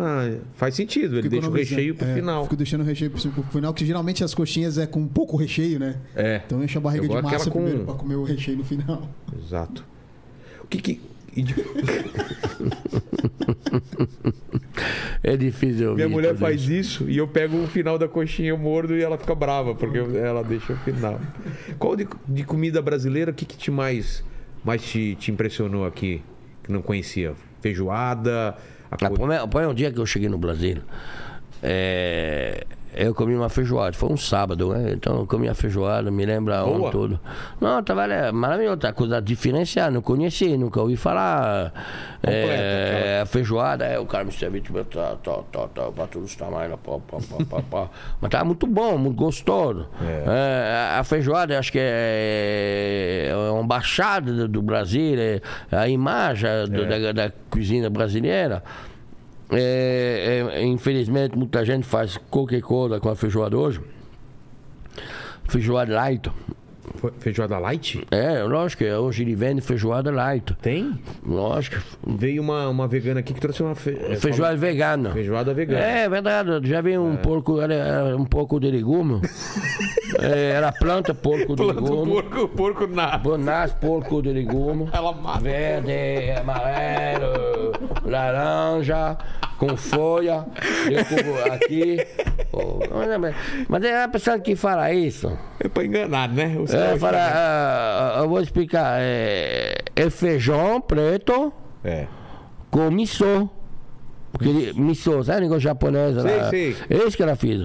Speaker 1: Ah, faz sentido. Ele
Speaker 2: Fico
Speaker 1: deixa o
Speaker 2: economizando.
Speaker 1: recheio pro
Speaker 2: É,
Speaker 1: final.
Speaker 2: Fico deixando o recheio pro, pro final, que geralmente as coxinhas é com pouco recheio, né?
Speaker 1: É.
Speaker 2: Então enche a barriga
Speaker 1: Eu
Speaker 2: de
Speaker 1: gosto
Speaker 2: massa
Speaker 1: aquela com-
Speaker 2: primeiro pra comer o recheio no final.
Speaker 1: Exato. O que que. e de-
Speaker 4: É difícil. eu
Speaker 1: Minha
Speaker 4: ouvir
Speaker 1: mulher
Speaker 4: tudo
Speaker 1: faz isso e eu pego o final da coxinha, eu mordo e ela fica brava, porque eu- ela deixa o final. Qual de, de comida brasileira, o que, que te mais, mais te, te impressionou aqui, que não conhecia? Feijoada, a
Speaker 4: A
Speaker 1: co-
Speaker 4: primeira- Foi um dia que eu cheguei no Brasil. é, eu comi uma feijoada, foi um sábado, né? Então eu comi a feijoada, me lembra
Speaker 1: Boa.
Speaker 4: onde tudo. Não, tava é, maravilhoso, tá coisa diferenciada, não conheci, nunca ouvi falar. É, a feijoada, é, o cara me serviu, tipo, tá, tá, tá, tá, pra todos os tamanhos, lá, pá, pá, pá, pá, pá. Mas tava muito bom, muito gostoso. É, a- a feijoada, acho que é, é uma baixada do, do Brasil, é a imagem do- da, da cozinha brasileira. É, é, infelizmente, muita gente faz qualquer coisa com a feijoada hoje. Feijoada light.
Speaker 1: Fe- feijoada light?
Speaker 4: É, lógico, hoje ele vende feijoada light.
Speaker 1: Tem?
Speaker 4: Lógico.
Speaker 1: Veio uma, uma vegana aqui que trouxe uma fe- é,
Speaker 4: Feijoada vegana.
Speaker 1: falou- feijoada vegana.
Speaker 4: É, verdade. eu Já vi
Speaker 1: É.
Speaker 4: um porco, era- era um pouco
Speaker 1: [laughs]
Speaker 4: de legume. É, era planta porco de
Speaker 1: Planta o
Speaker 4: legume.
Speaker 1: porco, o porco na.
Speaker 4: Bonás, porco de legume.
Speaker 1: Ela mata.
Speaker 4: Verde, amarelo, laranja, com folha. Eu como
Speaker 1: [laughs]
Speaker 4: aqui. Oh, mas, mas- mas é a pessoa que fala isso.
Speaker 1: É pra enganar, né? Os
Speaker 4: É,
Speaker 1: caras-
Speaker 4: fala, ah, eu vou explicar. É, é feijão preto
Speaker 1: É.
Speaker 4: com miso. Porque ele- miso, sabe o negócio japonês
Speaker 1: Sei,
Speaker 4: lá?
Speaker 1: sei.
Speaker 4: É isso que ela fez.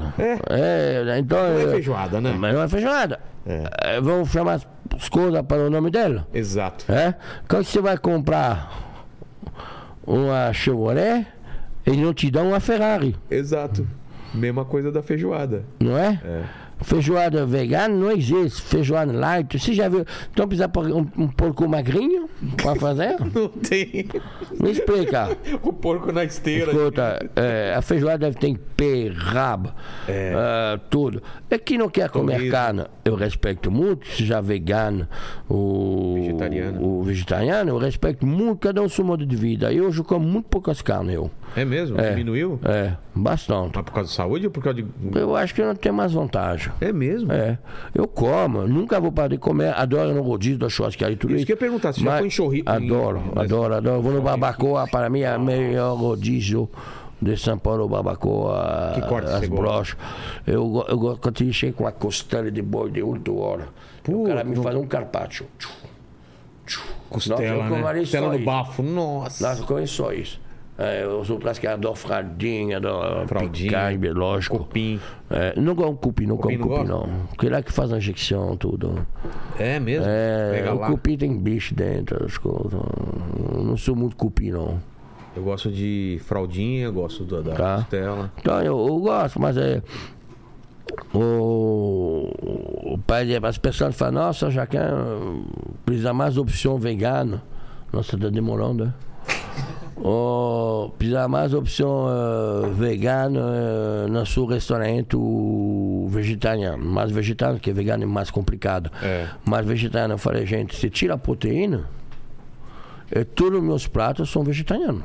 Speaker 4: É, então,
Speaker 1: Não é feijoada, né?
Speaker 4: Mas não é feijoada. É, vamos chamar as- as coisas para o nome dela.
Speaker 1: Exato.
Speaker 4: É? Quando você vai comprar uma Chevrolet, eles não te dão uma Ferrari,
Speaker 1: Exato. Mesma coisa da feijoada.
Speaker 4: não é?
Speaker 1: É.
Speaker 4: Feijoada vegana não existe, feijoada light, você já viu? Então precisa pôr um, um porco magrinho
Speaker 1: [laughs]
Speaker 4: para fazer?
Speaker 1: Não tem.
Speaker 4: Me explica.
Speaker 1: O porco na esteira.
Speaker 4: Escuta, é, a feijoada deve ter pé, rabo, ah, tudo. É que não quer comer
Speaker 1: Torresmo.
Speaker 4: carne, eu respeito muito, seja vegano ou
Speaker 1: Vegetariano.
Speaker 4: ou vegetariano, eu respeito muito cada um seu modo de vida. Eu hoje eu como muito poucas carnes, eu.
Speaker 1: É mesmo? Diminuiu?
Speaker 4: É, bastante.
Speaker 1: Mas por causa de saúde ou por causa de.
Speaker 4: Eu acho que eu não tenho mais vantagem.
Speaker 1: É mesmo?
Speaker 4: É, eu como, nunca vou parar de comer, adoro no rodízio da churrascaria e tudo
Speaker 1: Isso
Speaker 4: isso.
Speaker 1: que eu ia perguntar, você já
Speaker 4: Mas
Speaker 1: foi em chorri- em-
Speaker 4: Adoro,
Speaker 1: nas-
Speaker 4: adoro, adoro. Vou no Barbacoa, para mim é o melhor rodízio de São Paulo, Barbacoa,
Speaker 1: Que corte
Speaker 4: as
Speaker 1: você gosta?
Speaker 4: brochas. Eu, go- eu gosto quando encher com a costela de boi de 8 horas. o cara me faz um carpaccio. Tchum, tchum. Nossa, eu
Speaker 1: Costela, né?
Speaker 4: comerei só
Speaker 1: Costela no
Speaker 4: isso.
Speaker 1: bafo. Nossa.
Speaker 4: Nossa, eu comi só isso. É, os outros que adoram fraldinha, adoram
Speaker 1: Fraldinha,
Speaker 4: picanha, lógico.
Speaker 1: cupim.
Speaker 4: É, não gosto de cupim, não
Speaker 1: Cupim
Speaker 4: como
Speaker 1: não
Speaker 4: cupim,
Speaker 1: gosta?
Speaker 4: não. Porque lá é que faz a injeção, tudo.
Speaker 1: É mesmo?
Speaker 4: É,
Speaker 1: Pega
Speaker 4: o
Speaker 1: lá.
Speaker 4: cupim tem bicho dentro, as coisas. Eu Não sou muito cupim, não.
Speaker 1: Eu gosto de fraldinha, eu gosto da, da
Speaker 4: Tá.
Speaker 1: costela.
Speaker 4: Então eu, eu gosto, mas é. O, o pai, de- as pessoas falam, nossa, Jacan, precisa mais opção vegano. Nossa, tá demorando, né?
Speaker 1: [laughs]
Speaker 4: Ou precisa mais opção eh, vegano eh, no seu restaurante ou vegetariano. Mais vegetariano, que vegano é mais complicado.
Speaker 1: É.
Speaker 4: Mas vegetariano, eu falei, gente, se tira a proteína, eh, todos os meus pratos um são vegetarianos.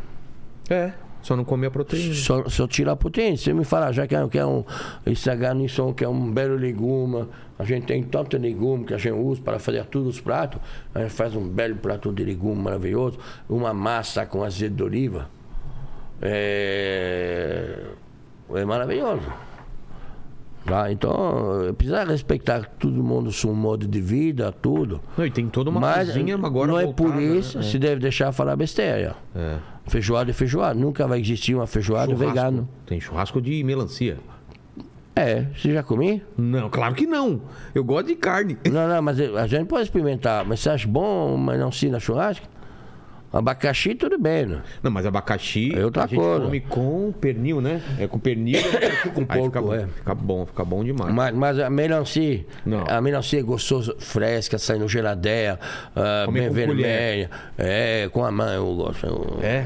Speaker 1: É. Só não comer a proteína.
Speaker 4: Só, só tirar a proteína. Você me fala, já que é, que é um. Essa garnição que é um belo legume. A gente tem tanto legume que a gente usa para fazer todos os pratos. A gente faz um belo prato de legume maravilhoso. Uma massa com azeite de oliva. É, é maravilhoso. Tá? Então, eh, precisa respeitar todo mundo, seu modo de vida, tudo.
Speaker 1: Não, e tem toda uma
Speaker 4: Mas
Speaker 1: cozinha agora
Speaker 4: não é
Speaker 1: voltada,
Speaker 4: por isso
Speaker 1: né?
Speaker 4: se deve deixar falar besteira.
Speaker 1: É.
Speaker 4: Feijoada é feijoada. Nunca vai existir uma feijoada
Speaker 1: Churrasco.
Speaker 4: vegana.
Speaker 1: Tem churrasco de melancia.
Speaker 4: É, você
Speaker 1: [laughs]
Speaker 4: já comi?
Speaker 1: Não, claro que não. Eu gosto de carne.
Speaker 4: Não, não, mas a gente pode experimentar. Mas você acha bom, mas não se na churrasco? Abacaxi, tudo bem, né?
Speaker 1: Não, mas abacaxi
Speaker 4: É outra
Speaker 1: a gente
Speaker 4: coisa.
Speaker 1: come com pernil, né? É com [laughs] pernil. com Aí fica,
Speaker 4: porco,
Speaker 1: bom,
Speaker 4: é.
Speaker 1: fica bom, fica bom demais.
Speaker 4: Mas, mas a melancia,
Speaker 1: Não.
Speaker 4: a melancia é gostosa, fresca, saindo geladeia, ah,
Speaker 1: Comer
Speaker 4: bem
Speaker 1: com
Speaker 4: vermelha. É, com a mão eu gosto. eu-
Speaker 1: É?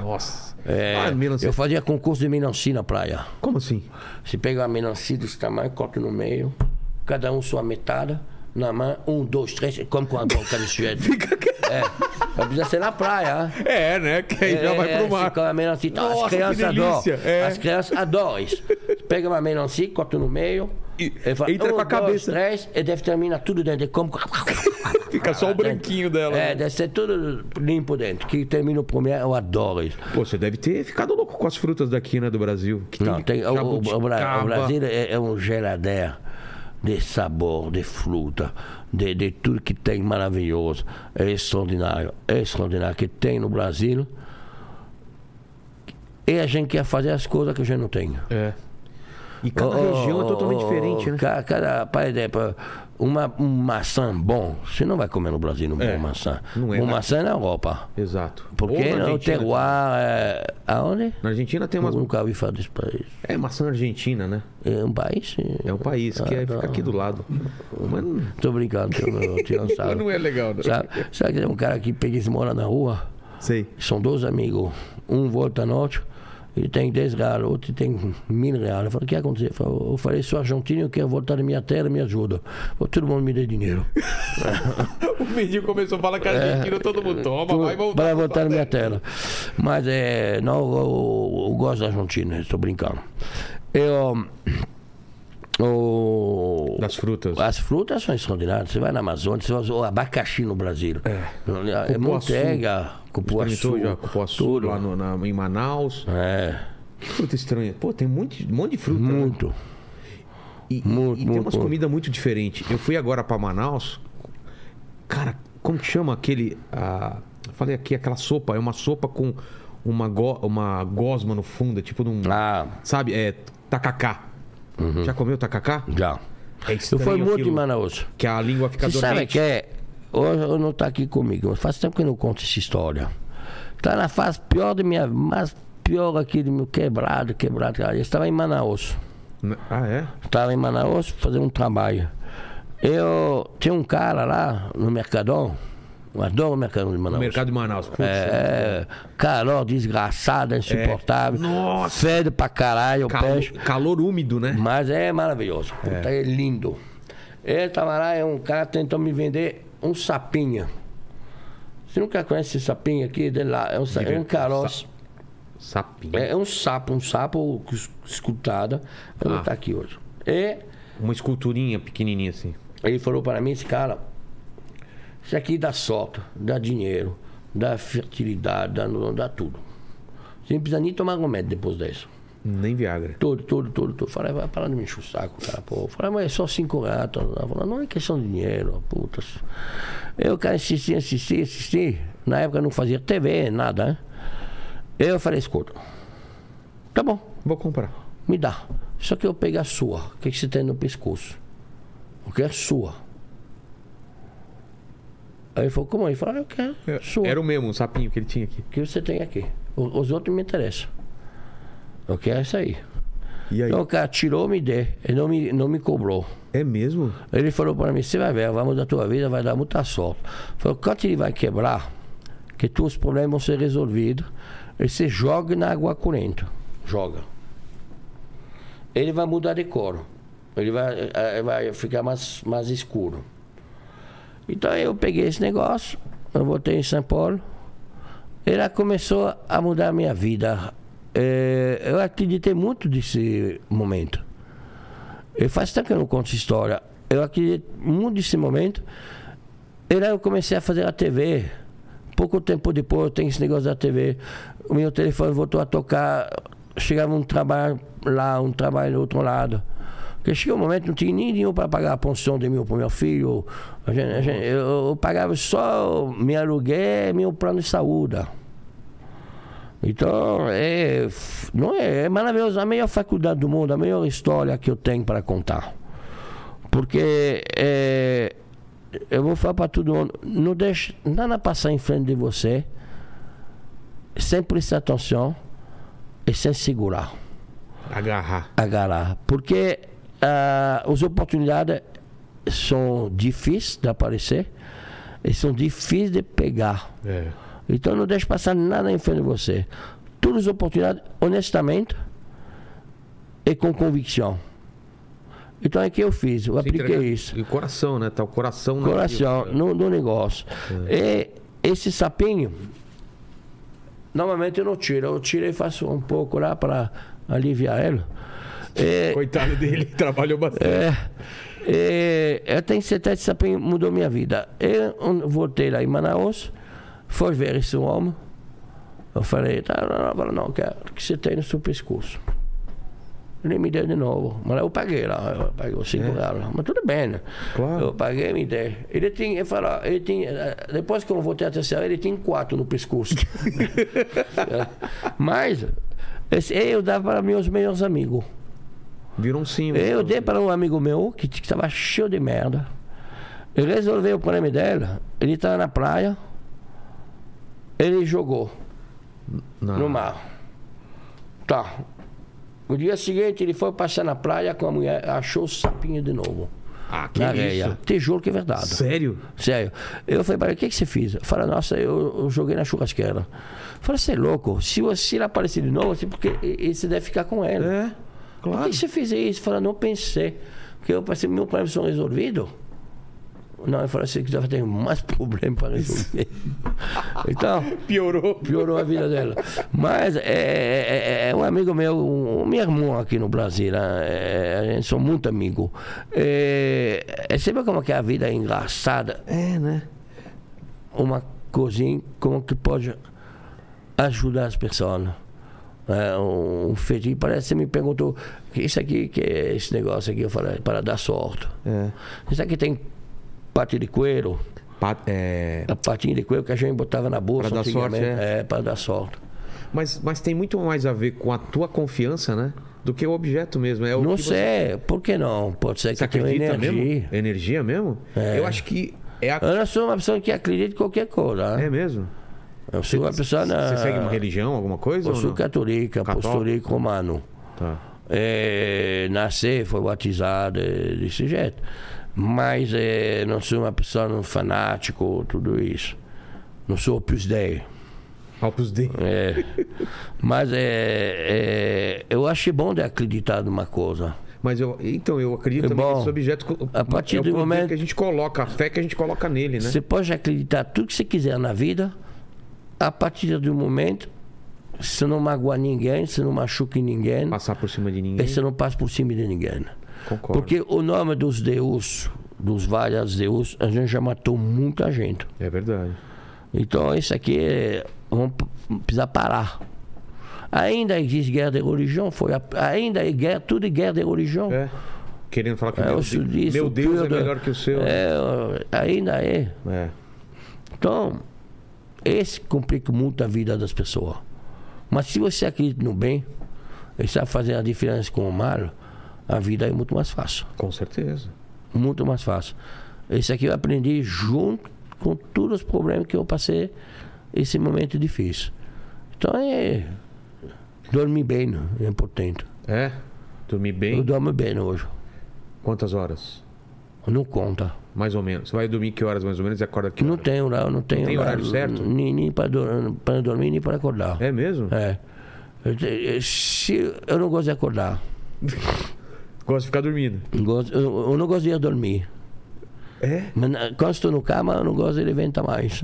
Speaker 1: Nossa.
Speaker 4: É.
Speaker 1: Ah, melancia.
Speaker 4: Eu fazia concurso de melancia na praia.
Speaker 1: Como assim?
Speaker 4: Você pega uma melancia desse tamanho, corta no meio, cada um sua metade, na mão, um, dois, três, come com a boca
Speaker 1: [laughs]
Speaker 4: de sujeito. Fica É, mas precisa ser na praia, né?
Speaker 1: É, né? Que aí já vai pro mar.
Speaker 4: Fica uma melancia. Então,
Speaker 1: Nossa,
Speaker 4: as
Speaker 1: que
Speaker 4: crianças adoram.
Speaker 1: delícia, é.
Speaker 4: As crianças adoram isso. Pega uma melancia, corta no meio.
Speaker 1: E-
Speaker 4: ele
Speaker 1: entra com a cabeça.
Speaker 4: Dois, três, e deve terminar tudo dentro. Ele come.
Speaker 1: Fica só o branquinho dela. né?
Speaker 4: É, deve ser tudo limpo dentro. Que termina o primeiro, eu adoro isso.
Speaker 1: Pô, você deve ter ficado louco com as frutas daqui, né? Do Brasil. Que
Speaker 4: Não, tem, o, o- o Bra-
Speaker 1: jabuticaba.
Speaker 4: o Brasil é, é um geladeira de sabor, de fruta, de, de tudo que tem maravilhoso. É extraordinário, é extraordinário que tem no Brasil. E a gente quer fazer as coisas que a gente não tem.
Speaker 1: É. E cada região é totalmente diferente, né?
Speaker 4: Cada, cada por exemplo, uma, um maçã bom, você não vai comer no Brasil um
Speaker 1: É,
Speaker 4: bom maçã.
Speaker 1: não é
Speaker 4: um
Speaker 1: daqui.
Speaker 4: maçã é na Europa.
Speaker 1: Exato.
Speaker 4: Porque
Speaker 1: Ou na
Speaker 4: o
Speaker 1: Argentina.
Speaker 4: terroir é... Aonde?
Speaker 1: Na Argentina né? tem
Speaker 4: Eu
Speaker 1: umas.
Speaker 4: nunca ouvi falar desse país.
Speaker 1: É maçã argentina, né?
Speaker 4: É um país?
Speaker 1: É um país que é,
Speaker 4: Ah, tá.
Speaker 1: fica aqui do lado. Mas
Speaker 4: Tô brincando, eu, eu te
Speaker 1: [laughs]
Speaker 4: não sabe.
Speaker 1: não é legal, né?
Speaker 4: Sabe, sabe que tem um cara que pega e mora na rua?
Speaker 1: Sei.
Speaker 4: São dois amigos. Um volta à noite e tem 10 reais, outro tem mil reais. Eu falei, o que aconteceu? Eu falei, eu falei, sou argentino, eu quero voltar à minha terra, me ajuda. Falei, todo mundo me dê dinheiro.
Speaker 1: O menino começou a falar que a
Speaker 4: É.
Speaker 1: Argentina todo mundo toma, vai voltar.
Speaker 4: Para voltar à minha terra. Mas é. Não, eu, eu gosto da Argentina, estou brincando. Eu. o-
Speaker 1: Das frutas.
Speaker 4: As frutas são extraordinárias. Você vai na Amazônia, você vai o abacaxi no Brasil. É,
Speaker 1: Cupuaçu.
Speaker 4: manteiga,
Speaker 1: Experimentou
Speaker 4: cupuaçu,
Speaker 1: já cupuaçu
Speaker 4: tudo.
Speaker 1: lá no- na- em Manaus.
Speaker 4: É,
Speaker 1: Que fruta estranha. Pô, tem um monte, um monte de fruta. né?
Speaker 4: muito.
Speaker 1: E, e-
Speaker 4: muito,
Speaker 1: e tem
Speaker 4: muito,
Speaker 1: umas
Speaker 4: muito.
Speaker 1: comidas muito diferentes. Eu fui agora pra Manaus. Cara, como que chama aquele. ah, eu falei aqui, aquela sopa. É uma sopa com uma, go- uma gosma no fundo. É tipo de um.
Speaker 4: Ah,
Speaker 1: Sabe? É tacacá. Já comeu tacacá?
Speaker 4: já.
Speaker 1: É
Speaker 4: Eu
Speaker 1: estranho
Speaker 4: fui muito
Speaker 1: aquilo,
Speaker 4: em Manaus.
Speaker 1: Que a língua fica
Speaker 4: Você sabe
Speaker 1: dormente.
Speaker 4: que é? Hoje eu não tá aqui comigo, mas faz tempo que eu não conto essa história. Tá na fase pior de minha. Mais pior aqui do meu quebrado, quebrado. cara. Eu estava em Manaus.
Speaker 1: N- Ah, é?
Speaker 4: Estava em Manaus fazendo um trabalho. Eu tinha um cara lá no Mercadão, eu adoro o Mercadão de
Speaker 1: No
Speaker 4: Manaus.
Speaker 1: mercado de Manaus. Putz,
Speaker 4: É, é, calor desgraçado, insuportável.
Speaker 1: Nossa.
Speaker 4: Fede pra caralho o
Speaker 1: Calor,
Speaker 4: peixe.
Speaker 1: calor úmido, né?
Speaker 4: Mas é maravilhoso. Puta, é. lindo. Ele tava lá, é um cara tentou me vender um sapinha. Você nunca conhece esse sapinha aqui? De lá. É um, sa- é um
Speaker 1: Direto,
Speaker 4: caroço.
Speaker 1: Sapinho.
Speaker 4: É, é um sapo, um sapo es- escultada. Ele
Speaker 1: Ah.
Speaker 4: tá aqui hoje. E
Speaker 1: Uma esculturinha pequenininha assim.
Speaker 4: ele falou para mim, esse cara, isso aqui dá sorte, dá dinheiro, dá fertilidade, dá, dá tudo. Você não precisa nem tomar remédio depois dessa.
Speaker 1: Nem Viagra.
Speaker 4: Todo, todo, todo, todo. Falei, vai parar de me encher o saco, cara, pô. Falei, mas é só cinco ratos. Ela falou, não é questão de dinheiro, ó, puta. Eu, cara, insisti, insisti, insisti. Na época eu não fazia TV, nada, né? Eu falei, escuta, tá bom,
Speaker 1: Vou comprar.
Speaker 4: me dá. Só que eu pego a sua. O que, que você tem no pescoço? O que é sua? Aí ele falou, como é? Eu falei, ah, eu quero sua.
Speaker 1: Era o mesmo, um sapinho que ele tinha aqui.
Speaker 4: O que você tem aqui? O- Os outros não me interessam. Eu quero essa aí.
Speaker 1: E aí?
Speaker 4: Então o cara tirou, me deu. Ele não me, não me cobrou.
Speaker 1: É mesmo?
Speaker 4: Ele falou para mim, você vai ver, vai mudar a tua vida, vai dar muita sorte. Falou, quanto ele vai quebrar, que teus problemas vão ser resolvidos, e você joga na água corrente. Joga. Ele vai mudar de cor. Ele vai, eh, vai ficar mais, mais escuro. Então eu peguei esse negócio, eu voltei em São Paulo. Ela começou a mudar a minha vida. Eh, eu acreditei muito nesse momento. E faz tempo que eu não conto essa história. Eu acredito muito nesse momento. E daí eu comecei a fazer a TV. Pouco tempo depois, eu tenho esse negócio da TV. O meu telefone voltou a tocar. Chegava um trabalho lá, um trabalho do outro lado. Porque chegou um momento, não tinha nem dinheiro para pagar a pensão de meu para meu filho. A gente- a gente- eu, eu pagava só meu aluguel e meu plano de saúde. Então, é, f- não é, é maravilhoso. A melhor faculdade do mundo, a melhor história que eu tenho para contar. Porque é, eu vou falar para todo mundo: não deixe nada passar em frente de você, sem prestar atenção e sem segurar,
Speaker 1: Agarrar.
Speaker 4: agarrar. Porque ah, as oportunidades são difíceis de aparecer e são difíceis de pegar.
Speaker 1: É.
Speaker 4: Então não deixe passar nada em frente de você. Todas as oportunidades, honestamente e com convicção. Então é que eu fiz, eu
Speaker 1: Se
Speaker 4: apliquei
Speaker 1: entregar-
Speaker 4: isso.
Speaker 1: E o coração, né? Tá o coração na-
Speaker 4: Coração no, no negócio. E esse sapinho, normalmente eu não tiro, eu tirei e faço um pouco lá para aliviar ela. E-
Speaker 1: Coitado dele, [laughs] trabalhou bastante.
Speaker 4: é, é, eu tenho certeza que esse sapinho mudou minha vida. Eu um, voltei lá em Manaus, fui ver esse homem. Eu falei, tá, não, não, não, não, cara, o que você tem no seu pescoço? Ele me deu de novo. Mas eu paguei lá, eu paguei os cinco reais lá. Mas tudo bem, né?
Speaker 1: Claro.
Speaker 4: Eu paguei e me dei. Ele tinha, eu falo, ele tinha, eh, depois que eu voltei a terceira, ele tinha quatro no pescoço. [laughs] É. Mas, esse, eu dava para meus melhores amigos.
Speaker 1: Virou um sim.
Speaker 4: Eu dei para um amigo meu que estava cheio de merda. Ele resolveu o problema dela. Ele estava na praia. Ele jogou
Speaker 1: Não.
Speaker 4: no mar. Tá. No dia seguinte, ele foi passar na praia com a mulher, achou o sapinho de novo.
Speaker 1: Ah, que
Speaker 4: na
Speaker 1: isso?
Speaker 4: areia. Te juro que é verdade.
Speaker 1: Sério?
Speaker 4: Sério. Eu falei para ele, o que, que você fez? Fala, nossa, eu, eu joguei na churrasqueira. Falei, você é louco? Se você aparecer de novo, assim, porque e- e você deve ficar com ela.
Speaker 1: É.
Speaker 4: Por que que você fez isso? Fala, não pensei. Porque eu pensei, meus problemas são resolvidos. Não, eu falei assim, que já tem mais [laughs] problema para resolver. então,
Speaker 5: Piorou.
Speaker 4: piorou a vida dela. Mas é, é- é- é um amigo meu, um, um meu irmão aqui no Brasil, né? É, a gente sou muito amigo. É, é, você vê como que a vida é engraçada?
Speaker 1: É, né?
Speaker 4: uma coisinha como que pode ajudar as pessoas. né? É, um feitiço, parece que você me perguntou que isso aqui, que é esse negócio aqui, eu falei, para dar sorte.
Speaker 1: É.
Speaker 4: Isso aqui tem parte de coelho,
Speaker 1: Pa- é...
Speaker 4: a patinha de coelho que a gente botava na bolsa
Speaker 1: Para dar sorte,
Speaker 4: antigamente.
Speaker 1: é?
Speaker 4: é, para dar sorte.
Speaker 1: Mas, mas tem muito mais a ver com a tua confiança, né? Do que o objeto mesmo. É o
Speaker 4: Não
Speaker 1: que
Speaker 4: sei, por que não? Pode ser
Speaker 1: Você
Speaker 4: que tenha
Speaker 1: acredita
Speaker 4: é energia.
Speaker 1: mesmo? Energia mesmo?
Speaker 4: É.
Speaker 1: Eu acho que é a...
Speaker 4: Eu não sou uma pessoa que acredita em qualquer coisa. né?
Speaker 1: É mesmo?
Speaker 4: Eu sou uma pessoa. na-
Speaker 1: Você segue uma religião, alguma coisa?
Speaker 4: Eu
Speaker 1: ou
Speaker 4: sou
Speaker 1: não?
Speaker 4: católica,
Speaker 1: Católico?
Speaker 4: apostólico romano.
Speaker 1: Tá.
Speaker 4: É, nasci, foi batizado é, desse jeito. Mas é, não sou uma pessoa um fanático, tudo isso. Não sou Opus Dei.
Speaker 1: Opus Dei. [laughs]
Speaker 4: É. Mas é, é, eu achei bom de acreditar numa coisa.
Speaker 1: Mas eu, então, eu acredito
Speaker 4: É
Speaker 1: também
Speaker 4: bom.
Speaker 1: nesse objeto.
Speaker 4: A partir
Speaker 1: é o
Speaker 4: do
Speaker 1: poder
Speaker 4: momento-
Speaker 1: que a gente coloca, a fé que a gente coloca nele, né?
Speaker 4: Você pode acreditar tudo que você quiser na vida, a partir do momento, você não magoa ninguém, você não machuca ninguém,
Speaker 1: Passar por cima de ninguém.
Speaker 4: e você não passa por cima de ninguém.
Speaker 1: Concordo.
Speaker 4: Porque o nome dos deus, dos vários deus, a gente já matou muita gente.
Speaker 1: É verdade.
Speaker 4: Então isso aqui é- vamos p- precisar parar. Ainda existe guerra de religião, foi a- ainda é guerra, tudo é guerra de religião.
Speaker 1: É. Querendo falar que
Speaker 4: É,
Speaker 1: meu,
Speaker 4: o
Speaker 1: Deus-
Speaker 4: sudista,
Speaker 1: meu
Speaker 4: o
Speaker 1: Deus é
Speaker 4: Pilda,
Speaker 1: melhor que o seu.
Speaker 4: é, ó, ainda é.
Speaker 1: É.
Speaker 4: Então, esse complica muito a vida das pessoas. Mas se você acredita no bem e sabe fazer a diferença com o mal, a vida é muito mais fácil.
Speaker 1: Com certeza.
Speaker 4: Muito mais fácil. Isso aqui eu aprendi junto com todos os problemas que eu passei esse momento difícil. Então é. Dormir bem né? é importante.
Speaker 1: É? Dormir
Speaker 4: Eu
Speaker 1: bem?
Speaker 4: dormo bem hoje.
Speaker 1: Quantas horas?
Speaker 4: Não conta.
Speaker 1: Mais ou menos. Você vai dormir que horas mais ou menos e acorda que
Speaker 4: Não
Speaker 1: horas?
Speaker 4: tenho horário, não tenho
Speaker 1: tem horário certo?
Speaker 4: Nem, nem para dormir, nem para acordar.
Speaker 1: É mesmo?
Speaker 4: É. Eu te- eu- Se eu não gosto de acordar.
Speaker 1: Gosta de ficar dormindo.
Speaker 4: Eu gosto- Eu eu não gosto de dormir.
Speaker 1: É?
Speaker 4: Mas na- quando estou no cama, eu não gosto de
Speaker 1: [laughs]
Speaker 4: levantar mais.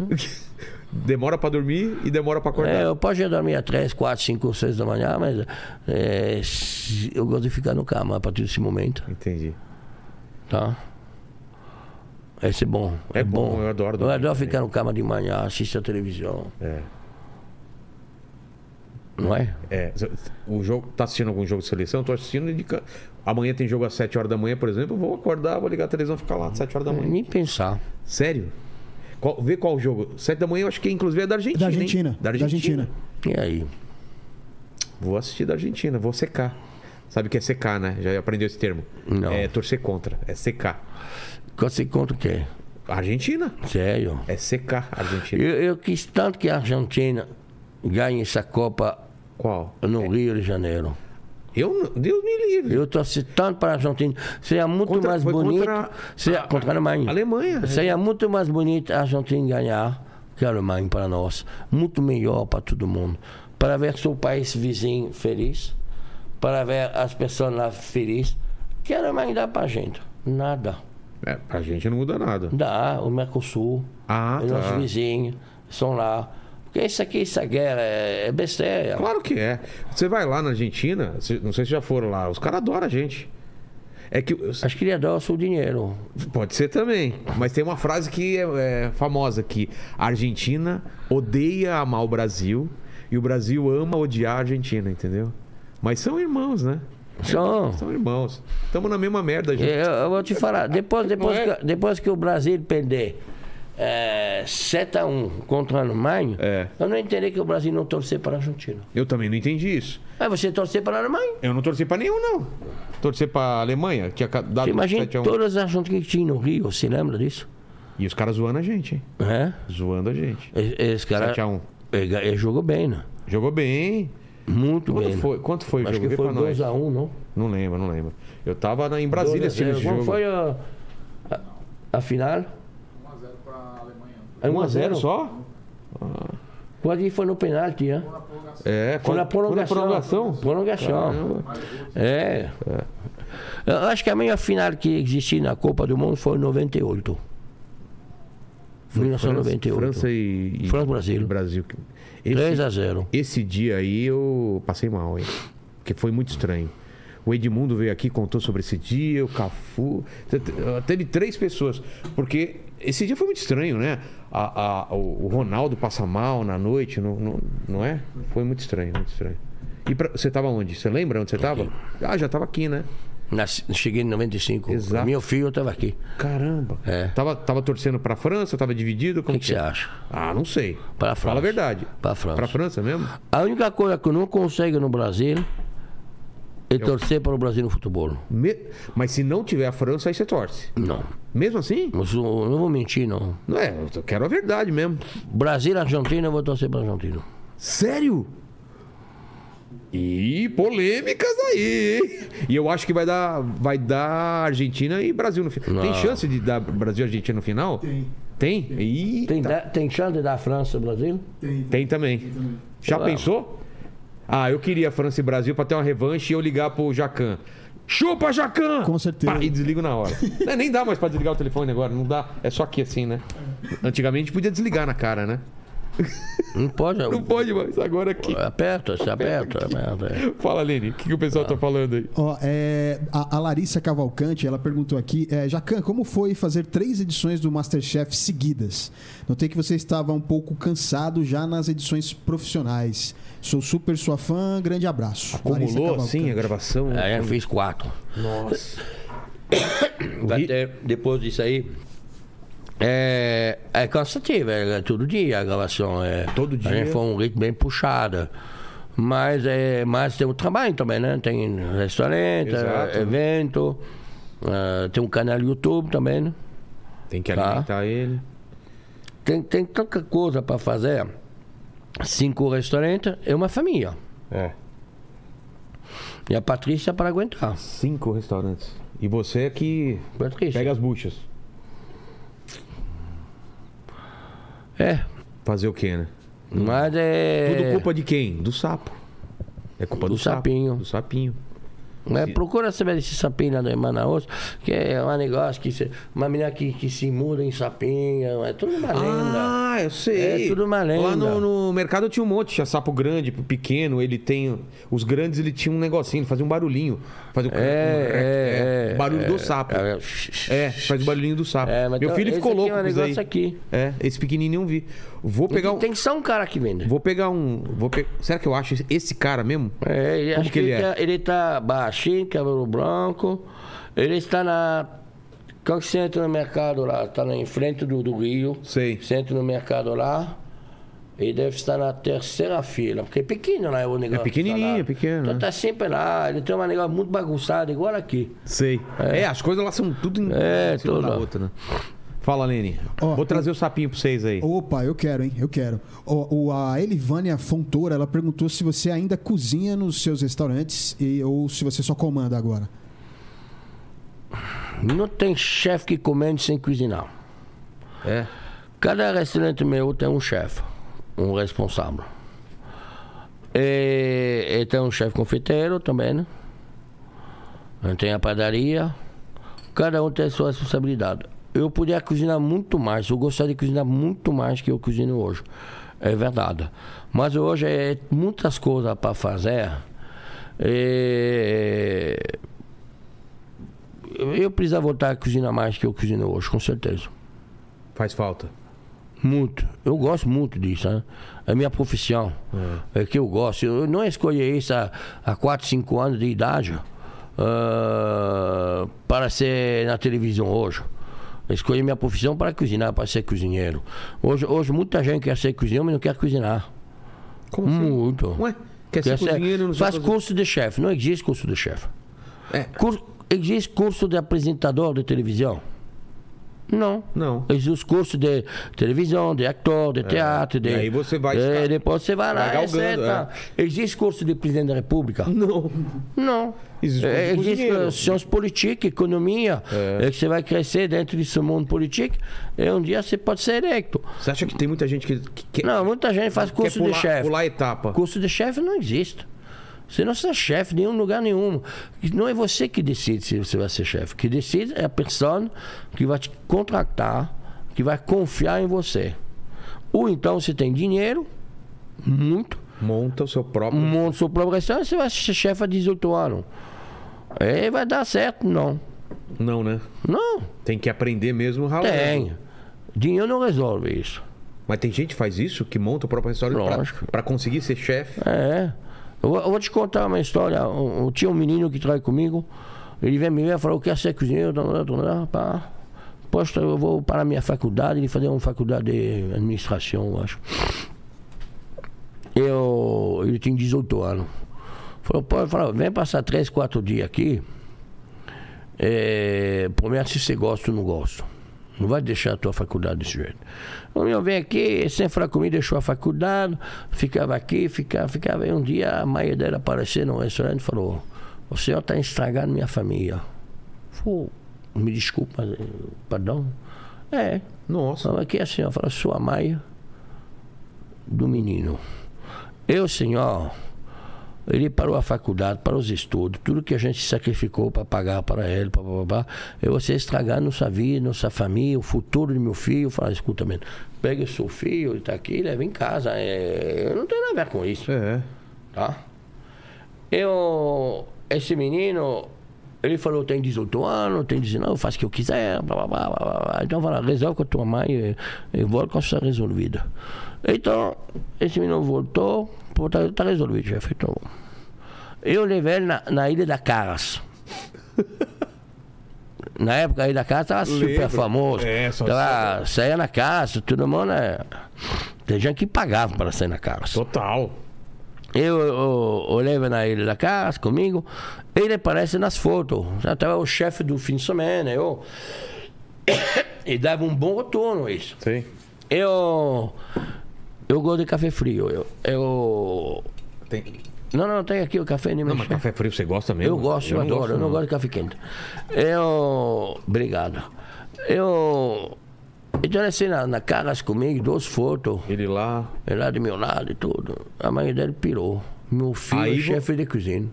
Speaker 1: Demora pra dormir e demora pra acordar.
Speaker 4: É, eu posso ir dormir às 3, 4, 5, 6 da manhã, mas é, se- eu gosto de ficar no cama a partir desse momento,
Speaker 1: Entendi.
Speaker 4: tá? Esse é bom.
Speaker 1: É bom, eu adoro
Speaker 4: Eu
Speaker 1: dormir
Speaker 4: adoro
Speaker 1: também.
Speaker 4: ficar no cama de manhã, assistir a televisão,
Speaker 1: É.
Speaker 4: não é?
Speaker 1: É. O jogo. Tá assistindo algum jogo de seleção? Tô assistindo de. ca- Amanhã tem jogo às 7 horas da manhã, por exemplo. Eu vou acordar, vou ligar a televisão e ficar lá às 7 horas da manhã.
Speaker 4: Nem pensar.
Speaker 1: Sério? Qual, vê qual jogo. 7 da manhã eu acho que inclusive é da Argentina.
Speaker 2: Da
Speaker 1: hein?
Speaker 2: Argentina. Da Argentina.
Speaker 4: E aí?
Speaker 1: Vou assistir da Argentina, vou secar. Sabe o que é secar, né? Já aprendeu esse termo.
Speaker 4: Não.
Speaker 1: É torcer contra, é secar.
Speaker 4: Quando você conta o quê?
Speaker 1: Argentina?
Speaker 4: Sério?
Speaker 1: É secar a Argentina.
Speaker 4: Eu, eu quis tanto que a Argentina ganhe essa Copa
Speaker 1: Qual?
Speaker 4: no Rio de Janeiro.
Speaker 1: Eu, não- Deus me livre.
Speaker 4: Eu torci tanto para a Argentina. Seria muito
Speaker 1: Contra-
Speaker 4: mais
Speaker 1: foi
Speaker 4: bonito.
Speaker 1: contra a-
Speaker 4: seria, contra a Alemanha.
Speaker 1: Alemanha. é.
Speaker 4: Seria muito mais bonito a Argentina ganhar que a Alemanha para nós. Muito melhor para todo mundo. Para ver seu país vizinho feliz. Para ver as pessoas lá felizes. Que a Alemanha dá para a gente? Nada.
Speaker 1: É, pra gente não muda nada.
Speaker 4: Dá, o Mercosul.
Speaker 1: Ah,
Speaker 4: os nossos
Speaker 1: tá.
Speaker 4: vizinhos estão lá. Porque isso aqui, essa guerra é, é besteira.
Speaker 1: Claro que é. Você vai lá na Argentina, você- não sei se já foram lá, os caras adoram a gente. É que.
Speaker 4: As criadoras são o dinheiro.
Speaker 1: Pode ser também. Mas tem uma frase que é, é famosa aqui. A Argentina odeia amar o Brasil e o Brasil ama odiar a Argentina, entendeu? Mas são irmãos, né?
Speaker 4: São.
Speaker 1: São irmãos. Estamos na mesma merda, gente.
Speaker 4: Eu, eu vou te falar, depois, depois,
Speaker 1: Não é?
Speaker 4: que, depois que o Brasil perder é, 7 a 1 contra a Alemanha,
Speaker 1: É.
Speaker 4: eu não entendi que o Brasil não torcer para a Argentina.
Speaker 1: Eu também não entendi isso.
Speaker 4: Aí você torcer para a Alemanha.
Speaker 1: Eu não torci pra nenhum, não. Torcer pra Alemanha, que tinha ca- dado
Speaker 4: Você imagina
Speaker 1: 7 Ah, a 1.
Speaker 4: todas as Argentinas que tinha no Rio, você lembra disso?
Speaker 1: E os caras zoando a gente, hein?
Speaker 4: É?
Speaker 1: Zoando a gente.
Speaker 4: E- Esse cara
Speaker 1: 7 a 1.
Speaker 4: ele, ele jogou bem, né?
Speaker 1: Jogou bem.
Speaker 4: Muito
Speaker 1: Quanto
Speaker 4: bem. né?
Speaker 1: foi, quanto foi o
Speaker 4: Acho
Speaker 1: jogo?
Speaker 4: que
Speaker 1: Vê
Speaker 4: foi
Speaker 1: pra nós.
Speaker 4: 2x1, não?
Speaker 1: Não lembro, não lembro. Eu tava na- em Brasília
Speaker 4: Dois a
Speaker 1: assistindo esse
Speaker 4: zero.
Speaker 1: jogo.
Speaker 4: Qual foi a, a, a final? 1x0 para a Alemanha.
Speaker 1: 1x0 só?
Speaker 4: Quase foi no penalti, né?
Speaker 1: É,
Speaker 4: Foi na prolongação.
Speaker 1: prolongação.
Speaker 4: Prolongação. É. Eu acho que a melhor final que existiu na Copa do Mundo foi em 98. 1998.
Speaker 1: França e, e
Speaker 4: França e Brasil.
Speaker 1: e Brasil. Esse,
Speaker 4: 3 a 0.
Speaker 1: esse dia aí eu passei mal, hein? Porque foi muito estranho. O Edmundo veio aqui, contou sobre esse dia, o Cafu. Te- te- Teve três pessoas. Porque esse dia foi muito estranho, né? A- a- o o Ronaldo passa mal na noite, não, não, não é? Foi muito estranho, muito estranho. E pra- você tava onde? Você lembra onde você tava? Ah, já tava aqui, né?
Speaker 4: Nas- cheguei em 95.
Speaker 1: Exato.
Speaker 4: Meu filho estava aqui.
Speaker 1: Caramba.
Speaker 4: É.
Speaker 1: Tava, tava torcendo pra França, tava dividido?
Speaker 4: O
Speaker 1: Como
Speaker 4: que, que você acha?
Speaker 1: Ah, não sei. Fala
Speaker 4: Pra França.
Speaker 1: a verdade.
Speaker 4: Pra França.
Speaker 1: Pra França mesmo?
Speaker 4: A única coisa que eu não consigo no Brasil é torcer para o Brasil no futebol.
Speaker 1: Me- Mas se não tiver a França, aí você torce.
Speaker 4: Não.
Speaker 1: Mesmo assim?
Speaker 4: Eu sou- eu não vou mentir, não.
Speaker 1: Não é, eu quero a verdade mesmo.
Speaker 4: Brasil, Argentina, eu vou torcer para a Argentina.
Speaker 1: Sério? E polêmicas aí, hein? E eu acho que vai dar, vai dar Argentina e Brasil no final. Tem
Speaker 4: Não.
Speaker 1: chance de dar Brasil e Argentina no final? Tem. Tem? Eita.
Speaker 4: Tem, da- tem chance de dar França e Brasil?
Speaker 1: Tem também. Já
Speaker 4: Ué.
Speaker 1: pensou? Ah, eu queria França e Brasil pra ter uma revanche e eu ligar pro Jacan. Chupa, Jacan!
Speaker 2: Com certeza.
Speaker 1: Pá, e desligo na [laughs] hora. Não, nem É dá mais pra desligar o telefone agora, não dá. É só aqui assim, né? Antigamente podia desligar na cara, né?
Speaker 4: Não pode.
Speaker 1: Não pode mais, agora aqui.
Speaker 4: Aperta, se aperta. aperta. [laughs] é.
Speaker 1: [laughs] Fala, Lene, o que, que o pessoal tá falando aí?
Speaker 2: Ó, é, a, a Larissa Cavalcante, ela perguntou aqui, é, Jacan, como foi fazer três edições do Masterchef seguidas? Notei que você estava um pouco cansado já nas edições profissionais. Sou super sua fã, grande abraço. Larissa
Speaker 1: Acumulou,
Speaker 2: Cavalcante.
Speaker 1: assim, a gravação?
Speaker 4: Aí É, eu fiz quatro.
Speaker 1: Nossa.
Speaker 4: Até depois disso aí. É, é cansativo, é, é todo dia a gravação. É,
Speaker 1: Todo dia.
Speaker 4: A gente foi um ritmo bem puxado. Mas, é, mas tem o trabalho também, né? Tem restaurante,
Speaker 1: Exato.
Speaker 4: é, evento, é, tem um canal no YouTube também. né?
Speaker 1: Tem que
Speaker 4: Tá.
Speaker 1: alimentar ele.
Speaker 4: Tem, tem tanta coisa para fazer. Cinco restaurantes é uma família.
Speaker 1: É.
Speaker 4: E a Patrícia para aguentar.
Speaker 1: Cinco restaurantes. E você é que
Speaker 4: Patrícia.
Speaker 1: pega as buchas.
Speaker 4: É,
Speaker 1: Fazer o quê, né?
Speaker 4: mas é.
Speaker 1: Tudo culpa de quem? Do sapo. É culpa do,
Speaker 4: Do
Speaker 1: sapo.
Speaker 4: sapinho.
Speaker 1: Do sapinho.
Speaker 4: Mas Né? procura saber desse sapinho lá do Manaus, que é um negócio que. se- Uma menina que, que se muda em sapinho, é tudo uma lenda.
Speaker 1: Ah, eu sei.
Speaker 4: É tudo uma lenda.
Speaker 1: Lá no, no mercado tinha um monte, tinha sapo grande, pequeno, ele tem. Os grandes ele tinha um negocinho, ele fazia um barulhinho. Fazia um
Speaker 4: É, é, é.
Speaker 1: barulho do
Speaker 4: é,
Speaker 1: sapo.
Speaker 4: É,
Speaker 1: É, faz o barulhinho do sapo.
Speaker 4: É, mas
Speaker 1: Meu
Speaker 4: então,
Speaker 1: filho
Speaker 4: esse
Speaker 1: ficou
Speaker 4: aqui
Speaker 1: louco
Speaker 4: é um
Speaker 1: com isso
Speaker 4: negócio
Speaker 1: daí.
Speaker 4: aqui.
Speaker 1: É, esse pequenininho eu vi. Vou pegar um.
Speaker 4: Tem que ser um cara que vende.
Speaker 1: Vou pegar um. Vou pe... Será que eu acho esse- esse cara mesmo?
Speaker 4: É, ele,
Speaker 1: Como
Speaker 4: acho
Speaker 1: que ele é?
Speaker 4: tá, ele tá baixinho, cabelo branco. Ele está na. Quando você entra no mercado lá, está em frente do, do Rio.
Speaker 1: Sei.
Speaker 4: Você entra no mercado lá. Ele deve estar na terceira fila, porque é pequeno lá o negócio.
Speaker 1: pequenininho,
Speaker 4: tá lá.
Speaker 1: é pequeno,
Speaker 4: Então
Speaker 1: né?
Speaker 4: tá sempre lá, ele tem um negócio muito bagunçado, igual aqui.
Speaker 1: Sei. É, as coisas lá são tudo em
Speaker 4: É,
Speaker 1: em cima
Speaker 4: tudo.
Speaker 1: da outra, né? Fala, Lene.
Speaker 2: Ó,
Speaker 1: Vou trazer o sapinho pra vocês aí.
Speaker 2: Opa, eu quero, hein? Eu quero. O, o- a Elivânia Fontoura, ela perguntou se você ainda cozinha nos seus restaurantes e, ou se você só comanda agora.
Speaker 4: Não tem chefe que comende sem cozinhar.
Speaker 1: É.
Speaker 4: Cada restaurante meu tem um chefe, um responsável. E, e tem um chefe confeiteiro também, né? E Tem a padaria. Cada um tem a sua responsabilidade. Eu podia cozinhar muito mais, eu gostaria de cozinhar muito mais que eu cozinho hoje. É verdade. Mas hoje é muitas coisas para fazer. E eu precisava voltar a cozinhar mais que eu cozinho hoje, com certeza.
Speaker 1: Faz falta.
Speaker 4: Muito. Eu gosto muito disso. Né? É minha profissão. É. que eu gosto. Eu não escolhi isso há, há 4, 5 anos de idade ah, para ser na televisão hoje. Eu Escolhi minha profissão para cozinhar, para ser cozinheiro. Hoje, hoje muita gente quer ser cozinheiro, mas não quer cozinhar.
Speaker 1: Como
Speaker 4: Muito.
Speaker 1: Ué, quer ser cozinheiro não
Speaker 4: Faz
Speaker 1: sabe fazer-
Speaker 4: curso de chefe. Não existe curso de chefe.
Speaker 1: É.
Speaker 4: Cur- Existe curso de apresentador de televisão? Não.
Speaker 1: Não.
Speaker 4: Existe os cursos de televisão, de ator, de teatro. De...
Speaker 1: É. E aí você vai
Speaker 4: É,
Speaker 1: estar-
Speaker 4: depois você vai
Speaker 1: vai
Speaker 4: lá, etc.
Speaker 1: galgando, é.
Speaker 4: Existe curso de presidente da república?
Speaker 1: Não.
Speaker 4: [laughs] Não.
Speaker 1: Hum. Existe curso de
Speaker 4: É, Existe
Speaker 1: cozinheiro.
Speaker 4: eh, ciência política, economia. É. que você vai crescer dentro desse mundo político e um dia você pode ser eleito.
Speaker 1: Você acha que tem muita gente que, que quer,
Speaker 4: Não, muita gente faz
Speaker 1: quer
Speaker 4: curso
Speaker 1: pular,
Speaker 4: de chefe.
Speaker 1: pular a etapa?
Speaker 4: Curso de chefe não existe. Você não é chefe em nenhum lugar nenhum. Não é você que decide se você vai ser chefe. Que decide é a pessoa que vai te contratar, que vai confiar em você. Ou então você tem dinheiro, muito,
Speaker 1: Monta o seu próprio.
Speaker 4: monta sua própria restaurante, você vai ser chefe há 18 anos. É, vai dar certo? Não.
Speaker 1: Não, né?
Speaker 4: Não,
Speaker 1: Tem que aprender mesmo ralando.
Speaker 4: tem. Dinheiro não resolve isso.
Speaker 1: Mas tem gente que faz isso, que monta o próprio restaurante pra,
Speaker 4: Lógico.
Speaker 1: pra conseguir ser chefe.
Speaker 4: É. Eu, vou- eu vou te contar uma história. Um, um- tinha um menino que trabalha comigo. Ele veio me ver e falou: quer ser cozinheiro? Tá, tá, tá, tá, pá. Poxa, eu vou para a minha faculdade. Ele fazia uma faculdade de administração, eu acho. Eu, ele tinha 18 anos. Falou: pô, ele falou, vem passar 3, 4 dias aqui. É, promete se você gosta ou não gosta. Não vai deixar a tua faculdade desse jeito. O meu vem aqui, sem falar comigo, deixou a faculdade, ficava aqui, ficava, ficava. E um dia a mãe dela apareceu no restaurante e falou: O senhor está estragando tá minha família. Falei, me desculpa, eh, perdão. É,
Speaker 1: Nossa.
Speaker 4: Falou, aqui a senhora fala, sua mãe do menino. Eu, senhor, Ele parou a faculdade, parou os estudos, tudo que a gente sacrificou para pagar para ele, pá, pá, pá, pá. eu você estragar nossa vida, nossa família, o futuro do meu filho. Eu falei, escuta, mano, pega o seu filho, ele está aqui, leva em casa. É, Eu não tenho nada a ver com isso
Speaker 1: É.
Speaker 4: tá? Eu, esse menino, ele falou, tem 18 anos, tem 19, faz o que eu quiser, blá, blá, blá, blá, blá, blá. Então, fala, resolve com a tua mãe e, e volta com essa resolvida. Então, esse menino voltou, pô, tá, tá resolvido, já foi, então. Eu levei ele na, na Ilha da Caras. [laughs] Na época, a Ilha da Caras estava super
Speaker 1: Lembro.
Speaker 4: famoso.
Speaker 1: É, só-
Speaker 4: Tava- saía na casa, todo mundo... né? Tem gente que pagava para sair na Caras.
Speaker 1: Total.
Speaker 4: Eu, eu, eu levo na ilha da casa comigo. Ele aparece nas fotos. Até o chefe do fim de semana. Eu... [coughs] e dava um bom retorno isso.
Speaker 1: Sim.
Speaker 4: Eu. Eu gosto de café frio. Eu. eu-
Speaker 1: Tem...
Speaker 4: Não, não, tem aqui o café nem
Speaker 1: Não, mas café frio você gosta mesmo?
Speaker 4: eu gosto, eu,
Speaker 1: não
Speaker 4: adoro. eu não gosto de café quente. Eu. Obrigado. Eu. Então, assim, na, na Caras comigo, duas fotos.
Speaker 1: Ele lá.
Speaker 4: Ele lá de meu lado e tudo. A mãe dele pirou. Meu filho
Speaker 1: Aí
Speaker 4: é
Speaker 1: vo-
Speaker 4: chefe de cozinha.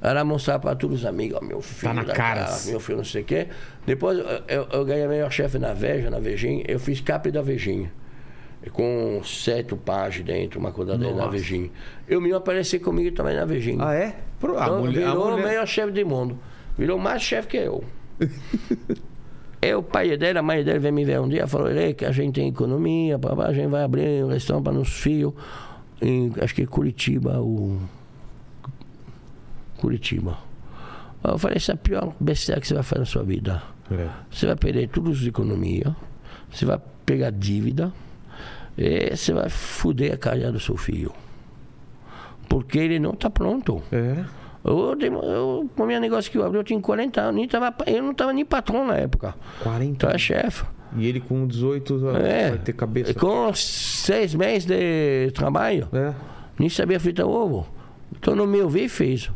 Speaker 4: Ela mostrar para todos os amigos, ó, meu
Speaker 1: Tá
Speaker 4: filho.
Speaker 1: na
Speaker 4: da
Speaker 1: caras.
Speaker 4: Caras, Meu filho, não sei o quê. Depois eu- eu, eu ganhei melhor chefe na Veja, na Vejinha. Eu fiz capa da Vejinha. Com sete páginas dentro, uma coisa dentro da Vejinha. E o menino apareceu comigo também na Vejinha.
Speaker 1: Ah, é? Pro- A
Speaker 4: Então,
Speaker 1: mulher. a
Speaker 4: virou o
Speaker 1: mulher-
Speaker 4: melhor chefe do mundo. Virou mais chefe que
Speaker 1: [laughs]
Speaker 4: eu. eu, o pai dele, a mãe dele veio me ver um dia e falou, "Ei, que a gente tem economia, papá, a gente vai abrir um restaurante para nos filhos. Em, acho que Curitiba, o. Curitiba. Eu falei, essa é a pior besteira que você vai fazer na sua vida.
Speaker 1: É.
Speaker 4: Você vai perder todas as economias, você vai pegar dívida e você vai foder a carreira do seu filho. Porque ele não está pronto.
Speaker 1: É.
Speaker 4: Eu, demo- eu, o meu negócio que eu abri, eu tinha 40 anos, nem tava, pa- eu não estava nem patrão na época.
Speaker 1: 40.
Speaker 4: Então é chefe.
Speaker 1: E ele com 18 vai-
Speaker 4: É.
Speaker 1: vai ter cabeça.
Speaker 4: E com seis meses de trabalho,
Speaker 1: É.
Speaker 4: nem sabia fritar ovo. Então no meu vi fez.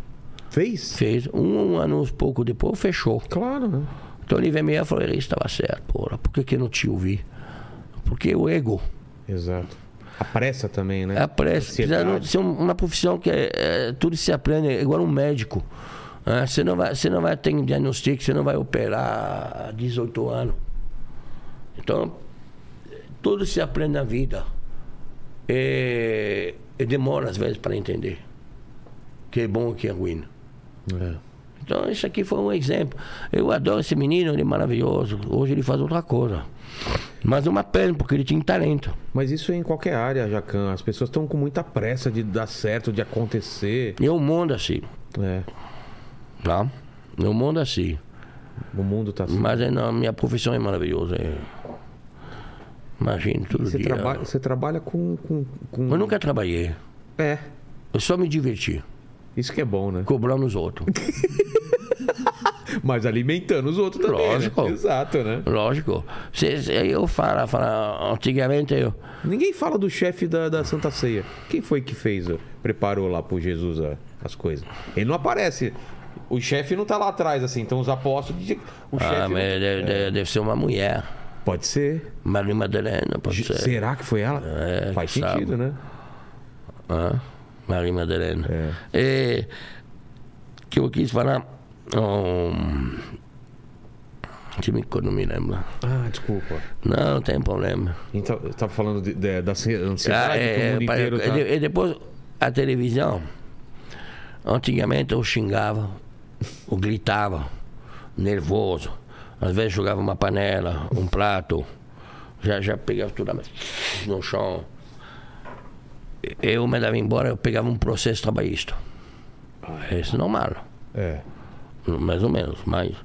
Speaker 1: Fez?
Speaker 4: Fez. Um, ano e pouco depois, fechou.
Speaker 1: Claro, né?
Speaker 4: Então ele veio me e falou, ele estava certo, porra. Por que, que eu não te ouvi? Porque o ego.
Speaker 1: Exato. A pressa também, né?
Speaker 4: É a pressa. Precisa
Speaker 1: Ansiedade.
Speaker 4: não- ser um- uma profissão que é, é, tudo se aprende, é igual um médico. Ah, Você não vai, você não vai ter um diagnóstico, você não vai operar a 18 anos. Então, tudo se aprende na vida. E, e demora às vezes para entender o que é bom e o que é ruim.
Speaker 1: É.
Speaker 4: Então, isso aqui foi um exemplo. Eu adoro esse menino, ele é maravilhoso. Hoje ele faz outra coisa. Mas é uma pena, porque ele tinha talento.
Speaker 1: Mas isso é em qualquer área, Jacan. As pessoas estão com muita pressa de dar certo, de acontecer.
Speaker 4: E é um mundo assim.
Speaker 1: É.
Speaker 4: tá? No mundo assim.
Speaker 1: O mundo tá assim.
Speaker 4: Mas é, não, minha profissão é maravilhosa. é. Imagina, todo
Speaker 1: Você
Speaker 4: dia.
Speaker 1: trabalha, você trabalha com, com, com-
Speaker 4: Eu nunca trabalhei.
Speaker 1: É.
Speaker 4: Eu só me diverti,
Speaker 1: Isso que é bom, né?
Speaker 4: cobrando os
Speaker 1: [laughs]
Speaker 4: outros.
Speaker 1: Mas alimentando os outros também. né?
Speaker 4: Lógico.
Speaker 1: Exato, né?
Speaker 4: Lógico. Cê- cê- eu falo, falo, antigamente eu.
Speaker 1: Ninguém fala do chefe da, da Santa Ceia. Quem foi que fez, ó, preparou lá pro Jesus ó, as coisas? Ele não aparece. O chefe não tá lá atrás, assim. Então os apóstolos. dizem- O chefe. é.
Speaker 4: Ah,
Speaker 1: não-
Speaker 4: mas deve, deve- deve ser uma mulher.
Speaker 1: Pode ser.
Speaker 4: Maria Madalena, pode
Speaker 1: Ge-
Speaker 4: ser.
Speaker 1: Será que foi ela?
Speaker 4: É,
Speaker 1: Faz
Speaker 4: que sabe.
Speaker 1: sentido, né?
Speaker 4: Hã? Maria Madalena. É, que eu quis falar. hum, Deixa eu ver quando me lembro.
Speaker 1: Ah, desculpa.
Speaker 4: Não, não tem problema.
Speaker 1: Então, eu tava falando de- de- da ansi- ansiedade
Speaker 4: Ah,
Speaker 1: que o
Speaker 4: é,
Speaker 1: mundo
Speaker 4: pra-
Speaker 1: inteiro tá.
Speaker 4: e de- E depois a televisão, antigamente eu xingava, eu gritava, nervoso. Às vezes jogava uma panela, um prato, já, já pegava tudo na- no chão. Eu me dava embora, eu pegava um processo trabalhista.
Speaker 1: Ah,
Speaker 4: Isso é normal
Speaker 1: É.
Speaker 4: mais ou menos, mas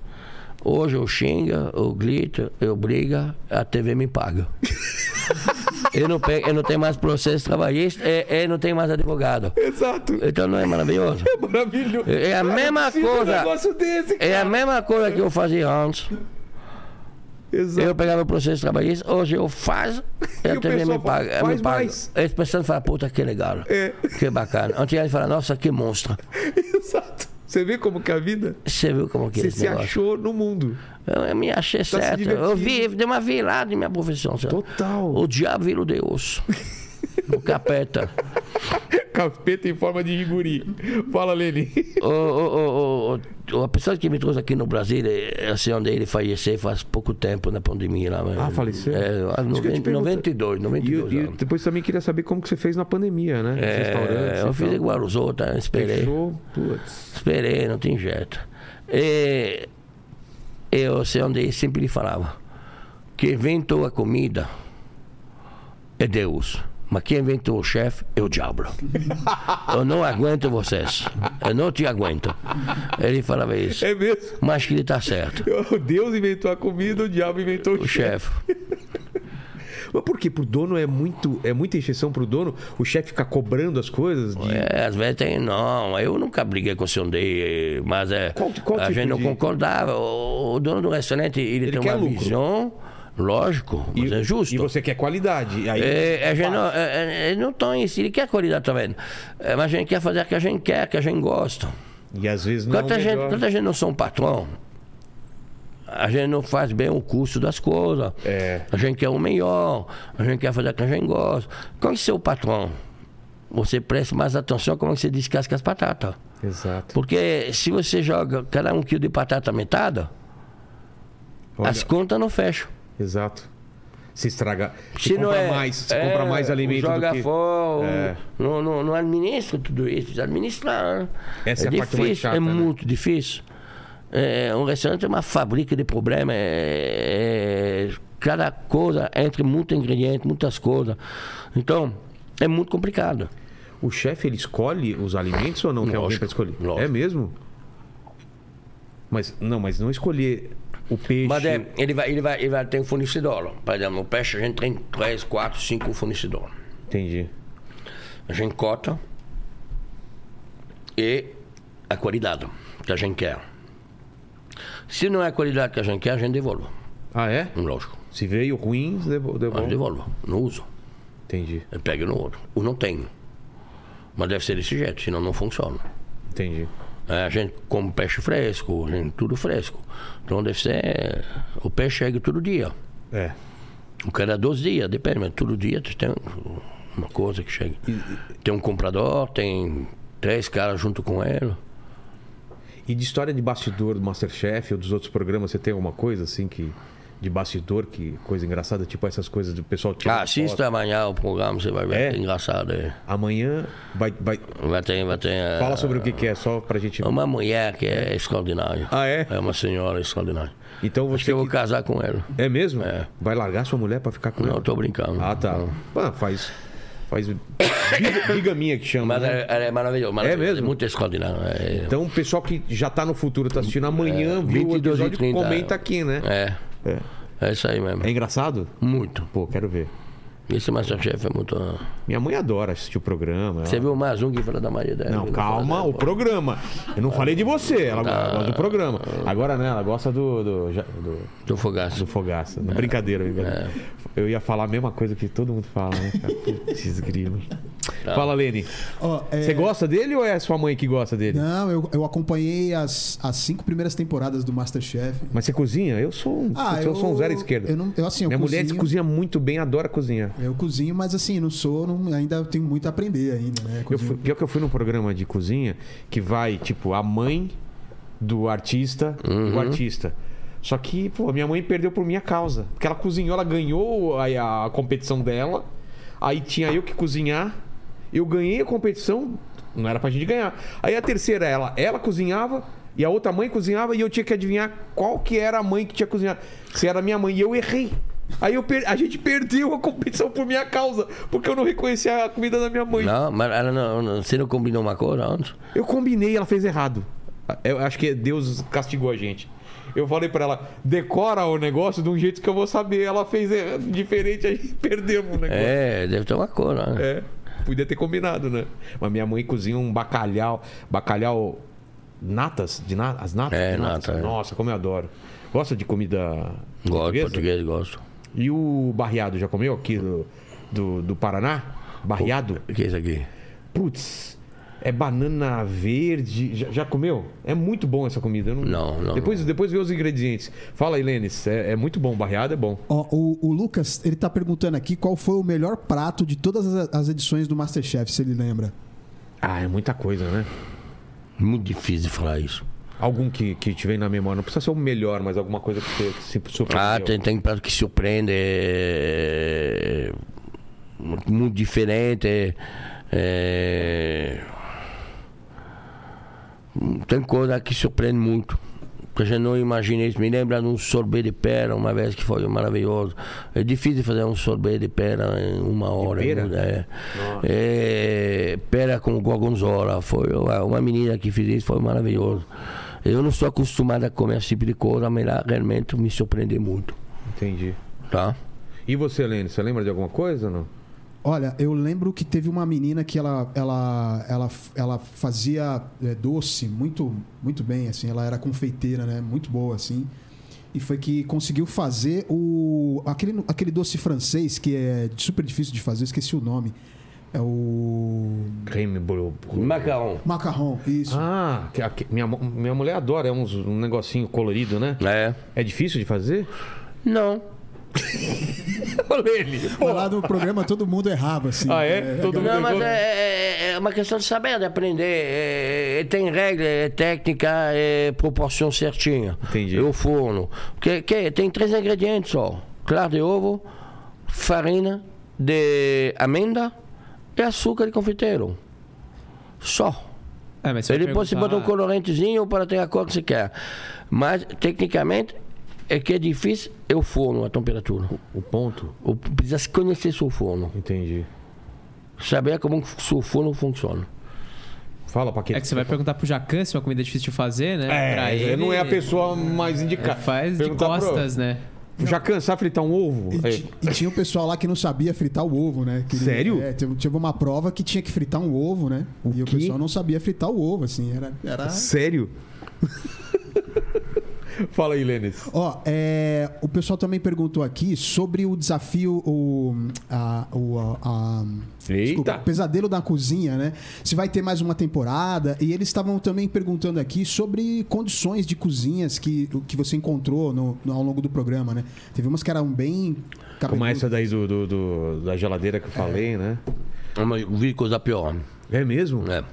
Speaker 4: hoje eu xinga, eu grito, eu briga, a TV me paga. eu, não pego, eu não tenho mais processo trabalhista, eu, não tenho mais advogado.
Speaker 1: Exato. [laughs]
Speaker 4: Então não é maravilhoso?
Speaker 1: Maravilhoso.
Speaker 4: É a mesma
Speaker 1: Precisa de
Speaker 4: coisa.
Speaker 1: Um negócio desse,
Speaker 4: É a
Speaker 1: cara.
Speaker 4: mesma coisa que eu fazia antes.
Speaker 1: Exato.
Speaker 4: Eu pegava o processo trabalhista, hoje eu faço e
Speaker 1: E
Speaker 4: a
Speaker 1: o
Speaker 4: TV me
Speaker 1: pessoal fala,
Speaker 4: paga.
Speaker 1: "Faz
Speaker 4: me paga.
Speaker 1: mais." É.
Speaker 4: Esse pessoal fala, puta, que legal. Que bacana. Antes ele fala, nossa, que monstro.
Speaker 1: [laughs] Exato. Você vê como que é a vida?
Speaker 4: Você viu como que é
Speaker 1: Você
Speaker 4: esse
Speaker 1: se
Speaker 4: negócio?
Speaker 1: achou no mundo.
Speaker 4: Eu, eu me achei
Speaker 1: Tá se
Speaker 4: certo.
Speaker 1: divertindo.
Speaker 4: Eu vivo, dei uma virada em minha profissão. sabe?
Speaker 1: Total.
Speaker 4: O diabo vira o Deus. o capeta.
Speaker 1: [laughs] Capeta em forma de guri. Fala, Leni.
Speaker 4: O, o, o, o, a pessoa que me trouxe aqui no Brasil, é assim, onde ele faleceu faz pouco tempo, na pandemia lá.
Speaker 1: Ah, faleceu?
Speaker 4: É, ah,
Speaker 1: Isso que eu ia te
Speaker 4: 90,
Speaker 1: perguntar.
Speaker 4: 92,
Speaker 1: E,
Speaker 4: 92
Speaker 1: e
Speaker 4: anos.
Speaker 1: depois também queria saber como que você fez na pandemia, né? Os restaurantes
Speaker 4: É,
Speaker 1: e
Speaker 4: eu fiz
Speaker 1: tal.
Speaker 4: igual os outros, né? esperei.
Speaker 1: Fechou, putz.
Speaker 4: Esperei, não tem jeito. E eu sei onde ele sempre falava: quem inventou a comida é Deus. Mas quem inventou o chefe é
Speaker 1: [laughs]
Speaker 4: o diabo. Eu não aguento vocês. Eu não te aguento. Ele falava isso.
Speaker 1: É mesmo? [laughs]
Speaker 4: Mas que ele está certo.
Speaker 1: O Deus inventou a comida, o diabo inventou
Speaker 4: O chefe.
Speaker 1: Mas por quê? Pro dono é muito, é muita encheção pro dono. O chefe fica cobrando as coisas de-
Speaker 4: É, às vezes tem, não, eu nunca briguei com o senhor Ney, mas é,
Speaker 1: Qual- qual
Speaker 4: a
Speaker 1: tipo
Speaker 4: gente não
Speaker 1: de-
Speaker 4: concordava. O, o dono do restaurante, ele, tem
Speaker 1: quer
Speaker 4: uma
Speaker 1: lucro.
Speaker 4: visão, lógico, mas é justo.
Speaker 1: E você quer qualidade. Aí
Speaker 4: É, a gente não, é, é, é, não tem isso, ele quer qualidade também. É, mas a gente quer fazer o que a gente quer, que a gente gosta.
Speaker 1: E às vezes não. é
Speaker 4: Quando a, gente,
Speaker 1: melhora.
Speaker 4: quando a gente não são um patrão, a gente não faz bem o curso das coisas.
Speaker 1: É.
Speaker 4: A gente quer o melhor, a gente quer fazer o que a gente gosta. Quando você é o patrão, você presta mais atenção como é você descasca as batatas.
Speaker 1: Exato.
Speaker 4: Porque se você joga cada um quilo de batata metade,
Speaker 1: Olha,
Speaker 4: as contas não fecham.
Speaker 1: Exato. Se estraga. Se,
Speaker 4: Se
Speaker 1: compra mais, se
Speaker 4: é,
Speaker 1: compra mais
Speaker 4: o
Speaker 1: alimento
Speaker 4: joga
Speaker 1: do que.
Speaker 4: fora, o-
Speaker 1: É.
Speaker 4: não, não, não administra tudo isso, administrar. né?
Speaker 1: Essa é a parte mais
Speaker 4: difícil,
Speaker 1: chata,
Speaker 4: é
Speaker 1: né?
Speaker 4: muito difícil. É, um restaurante é uma fábrica de problemas. é- é- cada coisa entra muito ingrediente, muitas coisas. Então, é muito complicado.
Speaker 1: O chefe ele escolhe os alimentos ou não? Tem alguém
Speaker 4: Lógico,
Speaker 1: pra escolher?
Speaker 4: lógico.
Speaker 1: É mesmo? Mas não, mas não escolher o peixe.
Speaker 4: Mas é, ele, vai, ele, vai, ele vai ter um fornecedor. Por exemplo, no peixe a gente tem três, quatro, cinco fornecedores.
Speaker 1: Entendi.
Speaker 4: A gente cota e a qualidade que a gente quer. Se não é a qualidade que a gente quer, a gente devolve.
Speaker 1: Ah, é?
Speaker 4: Lógico.
Speaker 1: Se veio ruim, devo-
Speaker 4: A gente
Speaker 1: devolve.
Speaker 4: devolve. Não uso.
Speaker 1: Entendi,
Speaker 4: Eu pego no outro. O não tenho. Mas deve ser desse jeito, senão não funciona.
Speaker 1: entendi.
Speaker 4: É, A gente come peixe fresco, a gente tudo fresco. Então deve ser. O peixe chega todo dia.
Speaker 1: É.
Speaker 4: O cara 12 dias, depende, mas todo dia tu tem uma coisa que chega. Tem um comprador, tem três caras junto com ele.
Speaker 1: E de história de bastidor do Masterchef ou dos outros programas, você tem alguma coisa assim que. De bastidor, que coisa engraçada, tipo essas coisas do pessoal tira
Speaker 4: Ah, assista amanhã o programa, você vai ver.
Speaker 1: Tipo, É?
Speaker 4: É engraçado. é.
Speaker 1: Amanhã vai. vai...
Speaker 4: Vai ter, vai ter. eh,
Speaker 1: Fala sobre o que, que é, só pra gente.
Speaker 4: Uma mulher que é extraordinária.
Speaker 1: Ah, é?
Speaker 4: É uma senhora extraordinária.
Speaker 1: Então
Speaker 4: Acho que
Speaker 1: você.
Speaker 4: eu vou
Speaker 1: que-
Speaker 4: casar com ela.
Speaker 1: É mesmo?
Speaker 4: É.
Speaker 1: Vai largar sua mulher pra ficar com
Speaker 4: Não,
Speaker 1: ela?
Speaker 4: eu tô brincando.
Speaker 1: Ah, tá. Ah, faz. Faz. biga- Bigamia que chama.
Speaker 4: Mas
Speaker 1: né?
Speaker 4: ela, ela é maravilhosa. maravilhosa,
Speaker 1: mesmo?
Speaker 4: Muito extraordinária. É,
Speaker 1: Então, o pessoal que já tá no futuro, tá assistindo amanhã, viu o
Speaker 4: 22 É, e
Speaker 1: episódio,
Speaker 4: 30,
Speaker 1: comenta aqui, né?
Speaker 4: é.
Speaker 1: É.
Speaker 4: É isso aí mesmo.
Speaker 1: É engraçado?
Speaker 4: Muito.
Speaker 1: Pô, quero ver.
Speaker 4: Esse Masterchef é muito.
Speaker 1: Minha mãe adora assistir o programa.
Speaker 4: Você
Speaker 1: ela-
Speaker 4: viu mais um que fala da Maria dela?
Speaker 1: Não, calma, o programa. Eu não falei de você, ela
Speaker 4: Ah.
Speaker 1: gosta do programa. Agora, né, ela gosta do, do, já- do,
Speaker 4: Do Fogaço.
Speaker 1: do Fogaça. Não, Brincadeira,
Speaker 4: É.
Speaker 1: brincadeira. Eu ia falar a mesma coisa que todo mundo fala, né? cara? Putz, grilo.
Speaker 4: Tá.
Speaker 1: Fala, Lene.
Speaker 2: Ó, é,
Speaker 1: Você gosta dele ou é sua mãe que gosta dele?
Speaker 2: Não, eu, eu acompanhei as, as cinco primeiras temporadas do Masterchef.
Speaker 1: Mas você cozinha? Eu sou um,
Speaker 2: Ah,
Speaker 1: eu, sou um
Speaker 2: eu-
Speaker 1: zero à esquerda.
Speaker 2: eu não- eu, assim, eu
Speaker 1: Minha mulher
Speaker 2: cozinho.
Speaker 1: cozinha muito bem, adora cozinhar.
Speaker 2: Eu cozinho, mas assim, não sou, não, ainda tenho muito a aprender ainda, né?
Speaker 1: Eu
Speaker 2: Cozinho.
Speaker 1: fui, pior que eu fui num programa de cozinha que vai, tipo, a mãe do artista, o artista. Só que, pô, minha mãe perdeu por minha causa. Porque ela cozinhou, ela ganhou a, a competição dela. Aí tinha eu que cozinhar. Eu ganhei a competição, não era pra gente ganhar. Aí a terceira, ela, ela cozinhava. E a outra mãe cozinhava e eu tinha que adivinhar qual que era a mãe que tinha cozinhado. Se era minha mãe. E eu errei. Aí eu per- a gente perdeu a competição por minha causa. Porque eu não reconheci a comida da minha mãe.
Speaker 4: Não, mas ela não, não- você não combinou uma coisa antes?
Speaker 1: Eu combinei, ela fez errado. Eu acho que Deus castigou a gente. Eu falei pra ela, decora o negócio de um jeito que eu vou saber. Ela fez er- diferente, aí [laughs] perdemos o negócio. É.
Speaker 4: É, deve ter uma coisa. né?
Speaker 1: Podia ter combinado, né? Mas minha mãe cozinha um bacalhau. Bacalhau. Natas? De na... As natas?
Speaker 4: É,
Speaker 1: de natas?
Speaker 4: nata, é.
Speaker 1: Nossa, como eu adoro. Gosta de comida.
Speaker 4: Gosto,
Speaker 1: portuguesa?
Speaker 4: português, gosto.
Speaker 1: E o barreado, já comeu aqui do, do, do Paraná? Barreado?
Speaker 4: O que é isso aqui?
Speaker 1: Putz, é banana verde. Já, já comeu? É muito bom essa comida. eu
Speaker 4: Não, não,
Speaker 1: Depois, depois vê os ingredientes. Fala aí, Lênis. É, é muito bom. Barreado é bom.
Speaker 2: Ó, o, o Lucas, ele tá perguntando aqui qual foi o melhor prato de todas as, as edições do Masterchef, se ele lembra.
Speaker 1: Ah, é muita coisa, né?
Speaker 4: Muito difícil de falar isso.
Speaker 1: Algum que, que te vem na memória. Não precisa ser o melhor, mas alguma coisa que você que se surpreendeu.
Speaker 4: Ah, tem, tem prato que surpreende, é, muito diferente. é, é, tem coisa que surpreende muito. Que a gente não imagina isso. Me lembra de um sorbet de pera, uma vez que foi maravilhoso. É difícil fazer um sorbet de pera em uma hora.
Speaker 1: pera?
Speaker 4: né? É, pera com gorgonzola. Foi uma, uma menina que fez isso, foi maravilhoso. Eu não sou acostumado a comer esse tipo de coisa, mas lá realmente me surpreendeu muito.
Speaker 1: Entendi.
Speaker 4: Tá?
Speaker 1: E você, Lene, você lembra de alguma coisa ou não?
Speaker 2: Olha, eu lembro que teve uma menina que ela, ela, ela, ela fazia é, doce muito, muito bem, assim. Ela era confeiteira, né? Muito boa, assim. E foi que conseguiu fazer o aquele, aquele doce francês que é super difícil de fazer. eu Esqueci o nome. É o
Speaker 1: Creme bro- bro-
Speaker 4: Macarrão.
Speaker 2: macarrão. Isso.
Speaker 1: Ah, que- que- minha, mo- minha mulher adora, é uns- um negocinho colorido, né?
Speaker 4: É.
Speaker 1: É difícil de fazer?
Speaker 4: [laughs] Não.
Speaker 2: Mas lá no programa todo mundo errava, assim.
Speaker 1: Ah, é? Todo mundo
Speaker 4: Não, mas
Speaker 1: errou?
Speaker 4: é, é- é uma questão de saber, de aprender. É- é- tem regra, é técnica, é proporção certinha.
Speaker 1: Entendi.
Speaker 4: É o forno. Que, que- tem três ingredientes só: claro de ovo, farinha de amêndoa e açúcar de confeiteiro. Só.
Speaker 3: É, mas se eu
Speaker 4: Ele pode se
Speaker 3: perguntar-
Speaker 4: botar um colorantezinho para ter a cor que você quer. Mas, tecnicamente, é que é difícil é o forno, a temperatura.
Speaker 1: O ponto?
Speaker 4: O- Precisa se conhecer seu forno,
Speaker 1: Entendi.
Speaker 4: saber como que seu forno funciona.
Speaker 1: Fala, Paquete.
Speaker 3: É que você vai perguntar pro Jacan se uma comida é difícil de fazer, né? Pra
Speaker 1: É,
Speaker 3: ele,
Speaker 1: não é a pessoa mais indicada.
Speaker 3: Faz de
Speaker 1: Perguntar pro-
Speaker 3: costas, né?
Speaker 1: Já cansar fritar um ovo?
Speaker 2: E,
Speaker 1: Aí.
Speaker 2: ti- e tinha o pessoal lá que não sabia fritar o ovo, né? Que ele-
Speaker 1: Sério?
Speaker 2: É, teve, teve uma prova que tinha que fritar um ovo, né? e o
Speaker 1: quê?
Speaker 2: pessoal não sabia fritar o ovo, assim. Era.
Speaker 3: Ah.
Speaker 2: era...
Speaker 1: Sério? [laughs] Fala aí, Lênis.
Speaker 2: Ó, é, o pessoal também perguntou aqui sobre o desafio, o. A, o a, a-
Speaker 1: Eita.
Speaker 2: desculpa, pesadelo da cozinha, né? Se vai ter mais uma temporada. E eles estavam também perguntando aqui sobre condições de cozinhas que, que você encontrou no- no- ao longo do programa, né? Teve umas que eram bem.
Speaker 1: Como é
Speaker 2: cabeludas.
Speaker 1: essa daí do, do- do- da geladeira que eu falei, né?
Speaker 4: Mas eu vi coisa pior.
Speaker 1: É mesmo?
Speaker 4: É.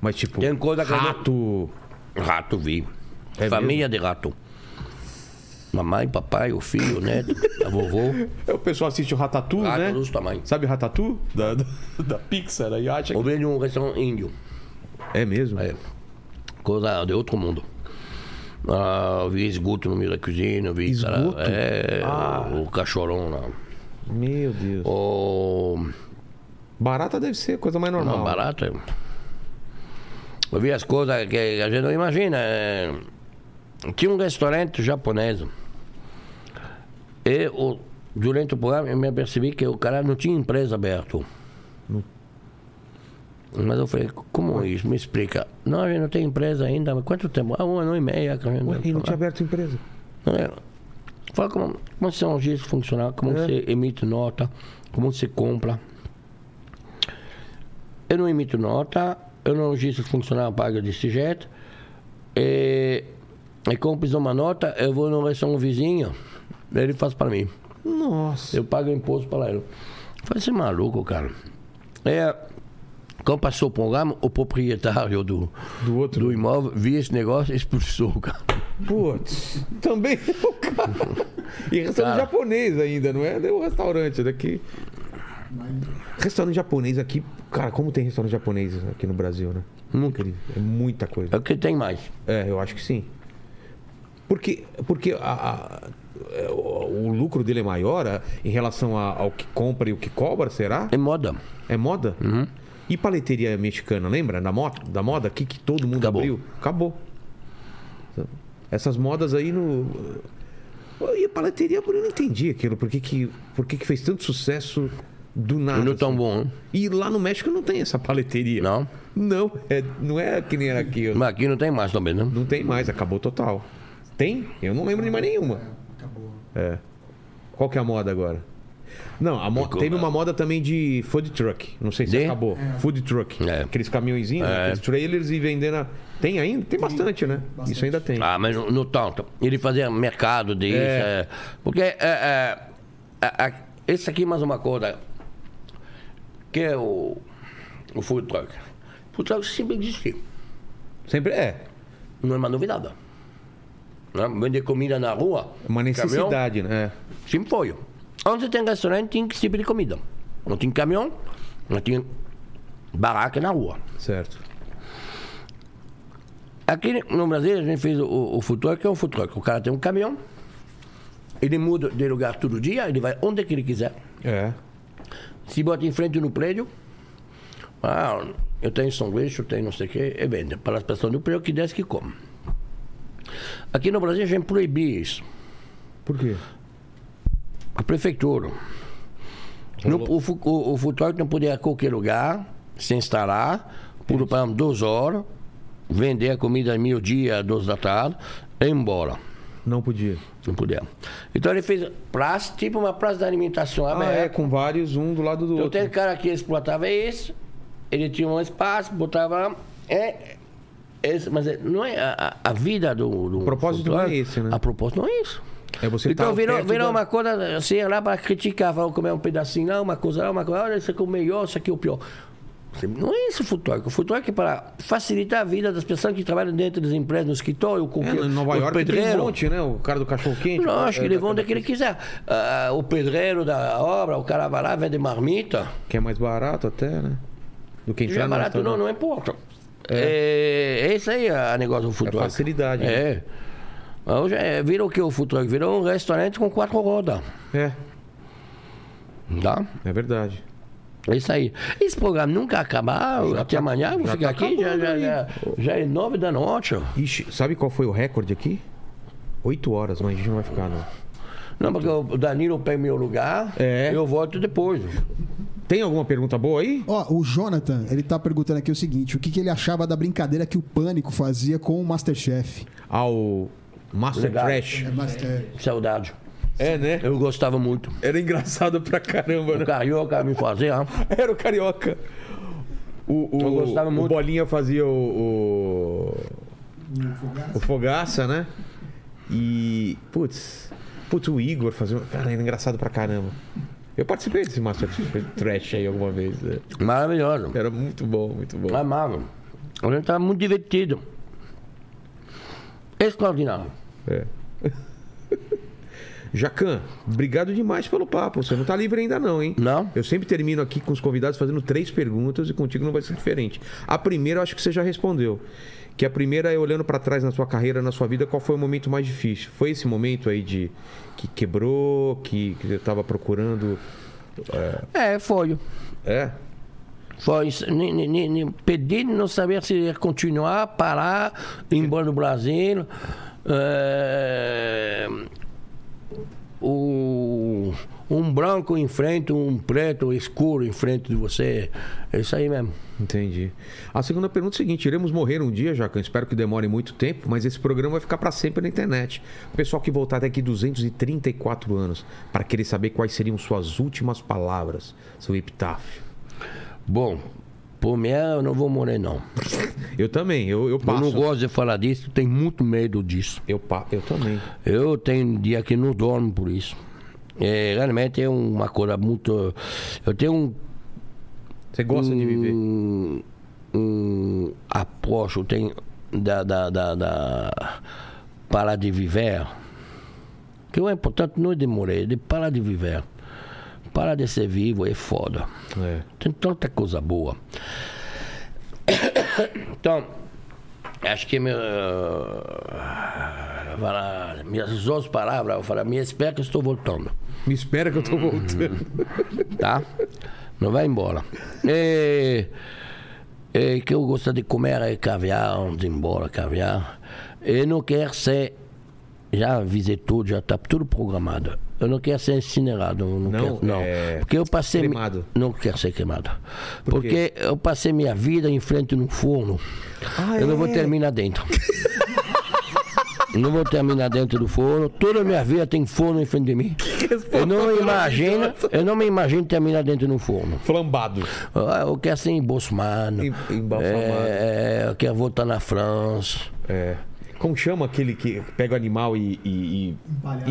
Speaker 1: Mas tipo,
Speaker 4: Tem coisa que-
Speaker 1: rato...
Speaker 4: Rato vi.
Speaker 1: É
Speaker 4: Família de rato. Mamãe, papai, o filho, o neto, a vovô.
Speaker 1: É, O pessoal assiste o Ratatouille,
Speaker 4: Rato
Speaker 1: né?
Speaker 4: dos tamanhos.
Speaker 1: Sabe Ratatouille? Da, da, da Pixar, aí acha
Speaker 4: Eu
Speaker 1: que...
Speaker 4: venho de um restaurante índio.
Speaker 1: É mesmo?
Speaker 4: É. Coisa de outro mundo. Ah, eu vi esgoto no meio da cozinha, eu vi
Speaker 1: Esgoto?
Speaker 4: cara, é, o cachorrão lá.
Speaker 1: Meu Deus.
Speaker 4: O,
Speaker 1: Barata deve ser coisa mais normal.
Speaker 4: não, barato. eh. Eu vi as coisas que a gente não imagina. é. Tinha um restaurante japonês. E o- durante o programa eu me apercebi que o cara não tinha empresa aberta. Mas eu falei, como isso? Me explica. Não, a gente não tem empresa ainda, mas quanto tempo? Ah, um ano e meio. que a
Speaker 1: Ué, e
Speaker 4: gente
Speaker 1: não
Speaker 4: tá
Speaker 1: tinha
Speaker 3: né?
Speaker 4: lá."
Speaker 1: aberto empresa?
Speaker 4: É. Fala como, como é são os dias funcionar,
Speaker 1: É.
Speaker 4: como você emite nota, como você compra. Eu não emito nota, eu não é registro funcionar paga desse jeito. E, e como precisa uma nota, eu vou no restaurante vizinho, ele faz para mim.
Speaker 1: Nossa.
Speaker 4: Eu pago imposto para ele. Falei, você é maluco, cara. É, quando passou o programa, o proprietário do,
Speaker 1: Do outro.
Speaker 4: do imóvel viu esse negócio e expulsou o cara.
Speaker 1: Putz, também [laughs] é o cara. E restaurante
Speaker 4: Cara.
Speaker 1: japonês ainda, não é? É o restaurante daqui. Restaurante japonês aqui, cara, como tem restaurante japonês aqui no Brasil, né?
Speaker 4: Nunca.
Speaker 1: É muita
Speaker 4: É
Speaker 1: coisa.
Speaker 4: o que tem mais.
Speaker 1: É, eu acho que sim. Porque, porque a- a- é, o, o lucro dele é maior a- em relação a- ao que compra e o que cobra, será?
Speaker 4: É moda.
Speaker 1: É moda?
Speaker 4: Uhum.
Speaker 1: E paleteria mexicana, lembra? Da moda, da moda aqui que todo mundo
Speaker 4: Acabou.
Speaker 1: abriu? Acabou. Essas modas aí no. E a paleteria, eu não entendi aquilo. Por que, que, por que, que fez tanto sucesso do nada?
Speaker 4: não tão
Speaker 1: assim?
Speaker 4: bom, né?
Speaker 1: E lá no México não tem essa paleteria.
Speaker 4: Não?
Speaker 1: Não, é, não é que nem era aqui. ó.
Speaker 4: Mas aqui não tem mais também, né?
Speaker 1: Não tem mais, acabou total. Tem? Eu não lembro de mais nenhuma. É. Qual que é a moda agora? Não, a mo-
Speaker 4: Ficou-
Speaker 1: teve uma moda também de food truck. Não sei se
Speaker 4: De?
Speaker 1: acabou. Food truck.
Speaker 4: É.
Speaker 1: Aqueles caminhõezinhos, né?
Speaker 4: É.
Speaker 1: aqueles trailers e vendendo. a- Tem ainda? Tem bastante, né? Isso ainda tem.
Speaker 4: Ah, mas não, não tanto. Ele fazia mercado disso.
Speaker 1: É.
Speaker 4: é. Porque é, é, a- a- esse aqui é mais uma coisa. Que é o, o food truck. Portugal sempre existiu.
Speaker 1: Sempre é.
Speaker 4: Não é uma novidade. Né? Vender comida na rua.
Speaker 1: É Uma
Speaker 4: caminhão, É.
Speaker 1: necessidade, né?
Speaker 4: Sempre foi. Onde tem restaurante, tem que tipo de comida. Não tinha caminhão, não tinha barraca na rua.
Speaker 1: Certo.
Speaker 4: Aqui no Brasil, a gente fez o, o food truck, é um food truck. O cara tem um caminhão, ele muda de lugar todo dia, ele vai onde que ele quiser.
Speaker 1: É.
Speaker 4: Se bota em frente no prédio, ah, eu tenho sanduíche, eu tenho não sei o quê, e vende para as pessoas do prédio que desce que come. Aqui no Brasil, a gente proibia isso.
Speaker 1: Por quê?
Speaker 4: A prefeitura. Não- o, fu- o, o food truck não podia ir a qualquer lugar se instalar, por para duas horas, vender a comida meio-dia, duas da tarde, e ir embora.
Speaker 1: Não podia.
Speaker 4: Não puderam. Então ele fez praça, tipo uma praça de alimentação
Speaker 1: Ah, é,
Speaker 4: aberta.
Speaker 1: com vários, um do lado do
Speaker 4: então
Speaker 1: outro.
Speaker 4: tem cara que explotava esse, ele tinha um espaço, botava. É, esse, mas é- não é a, a- a vida do. do
Speaker 1: O propósito não é esse, né?
Speaker 4: A propósito não é isso.
Speaker 1: É você
Speaker 4: então
Speaker 1: tá
Speaker 4: virou,
Speaker 1: perto
Speaker 4: virou
Speaker 1: da-
Speaker 4: uma coisa assim lá para criticar, falar comer um pedacinho lá, uma coisa lá, uma coisa, olha, isso aqui é o melhor, isso aqui é o pior. Não é isso o futuro. O futuro é para facilitar a vida das pessoas que trabalham dentro das empresas, no escritório, com
Speaker 1: É, em Nova
Speaker 4: os
Speaker 1: York tem um
Speaker 4: pedreiros.
Speaker 1: monte, né? O cara do cachorro quente. É,
Speaker 4: Não, acho que ele
Speaker 1: da-
Speaker 4: vão onde que ele quiser. Ah, o pedreiro da obra, o cara vai lá, vende marmita.
Speaker 1: Que é mais barato até, né? Do que
Speaker 4: Já
Speaker 1: entrar
Speaker 4: é
Speaker 1: no
Speaker 4: barato não,
Speaker 1: restaurante.
Speaker 4: não importa. É, é isso aí a negócio do futuro.
Speaker 1: facilidade, né?
Speaker 4: É. Mas Hoje é, virou o que o futuro? Virou um restaurante com quatro rodas.
Speaker 1: É,
Speaker 4: Tá?
Speaker 1: é verdade.
Speaker 4: É isso aí. Esse programa nunca acabar, até amanhã, eu vou
Speaker 1: já
Speaker 4: ficar
Speaker 1: tá
Speaker 4: aqui, já,
Speaker 1: acabando
Speaker 4: já,
Speaker 1: aí.
Speaker 4: já, já é nove da noite.
Speaker 1: Ixi, sabe qual foi o recorde aqui? Oito horas, mas a gente não vai ficar, não.
Speaker 4: Não, porque o Danilo pega meu lugar,
Speaker 1: É.
Speaker 4: eu volto depois.
Speaker 1: Tem alguma pergunta boa aí?
Speaker 2: Ó, o Jonathan, ele tá perguntando aqui o seguinte: o que, que ele achava da brincadeira que o Pânico fazia com o Masterchef?
Speaker 1: Ao Master
Speaker 4: Legal.
Speaker 1: Trash.
Speaker 4: Saudade.
Speaker 1: É, né?
Speaker 4: Eu gostava muito.
Speaker 1: Era engraçado pra caramba,
Speaker 4: O
Speaker 1: né?
Speaker 4: carioca me fazia.
Speaker 1: [laughs] Era o carioca. O, o,
Speaker 4: Eu gostava
Speaker 1: o
Speaker 4: muito.
Speaker 1: Bolinha fazia o. O, o Fogaça, né? E. Putz. Putz, o Igor fazia. Cara, era engraçado pra caramba. Eu participei desse Master Trash aí alguma vez. né?
Speaker 4: Maravilhoso.
Speaker 1: Era muito bom, muito bom.
Speaker 4: Amava. É A gente estava muito divertido. Extraordinário.
Speaker 1: É. [laughs] Jacan, obrigado demais pelo papo. Você não tá livre ainda, não, hein?
Speaker 4: Não?
Speaker 1: Eu sempre termino aqui com os convidados fazendo três perguntas e contigo não vai ser diferente. A primeira, eu acho que você já respondeu. Que a primeira é olhando pra trás na sua carreira, na sua vida, qual foi o momento mais difícil? Foi esse momento aí de que quebrou, que, que eu tava procurando.
Speaker 4: É, foi.
Speaker 1: É?
Speaker 4: Foi isso. Ni- ni- ni- ni- pedir, não saber se ia continuar, parar, ir embora do Brasil. É, o, um branco em frente, um preto escuro em frente de você. É isso aí mesmo.
Speaker 1: Entendi. A segunda pergunta é a seguinte: iremos morrer um dia, Jacan. Espero que demore muito tempo, mas esse programa vai ficar para sempre na internet. O pessoal que voltar daqui 234 anos para querer saber quais seriam suas últimas palavras, seu epitáfio.
Speaker 4: Bom, por mim eu não vou morrer, não.
Speaker 1: Eu também, eu, eu
Speaker 4: Eu
Speaker 1: passo.
Speaker 4: não gosto de falar disso, tenho muito medo disso.
Speaker 1: Eu, pa- eu também.
Speaker 4: Eu tenho dia que não dormo por isso. É, realmente é uma coisa muito. Eu tenho um,
Speaker 1: Você gosta de viver?
Speaker 4: um, um aposto, eu tenho da, da, da, da- parar de viver. Que o importante não é de morrer, é de parar de viver. Parar de ser vivo é foda.
Speaker 1: É.
Speaker 4: Tem tanta coisa boa. Então, acho que meu, eh, falar, minhas outras palavras, eu falar, me espera que eu estou voltando,
Speaker 1: Me espera que eu tô
Speaker 4: Hum.
Speaker 1: voltando.
Speaker 4: tá? Não vai embora. E, e que eu gosto de comer é caviar, de embora caviar. E não quero ser, já avisei tudo, já está tudo programado. Eu não quero ser incinerado, eu não,
Speaker 1: Não,
Speaker 4: quero, não.
Speaker 1: é,
Speaker 4: Porque eu passei...
Speaker 1: cremado.
Speaker 4: Não quero ser queimado.
Speaker 1: Por quê?
Speaker 4: Porque eu passei minha vida em frente no forno.
Speaker 1: Ah,
Speaker 4: eu não vou
Speaker 1: é? [laughs]
Speaker 4: terminar dentro. não vou terminar dentro do forno. Toda a minha vida tem forno em frente de mim. Eu não
Speaker 1: tá
Speaker 4: imagino, eu não me imagino terminar dentro do forno.
Speaker 1: Flambado.
Speaker 4: Ah, Eu quero ser embolsmano.
Speaker 1: Em- embalsamado.
Speaker 4: É, eu quero voltar na França.
Speaker 1: É. Como chama aquele que pega o animal e. e- e-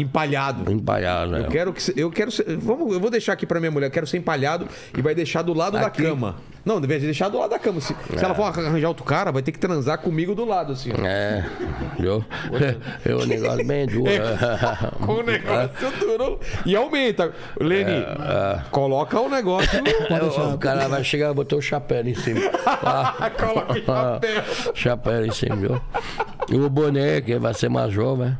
Speaker 1: Empalhado.
Speaker 4: Empalhado. né?
Speaker 1: Eu quero que. se- Eu quero ser- vamos, eu vou deixar aqui pra minha mulher. Eu quero ser empalhado e vai deixar do lado da
Speaker 4: Aqui?
Speaker 1: cama. Não, devia deixar do lado da cama. Se, se ela for arranjar outro cara, vai ter que transar comigo do lado, assim. ó.
Speaker 4: É, viu? [laughs] É um negócio bem
Speaker 1: [laughs]
Speaker 4: duro. Ah,
Speaker 1: Com o negócio duro. E aumenta. Leni,
Speaker 4: É,
Speaker 1: coloca o
Speaker 4: [laughs]
Speaker 1: negócio.
Speaker 2: Pode deixar.
Speaker 4: O cara vai chegar e botar o chapéu
Speaker 1: [laughs]
Speaker 4: em cima.
Speaker 1: coloca o
Speaker 4: [laughs]
Speaker 1: chapéu.
Speaker 4: chapéu em cima, viu? E o boné, que vai ser mais jovem.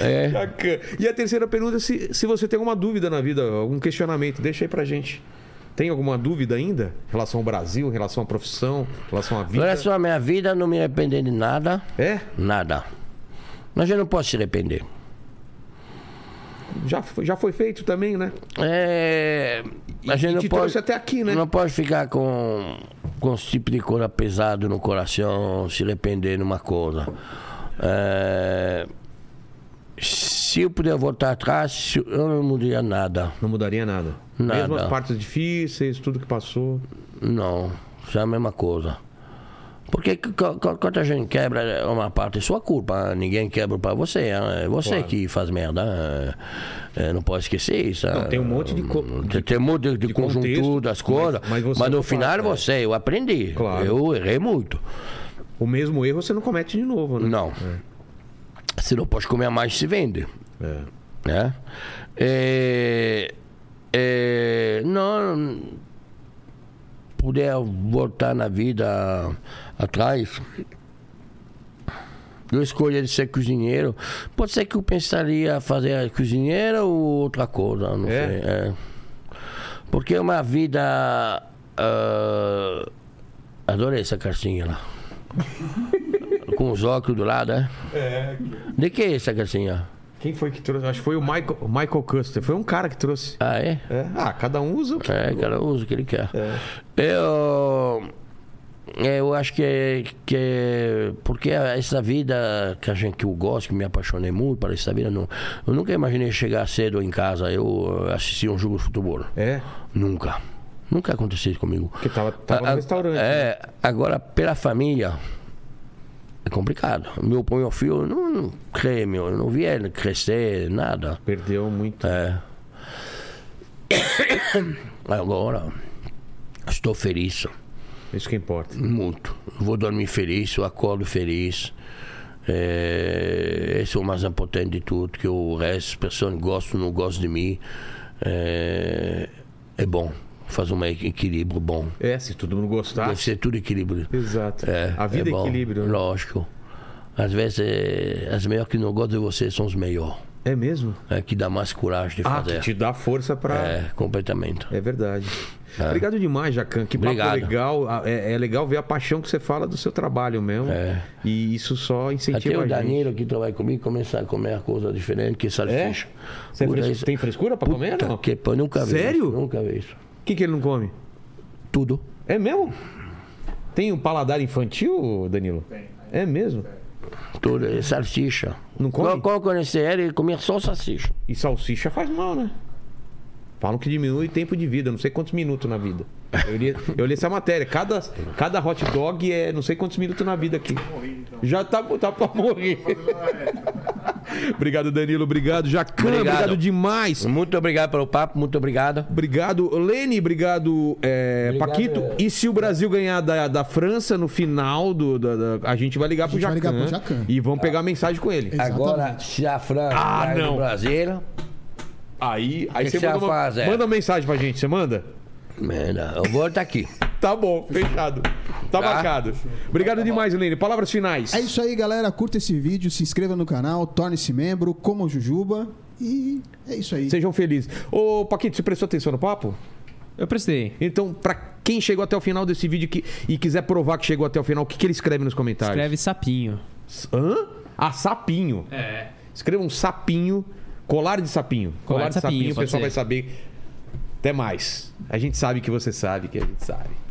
Speaker 4: É.
Speaker 1: Bacana. E a terceira pergunta é se, se você tem alguma dúvida na vida, algum questionamento, deixa aí pra gente. Tem alguma dúvida ainda em relação ao Brasil, em relação à profissão, em relação à vida?
Speaker 4: Agora só a minha vida, não me arrepender de nada.
Speaker 1: É?
Speaker 4: Nada. Mas a gente não pode se arrepender.
Speaker 1: Já, foi- já foi feito também, né?
Speaker 4: É, a
Speaker 1: E-
Speaker 4: gente
Speaker 1: e
Speaker 4: não
Speaker 1: te
Speaker 4: pode,
Speaker 1: trouxe até aqui, né?
Speaker 4: Não pode ficar com, com esse tipo de coisa pesado no coração, se arrepender numa coisa. É, se eu puder voltar atrás, se- eu não mudaria nada.
Speaker 1: Não mudaria nada.
Speaker 4: Nada.
Speaker 1: Mesmo as partes difíceis, tudo que passou.
Speaker 4: Não, isso é a mesma coisa. Porque c- c- c- quando a gente quebra é uma parte, é sua culpa, hein? ninguém quebra para você, hein? é você que faz merda, hein? É, não pode esquecer isso.
Speaker 1: Não,
Speaker 4: hein?
Speaker 1: tem um monte de co-
Speaker 4: Tem, tem um monte de, de,
Speaker 1: de
Speaker 4: conjuntura
Speaker 1: contexto,
Speaker 4: das coisas,
Speaker 1: mas- mas
Speaker 4: mas,
Speaker 1: você é
Speaker 4: no
Speaker 1: culpado,
Speaker 4: final
Speaker 1: é.
Speaker 4: você, eu aprendi,
Speaker 1: Claro.
Speaker 4: eu errei muito.
Speaker 1: O mesmo erro você não comete de novo, né?
Speaker 4: Não, se não pode comer mais, se vende.
Speaker 1: É.
Speaker 4: né? É, é, não puder voltar na vida atrás, eu escolhi de ser cozinheiro. Pode ser que eu pensaria fazer cozinheiro ou outra coisa, não
Speaker 1: É?
Speaker 4: sei. é. Porque é uma vida. ah, adorei essa cartinha lá. Com os óculos do lado, é? De que é essa cartinha?
Speaker 1: Quem foi que trouxe? Acho que foi o Michael, Michael Custer. Foi um cara que trouxe.
Speaker 4: Ah, é?
Speaker 1: É. Ah, cada um usa o que.
Speaker 4: É, cara, usa o que ele quer.
Speaker 1: É.
Speaker 4: Eu, eu acho que, é- que é- porque essa vida que a gente que eu gosto, que me apaixonei muito por essa vida, não, eu nunca imaginei chegar cedo em casa, eu assistir um jogo de futebol.
Speaker 1: É.
Speaker 4: Nunca. Nunca aconteceu isso comigo.
Speaker 1: Porque tava, tava
Speaker 4: A-
Speaker 1: no
Speaker 4: a-
Speaker 1: restaurante. né?
Speaker 4: É, agora pela família é complicado. Meu pai, meu filho, eu não, não creio, meu, eu não vi ele crescer, nada.
Speaker 1: Perdeu muito.
Speaker 4: É. [coughs] Agora, estou feliz,
Speaker 1: É Isso que importa.
Speaker 4: muito. Vou dormir feliz, eu acordo feliz. É, esse é o mais importante de tudo, que o resto, as pessoas gostam ou não gostam de mim, é, é bom. Faz um equi- equilíbrio bom.
Speaker 1: É, se todo mundo gostar.
Speaker 4: Deve ser tudo equilíbrio.
Speaker 1: Exato.
Speaker 4: É,
Speaker 1: a vida é,
Speaker 4: bom,
Speaker 1: equilíbrio. né?
Speaker 4: Lógico. Às vezes, é, as melhores que não gostam de você são os melhores.
Speaker 1: É mesmo?
Speaker 4: É, que dá mais coragem de
Speaker 1: Ah,
Speaker 4: fazer.
Speaker 1: que te dá força pra. É.
Speaker 4: É, completamente.
Speaker 1: verdade. Obrigado demais, Jacan. Que papo
Speaker 4: Obrigado.
Speaker 1: legal. Ah, É, é legal ver a paixão que você fala do seu trabalho mesmo.
Speaker 4: É.
Speaker 1: E isso só incentiva
Speaker 4: Até o
Speaker 1: a gente.
Speaker 4: Danilo que trabalha comigo começa a comer coisa diferente que salsicha.
Speaker 1: Você é
Speaker 4: Puta,
Speaker 1: fres-
Speaker 4: isso-
Speaker 1: Tem frescura pra comer?
Speaker 4: Puta
Speaker 1: não? O
Speaker 4: que pariu, nunca vi.
Speaker 1: Sério?
Speaker 4: isso, Nunca vi isso.
Speaker 1: que, que ele não come?
Speaker 4: Tudo.
Speaker 1: É mesmo? Tem um paladar infantil, Danilo? Tem. É mesmo?
Speaker 4: Tudo. É salsicha.
Speaker 1: Não come?
Speaker 4: Qual, qual conhecer era e comia só salsicha.
Speaker 1: E salsicha faz mal, né? Falam que diminui o tempo de vida, não sei quantos minutos na vida. Eu li, eu li essa matéria. Cada, cada hot dog é não sei quantos minutos na vida aqui. Já tá, tá pra morrer. obrigado, Danilo. Obrigado, Jacan. Obrigado.
Speaker 4: Obrigado.
Speaker 1: demais.
Speaker 4: Muito obrigado pelo papo, muito obrigado.
Speaker 1: Obrigado, Lene. Obrigado, é, Paquito. E se o Brasil ganhar da, da França no final, do, da- da- a gente vai ligar pro
Speaker 2: gente vai ligar
Speaker 1: Jacan.
Speaker 2: pro Jacquin.
Speaker 1: E vamos pegar mensagem com ele.
Speaker 2: Exatamente.
Speaker 4: Agora, se a França
Speaker 1: Ah,
Speaker 4: cai
Speaker 1: não.
Speaker 4: no Brasil,
Speaker 1: Aí, aí
Speaker 4: que
Speaker 1: você
Speaker 4: que
Speaker 1: manda
Speaker 4: você
Speaker 1: uma,
Speaker 4: faz, é?
Speaker 1: manda uma mensagem pra gente. Você manda?
Speaker 4: merda, eu vou estar aqui.
Speaker 1: Tá bom, fechado. Tá, marcado. Obrigado demais, Lene. Palavras finais.
Speaker 2: É isso aí, galera. Curta esse vídeo, se inscreva no canal, torne-se membro, comam Jujuba. E é isso aí.
Speaker 1: Sejam felizes. Ô, Paquito, você prestou atenção no papo?
Speaker 3: Eu prestei.
Speaker 1: Então, pra quem chegou até o final desse vídeo que, e quiser provar que chegou até o final, o que, que ele escreve nos comentários?
Speaker 3: Escreve sapinho.
Speaker 1: Hã? Ah, sapinho.
Speaker 3: É.
Speaker 1: Escreva um sapinho, colar de sapinho. Colar, de sapinho, o
Speaker 3: pode
Speaker 1: pessoal
Speaker 3: ser.
Speaker 1: vai saber. Até mais. A gente sabe que você sabe que a gente sabe.